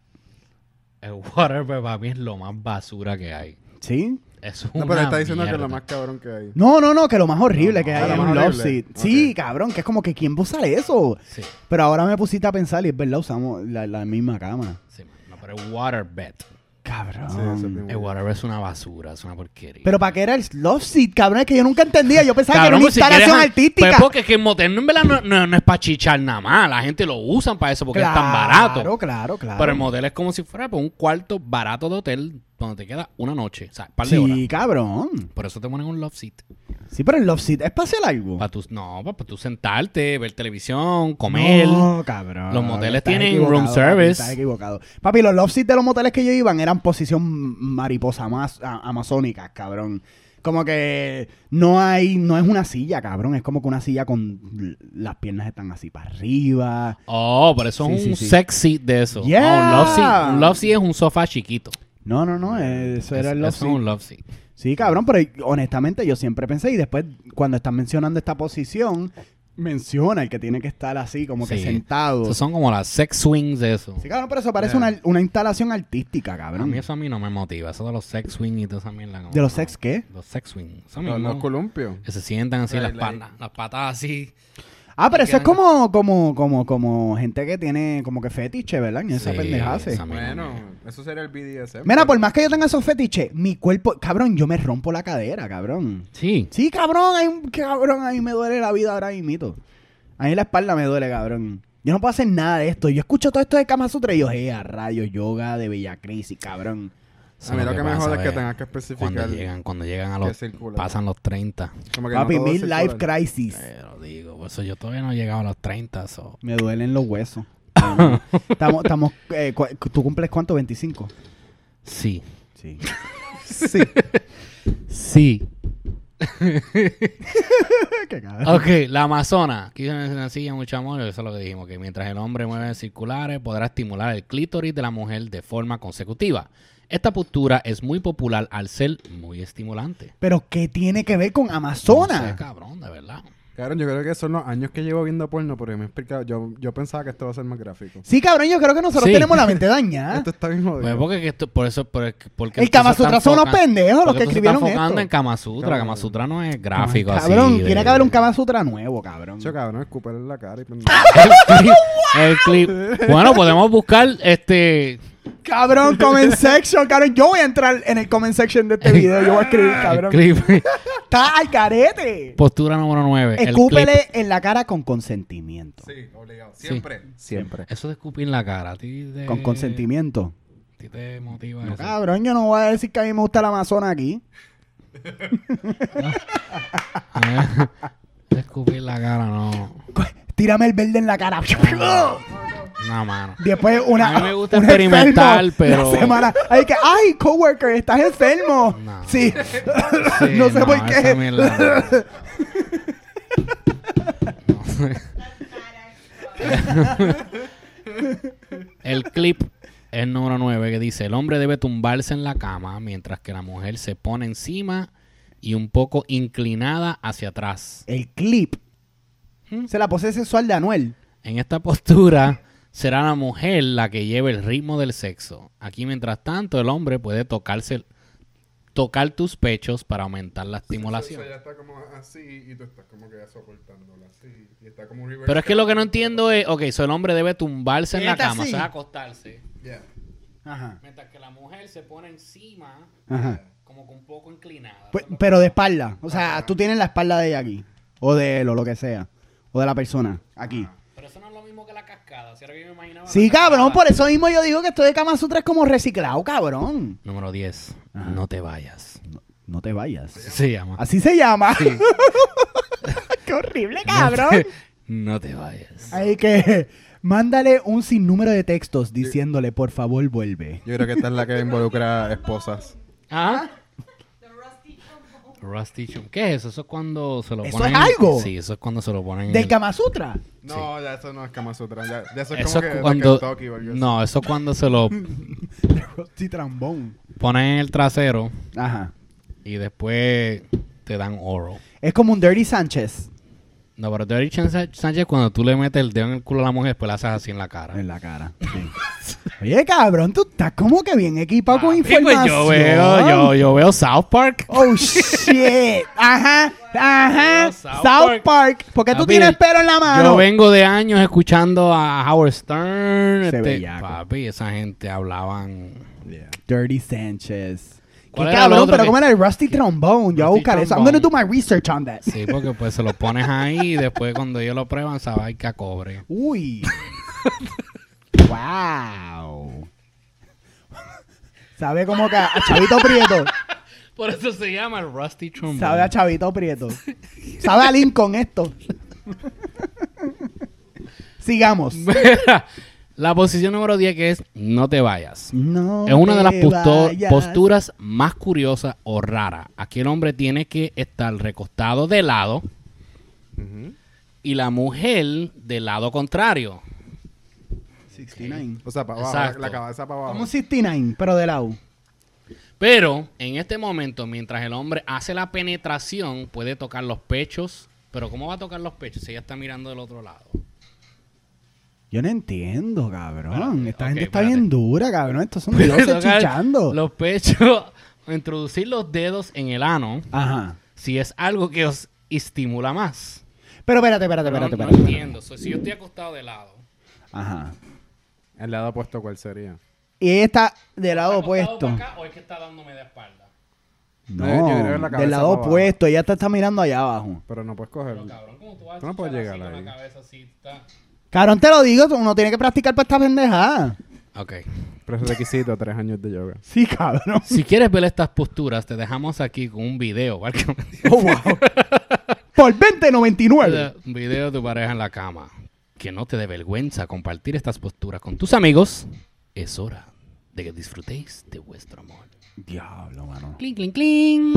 waterbed para mí es lo más basura que hay. ¿Sí? Es una No, pero está diciendo que es mierda. lo más cabrón que hay. No, no, no, que lo más horrible que Ah, hay lo es más un love horrible. seat. Sí, Ok. cabrón, que es como que ¿quién va a usar eso? Sí, Pero ahora me pusiste a pensar y es verdad, usamos la, la misma cama. sí. No, pero el waterbed. Cabrón. Sí, eso es bien bueno. El waterbed es una basura, es una porquería. Pero ¿para qué era el love seat, cabrón? Es que yo nunca entendía. Yo pensaba que era una pues, si quieres- instalación artística. Pues porque es que el motel no, en verdad no, no- no es para chichar nada más. La gente lo usan para eso porque es tan barato. Claro, claro, claro. Pero el motel es como si fuera pues, un cuarto barato de hotel donde te queda una noche, o sea, un par de horas. Sí, Oh. cabrón. Por eso te ponen un love seat. Sí, pero el love seat es para hacer algo. Para tú, no, para tú sentarte, ver televisión, comer. No, cabrón. Los moteles Estás tienen equivocado, room papi, service. Estás equivocado. Papi, los love seats de los moteles que yo iban eran posición mariposa amaz- a- amazónica, cabrón. Como que no hay, no es una silla, cabrón. Es como que una silla con l- las piernas están así para arriba. Oh, pero eso es Sí, un sí, sí. sex seat de eso. Yeah. Ah, un love seat. Un love seat es un sofá chiquito. No, no, no. eh, Eso era Eh, Es- el love eso seat. es un love seat. Sí, cabrón, pero honestamente yo siempre pensé, y después cuando están mencionando esta posición, menciona el que tiene que estar así, como que Sí. sentado. Esos son como las sex swings de eso. Sí, cabrón, pero eso parece una, una instalación artística, A cabrón. mí eso a mí no me motiva. Eso de los sex swings y toda esa mierda. como Mm. ¿De los no. sex qué? Los sex swings. Eso Los, mismo. los columpios. Que se sientan así Ay, las like. patas. Las patas así. Ah, pero Y eso es quedan- como, como, como, como gente que tiene como que fetiche, ¿verdad? En esa Sí, pendejase. esa mierda. Bueno, eso sería el BDSM. Mira, por más que yo tenga esos fetiches, mi cuerpo, cabrón, yo me rompo la cadera, cabrón. Sí. Sí, cabrón, hay un cabrón, a mí me duele la vida ahora mismo. A mí la espalda me duele, cabrón. Yo no puedo hacer nada de esto. Yo escucho todo esto de Kama Sutra y yo, eh, a rayos, yoga de Bella Crisis, cabrón. Eso A mí es lo que me pasa, jode es que ve. tengas que especificar. Cuando llegan, cuando llegan a que los... circula. Pasan los 30. Como que no Papi, todo mil circula. life [laughs] crisis. Te lo digo. Por eso yo todavía no he llegado a los 30. so. Me duelen los huesos. Bueno, Estamos, estamos, eh, cu- ¿tú cumples cuánto? ¿25? Sí. Sí. Sí. sí. [laughs] Qué cabrón. Ok, la Amazona. Quiso una silla, mucho amor. Eso es lo que dijimos. Que mientras el hombre mueve circulares, podrá estimular el clítoris de la mujer de forma consecutiva. Esta postura es muy popular al ser muy estimulante. Pero ¿qué tiene que ver con Amazonas? No sé, cabrón, de verdad. Cabrón, yo creo que son los años que llevo viendo porno, porque me he explicado. Yo, yo pensaba que esto va a ser más gráfico. Sí, cabrón, yo creo que nosotros Sí. tenemos la [laughs] mente dañada. Esto está bien jodido. Pues porque que esto- por eso, por, porque El esto Kama se está Sutra son unos enfoca- pendejos los porque que esto se está escribieron enfocando esto. en Kama Sutra. Cabrón. Kama Sutra no es gráfico así. cabrón, de- tiene que haber un Kama Sutra nuevo, cabrón. Yo, cabrón, escúpele en la cara y prende- [laughs] El [laughs] clip, el clip. Bueno, podemos buscar este. Cabrón, [laughs] comment section, cabrón. Yo voy a entrar en el comment section de este video. Yo voy a escribir, El cabrón. clip. [laughs] Está al carete. Postura número 9. Escúpele en la cara con consentimiento. Sí, obligado. Siempre. Siempre. Eso de escupir en la cara. a ti te- Con consentimiento. a ti te motiva No, Eh, eso. [laughs] cabrón, yo no voy a decir que a mí me gusta la Amazona aquí. [laughs] escupir en la cara, no. Tírame el verde en la cara. [laughs] No, mano. Después una. A mí me gusta un experimentar, enfermo, pero- la semana. Ay, que, ay, coworker, estás enfermo. No. Sí. Sí, [laughs] no sé por esa qué. mierda [laughs] no. El clip es número 9 que dice, el hombre debe tumbarse en la cama mientras que la mujer se pone encima y un poco inclinada hacia atrás. El clip. Se la pose sexual de Anuel. En esta postura será la mujer la que lleve el ritmo del sexo. Aquí, mientras tanto, el hombre puede tocarse, tocar tus pechos para aumentar la estimulación. Ella está como así y tú estás como que soportándola así. Y está como un Pero es que lo que no entiendo es, ok, so el hombre debe tumbarse en la cama, o sea, acostarse. Yeah. Ajá. Mientras que la mujer se pone encima, Ajá. como que un poco inclinada. Pues, pero de espalda. O sea, tú tienes la espalda de ella aquí. O de él, o lo que sea. O de la persona, aquí. Pero eso no es lo mismo que la cascada. Si era que yo me imaginaba. Sí, la cascada. cabrón, por e- eso mismo yo digo que estoy de Kama Sutra es como reciclado, cabrón. Número 10. No te vayas. No te vayas. Se llama. Así se llama. [laughs] Qué horrible, cabrón. [laughs] Ah. No te vayas. Hay que [laughs] mándale un sinnúmero de textos diciéndole, por favor, vuelve. Yo creo que esta es la que involucra esposas. ¿Ah? Rusty Chum. ¿Qué es eso? Eso es cuando se lo ¿Eso ponen. es algo? Sí, eso es cuando se lo ponen. en ¿Del el- Kama Sutra? No, ya eso no es Kama Sutra. Ya, ya eso es Eso como es que cuando. de Kentucky, o algo así. No, eso es cuando se [laughs] lo Sí, trambón. ponen en el trasero Ajá. y después te dan oro. Es como un Dirty Sánchez No, pero Dirty Chan- Sánchez, cuando tú le metes el dedo en el culo a la mujer, después la haces así en la cara. en la cara. sí. [laughs] Oye, cabrón, tú estás como que bien equipado con Ah, pues, información. yo veo, yo, yo veo South Park. Oh shit. Ajá, ajá. South South Park. Park. ¿Por qué tú Papi, tienes pelo en la mano? Yo vengo de años escuchando a Howard Stern. Se este, bellaco. papi, esa gente hablaban. Dirty Sánchez. Qué ¿Cuál era el cabrón, otro pero que- ¿cómo era el Rusty Trombone? Yo voy a Rusty buscar eso. I'm Trombone. gonna do my research on that. Sí, porque pues se lo pones ahí y después cuando ellos lo prueban, esa a cobre. [laughs] Uy. wow. Sabe como que a a Chavito Prieto. Por eso se llama el Rusty Trombone. Sabe a Chavito Prieto. Sabe a Lincoln esto. Sigamos. Mira, [laughs] la posición número 10 que es no te vayas. No es una de las te posto- vayas. posturas más curiosas o raras. Aquí el hombre tiene que estar recostado de lado y la mujer del lado contrario. 69. O sea, para abajo, la, Exacto. la cabeza para abajo. Como un 69, pero de lado. Pero en este momento, mientras el hombre hace la penetración, puede tocar los pechos. Pero ¿cómo va a tocar los pechos si ella está mirando del otro [laughs] lado? Yo no entiendo, cabrón. Espérate, Esta ok, gente está espérate. bien dura, cabrón. [laughs] Estos son Puede dioses tocar chichando. Los pechos, [laughs] o introducir los dedos en el ano, Ajá. si es algo que os estimula más. Pero espérate, espérate, Pero no, espérate, no espérate. entiendo. So, si yo estoy acostado de lado. Ajá. El lado opuesto, ¿cuál sería? Y ella está del lado ¿está acostado opuesto. pa' acá o es que está dándome de espalda? No, Eh, Yo creo que la cabeza del lado para abajo. opuesto. Ella te está mirando allá abajo. Pero no puedes cogerlo. Pero cabrón, ¿cómo tú vas Tú a no puedes estar así llegar con ahí. la cabeza así? Está... Cabrón, te lo digo. Uno tiene que practicar para esta pendejada. Ok. Pero es requisito, tres años de yoga. Sí, cabrón. Si quieres ver estas posturas, te dejamos aquí con un video. ¿vale? [laughs] Oh, wow. Por 20.99. un video de tu pareja en la cama. Que no te dé vergüenza compartir estas posturas con tus amigos. Es hora de que disfrutéis de vuestro amor. Diablo, mano. Cling, cling, cling.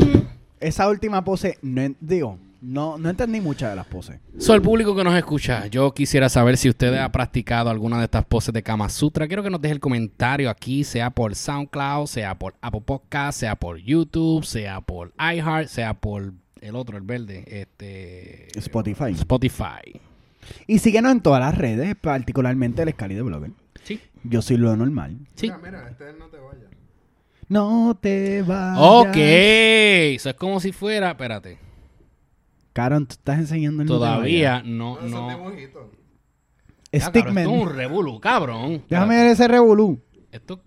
Esa última pose, no en- digo, no, no entendí muchas de las poses. So, el público que nos escucha, yo quisiera saber si usted ha practicado alguna de estas poses de Kama Sutra. Quiero que nos deje el comentario aquí, sea por SoundCloud, sea por Apple Podcast, sea por YouTube, sea por iHeart, sea por el otro, el verde, este Spotify. Spotify. Y síguenos en todas las redes, particularmente el Escali de Blogger. Sí, Yo soy lo normal. sí. Mira, mira, este no te vaya. No te vayas. Ok, eso es como si fuera, espérate, Caron, tú estás enseñando el no te vayas. todavía no, No, son no. dibujitos. Ya, cabrón, Stickman. esto es un revolú, cabrón. Déjame ver ese revolú. Esto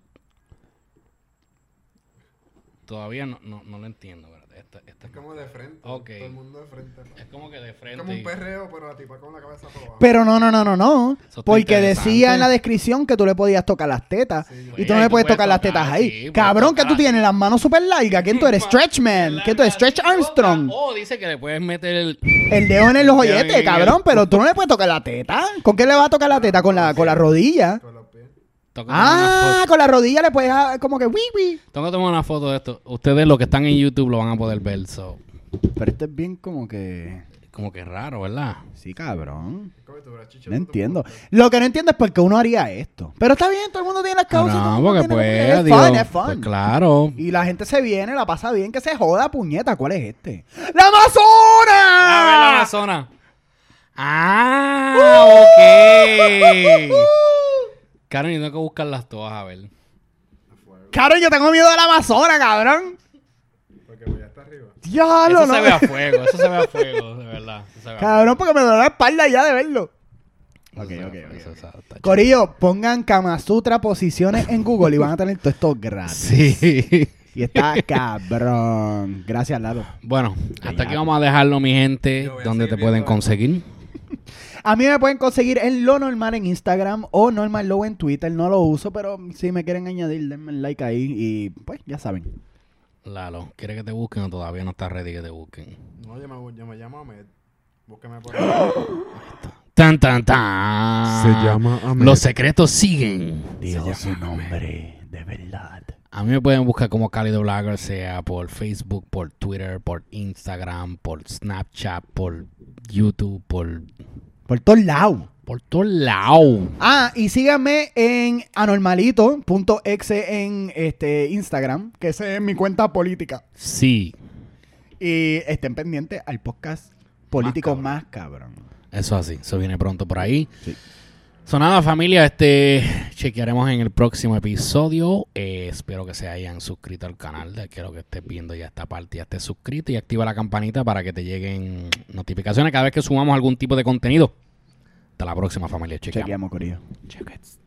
todavía no, no, no lo entiendo, espérate. Esta- esta- Es como de frente. Ok. Todo el mundo de frente. Es como que de Es frente. como un y- perreo, pero la tipa con la cabeza para abajo. Pero no, no, no, no, no. está Porque interesante. decía en la descripción que tú le podías tocar las tetas. y tú no Güey, le tú puedes puedes tocar las tocar, tetas ahí. sí, puedes Cabrón, que tú tocar. tienes las manos súper largas. ¿Quién tú eres? Stretch Man. ¿Quién tú eres? Stretch Armstrong. Oh, dice que le puedes meter el. El dedo en el Ya, ojete, ya, ya. cabrón. Pero tú no le puedes tocar la teta. ¿Con qué le vas a tocar la teta? Con la, con la rodilla. Con los pies. Tengo que tomar una Ah, foto- con la rodilla le puedes ah, como que wii wii. tengo que tomar una foto de esto. Ustedes, los que están en YouTube, lo van a poder ver. So. Pero esto es bien como que. Como que raro, ¿verdad? Sí, cabrón. Es como si tuvieras chicha No en tu entiendo. boca. Lo que no entiendo es por qué uno haría esto. Pero está bien, todo el mundo tiene las causas. todo no, el mundo porque tiene como pues, que- digo, Es fun, es pues, fun. claro. Y la gente se viene, la pasa bien, que se joda, puñeta. ¿Cuál es este? ¡La Ah. Amazona! la zona. Ah, Uh-huh. ok. Karen, yo tengo que buscarlas todas, a ver. Cabrón, yo tengo miedo de la Amazona, cabrón. Porque voy hasta arriba. Diablo, Eso Ah, no. se ve a fuego, eso se ve a fuego, de verdad. eso se ve a fuego. Cabrón, porque me duele la espalda ya de verlo. Ok, Eso- ok, ok, eso- ok. eso está chévere. Corillo, pongan Kama Sutra posiciones en Google y van a tener todo esto gratis. Sí. Y está cabrón. Gracias, Lalo. Bueno, Bellaco. hasta aquí vamos a dejarlo, mi gente. Yo voy a ¿Dónde te seguir pueden viendo- conseguir? A mí me pueden conseguir en Lo Normal en Instagram o Normal Low en Twitter. No lo uso, pero si me quieren añadir, denme like ahí y pues ya saben. Lalo, ¿quiere que te busquen o todavía no estás ready que te busquen? No, yo me, yo me llamo Ahmed. Búsqueme por Tan, tan, tan. Se llama Ahmed. Los secretos siguen. Digo su nombre, de verdad. A mí me pueden buscar como Cálido Blogger, sea por Facebook, por Twitter, por Instagram, por Snapchat, por YouTube, por, Por todos lados. por todos lados. Ah, y síganme en anormalito.exe en este Instagram, que esa es mi cuenta política. Sí, Y estén pendientes al podcast político más cabrón. eso así. Eso viene pronto por ahí. Sonada familia, este chequearemos en el próximo episodio. Eh, espero que se hayan suscrito al canal. De lo que estés viendo ya esta parte, ya estés suscrito y activa la campanita para que te lleguen notificaciones cada vez que subamos algún tipo de contenido. Hasta la próxima familia, chequeamos. Chequeamos, Corillo. Chequets.